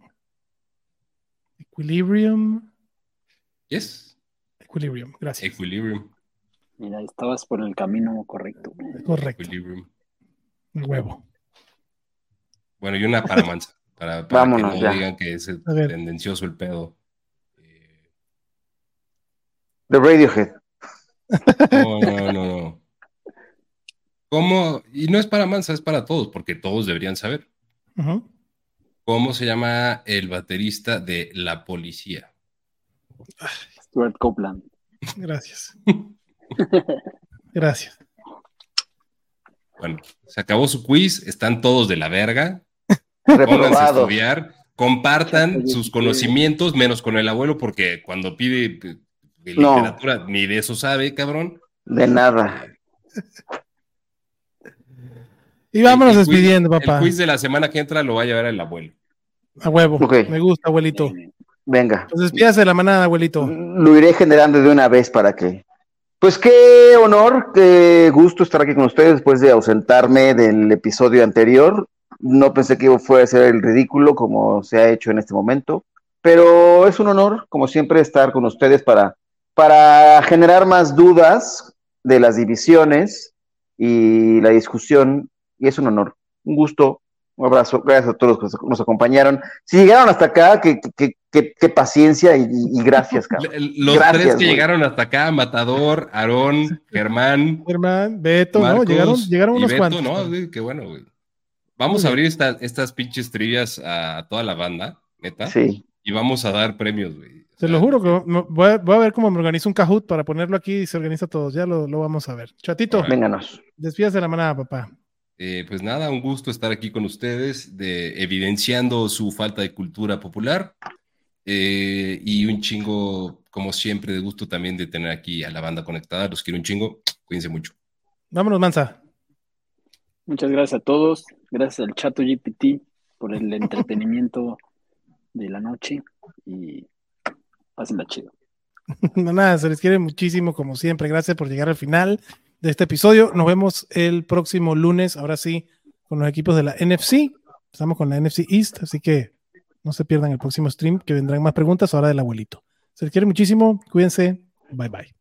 [SPEAKER 2] Equilibrium.
[SPEAKER 4] Yes,
[SPEAKER 2] Equilibrium, gracias.
[SPEAKER 4] Equilibrium.
[SPEAKER 5] Mira, estabas por el camino correcto, güey.
[SPEAKER 2] Correcto.
[SPEAKER 4] Equilibrium.
[SPEAKER 2] El huevo.
[SPEAKER 4] Bueno, y una para Mansa, para, para
[SPEAKER 3] Vámonos,
[SPEAKER 4] que no
[SPEAKER 3] ya.
[SPEAKER 4] digan que es el
[SPEAKER 2] A ver.
[SPEAKER 4] tendencioso el pedo. Eh,
[SPEAKER 3] The Radiohead.
[SPEAKER 4] No, no, no, no. ¿Cómo? Y no es para Mansa, es para todos, porque todos deberían saber.
[SPEAKER 2] Ujú.
[SPEAKER 4] ¿Cómo se llama el baterista de La Policía?
[SPEAKER 5] Stuart Copeland.
[SPEAKER 2] Gracias. Gracias.
[SPEAKER 4] Bueno, se acabó su quiz, están todos de la verga. Pónganse a
[SPEAKER 3] Reprobado.
[SPEAKER 4] estudiar, compartan
[SPEAKER 5] Oye,
[SPEAKER 4] sus
[SPEAKER 5] sí.
[SPEAKER 4] conocimientos, menos con el abuelo, porque cuando pide eh, de
[SPEAKER 3] No.
[SPEAKER 4] literatura ni de eso sabe, cabrón.
[SPEAKER 3] De nada.
[SPEAKER 2] Y vámonos
[SPEAKER 4] El quiz-
[SPEAKER 2] despidiendo,
[SPEAKER 4] El
[SPEAKER 2] papá.
[SPEAKER 4] quiz de la semana que entra lo va a llevar el abuelo.
[SPEAKER 2] A huevo.
[SPEAKER 3] Ok.
[SPEAKER 2] Me gusta, abuelito.
[SPEAKER 5] Eh,
[SPEAKER 3] Venga.
[SPEAKER 2] Pues despídase de la manada, abuelito.
[SPEAKER 3] Lo iré generando de una vez para que. Pues qué honor, qué gusto estar aquí con ustedes después de ausentarme del episodio anterior. No pensé que fuera a ser el ridículo como se ha hecho en este momento, pero es un honor, como siempre, estar con ustedes para, para generar más dudas de las divisiones y la discusión. Y es un honor, un gusto, un abrazo. Gracias a todos los que nos acompañaron. Si llegaron hasta acá, qué, qué- qué- qué paciencia y, y gracias, cabrón.
[SPEAKER 4] L- Los
[SPEAKER 3] Gracias,
[SPEAKER 4] tres que
[SPEAKER 3] güey.
[SPEAKER 4] llegaron hasta acá, Matador, Aarón, Germán,
[SPEAKER 2] Germán, Beto,
[SPEAKER 4] Marcos
[SPEAKER 2] ¿no? Llegaron, llegaron
[SPEAKER 4] y
[SPEAKER 2] unos
[SPEAKER 4] Beto,
[SPEAKER 2] cuantos.
[SPEAKER 4] ¿no? Güey, Qué bueno, güey. Vamos a abrir esta- estas pinches trillas a toda la banda, neta,
[SPEAKER 3] Sí.
[SPEAKER 4] y vamos a dar premios, güey.
[SPEAKER 2] Te lo juro que me- voy a, voy a ver cómo me organizo un Kahoot para ponerlo aquí y se organiza todo. Ya lo, lo vamos a ver. Chatito,
[SPEAKER 4] Alright.
[SPEAKER 3] Vénganos.
[SPEAKER 2] despídase de la manada, papá.
[SPEAKER 4] Eh, pues nada, un gusto estar aquí con ustedes, de, evidenciando su falta de cultura popular. Eh, y un chingo, como siempre, de gusto también de tener aquí a la banda conectada. Los quiero un chingo. Cuídense mucho.
[SPEAKER 2] Vámonos, Mansa.
[SPEAKER 5] Muchas gracias a todos. Gracias al Chato GPT por el entretenimiento de la noche. Y pásenla chido.
[SPEAKER 2] No, nada, se les quiere muchísimo, como siempre. Gracias por llegar al final de este episodio. Nos vemos el próximo lunes, ahora sí, con los equipos de la NFC. Estamos con la NFC East, así que no se pierdan el próximo stream, que vendrán más preguntas ahora del abuelito. Se les quiere muchísimo. Cuídense. Bye, bye.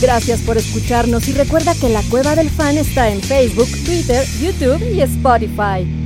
[SPEAKER 1] Gracias por escucharnos y recuerda que la Cueva del Fan está en Facebook, Twitter, YouTube y Spotify.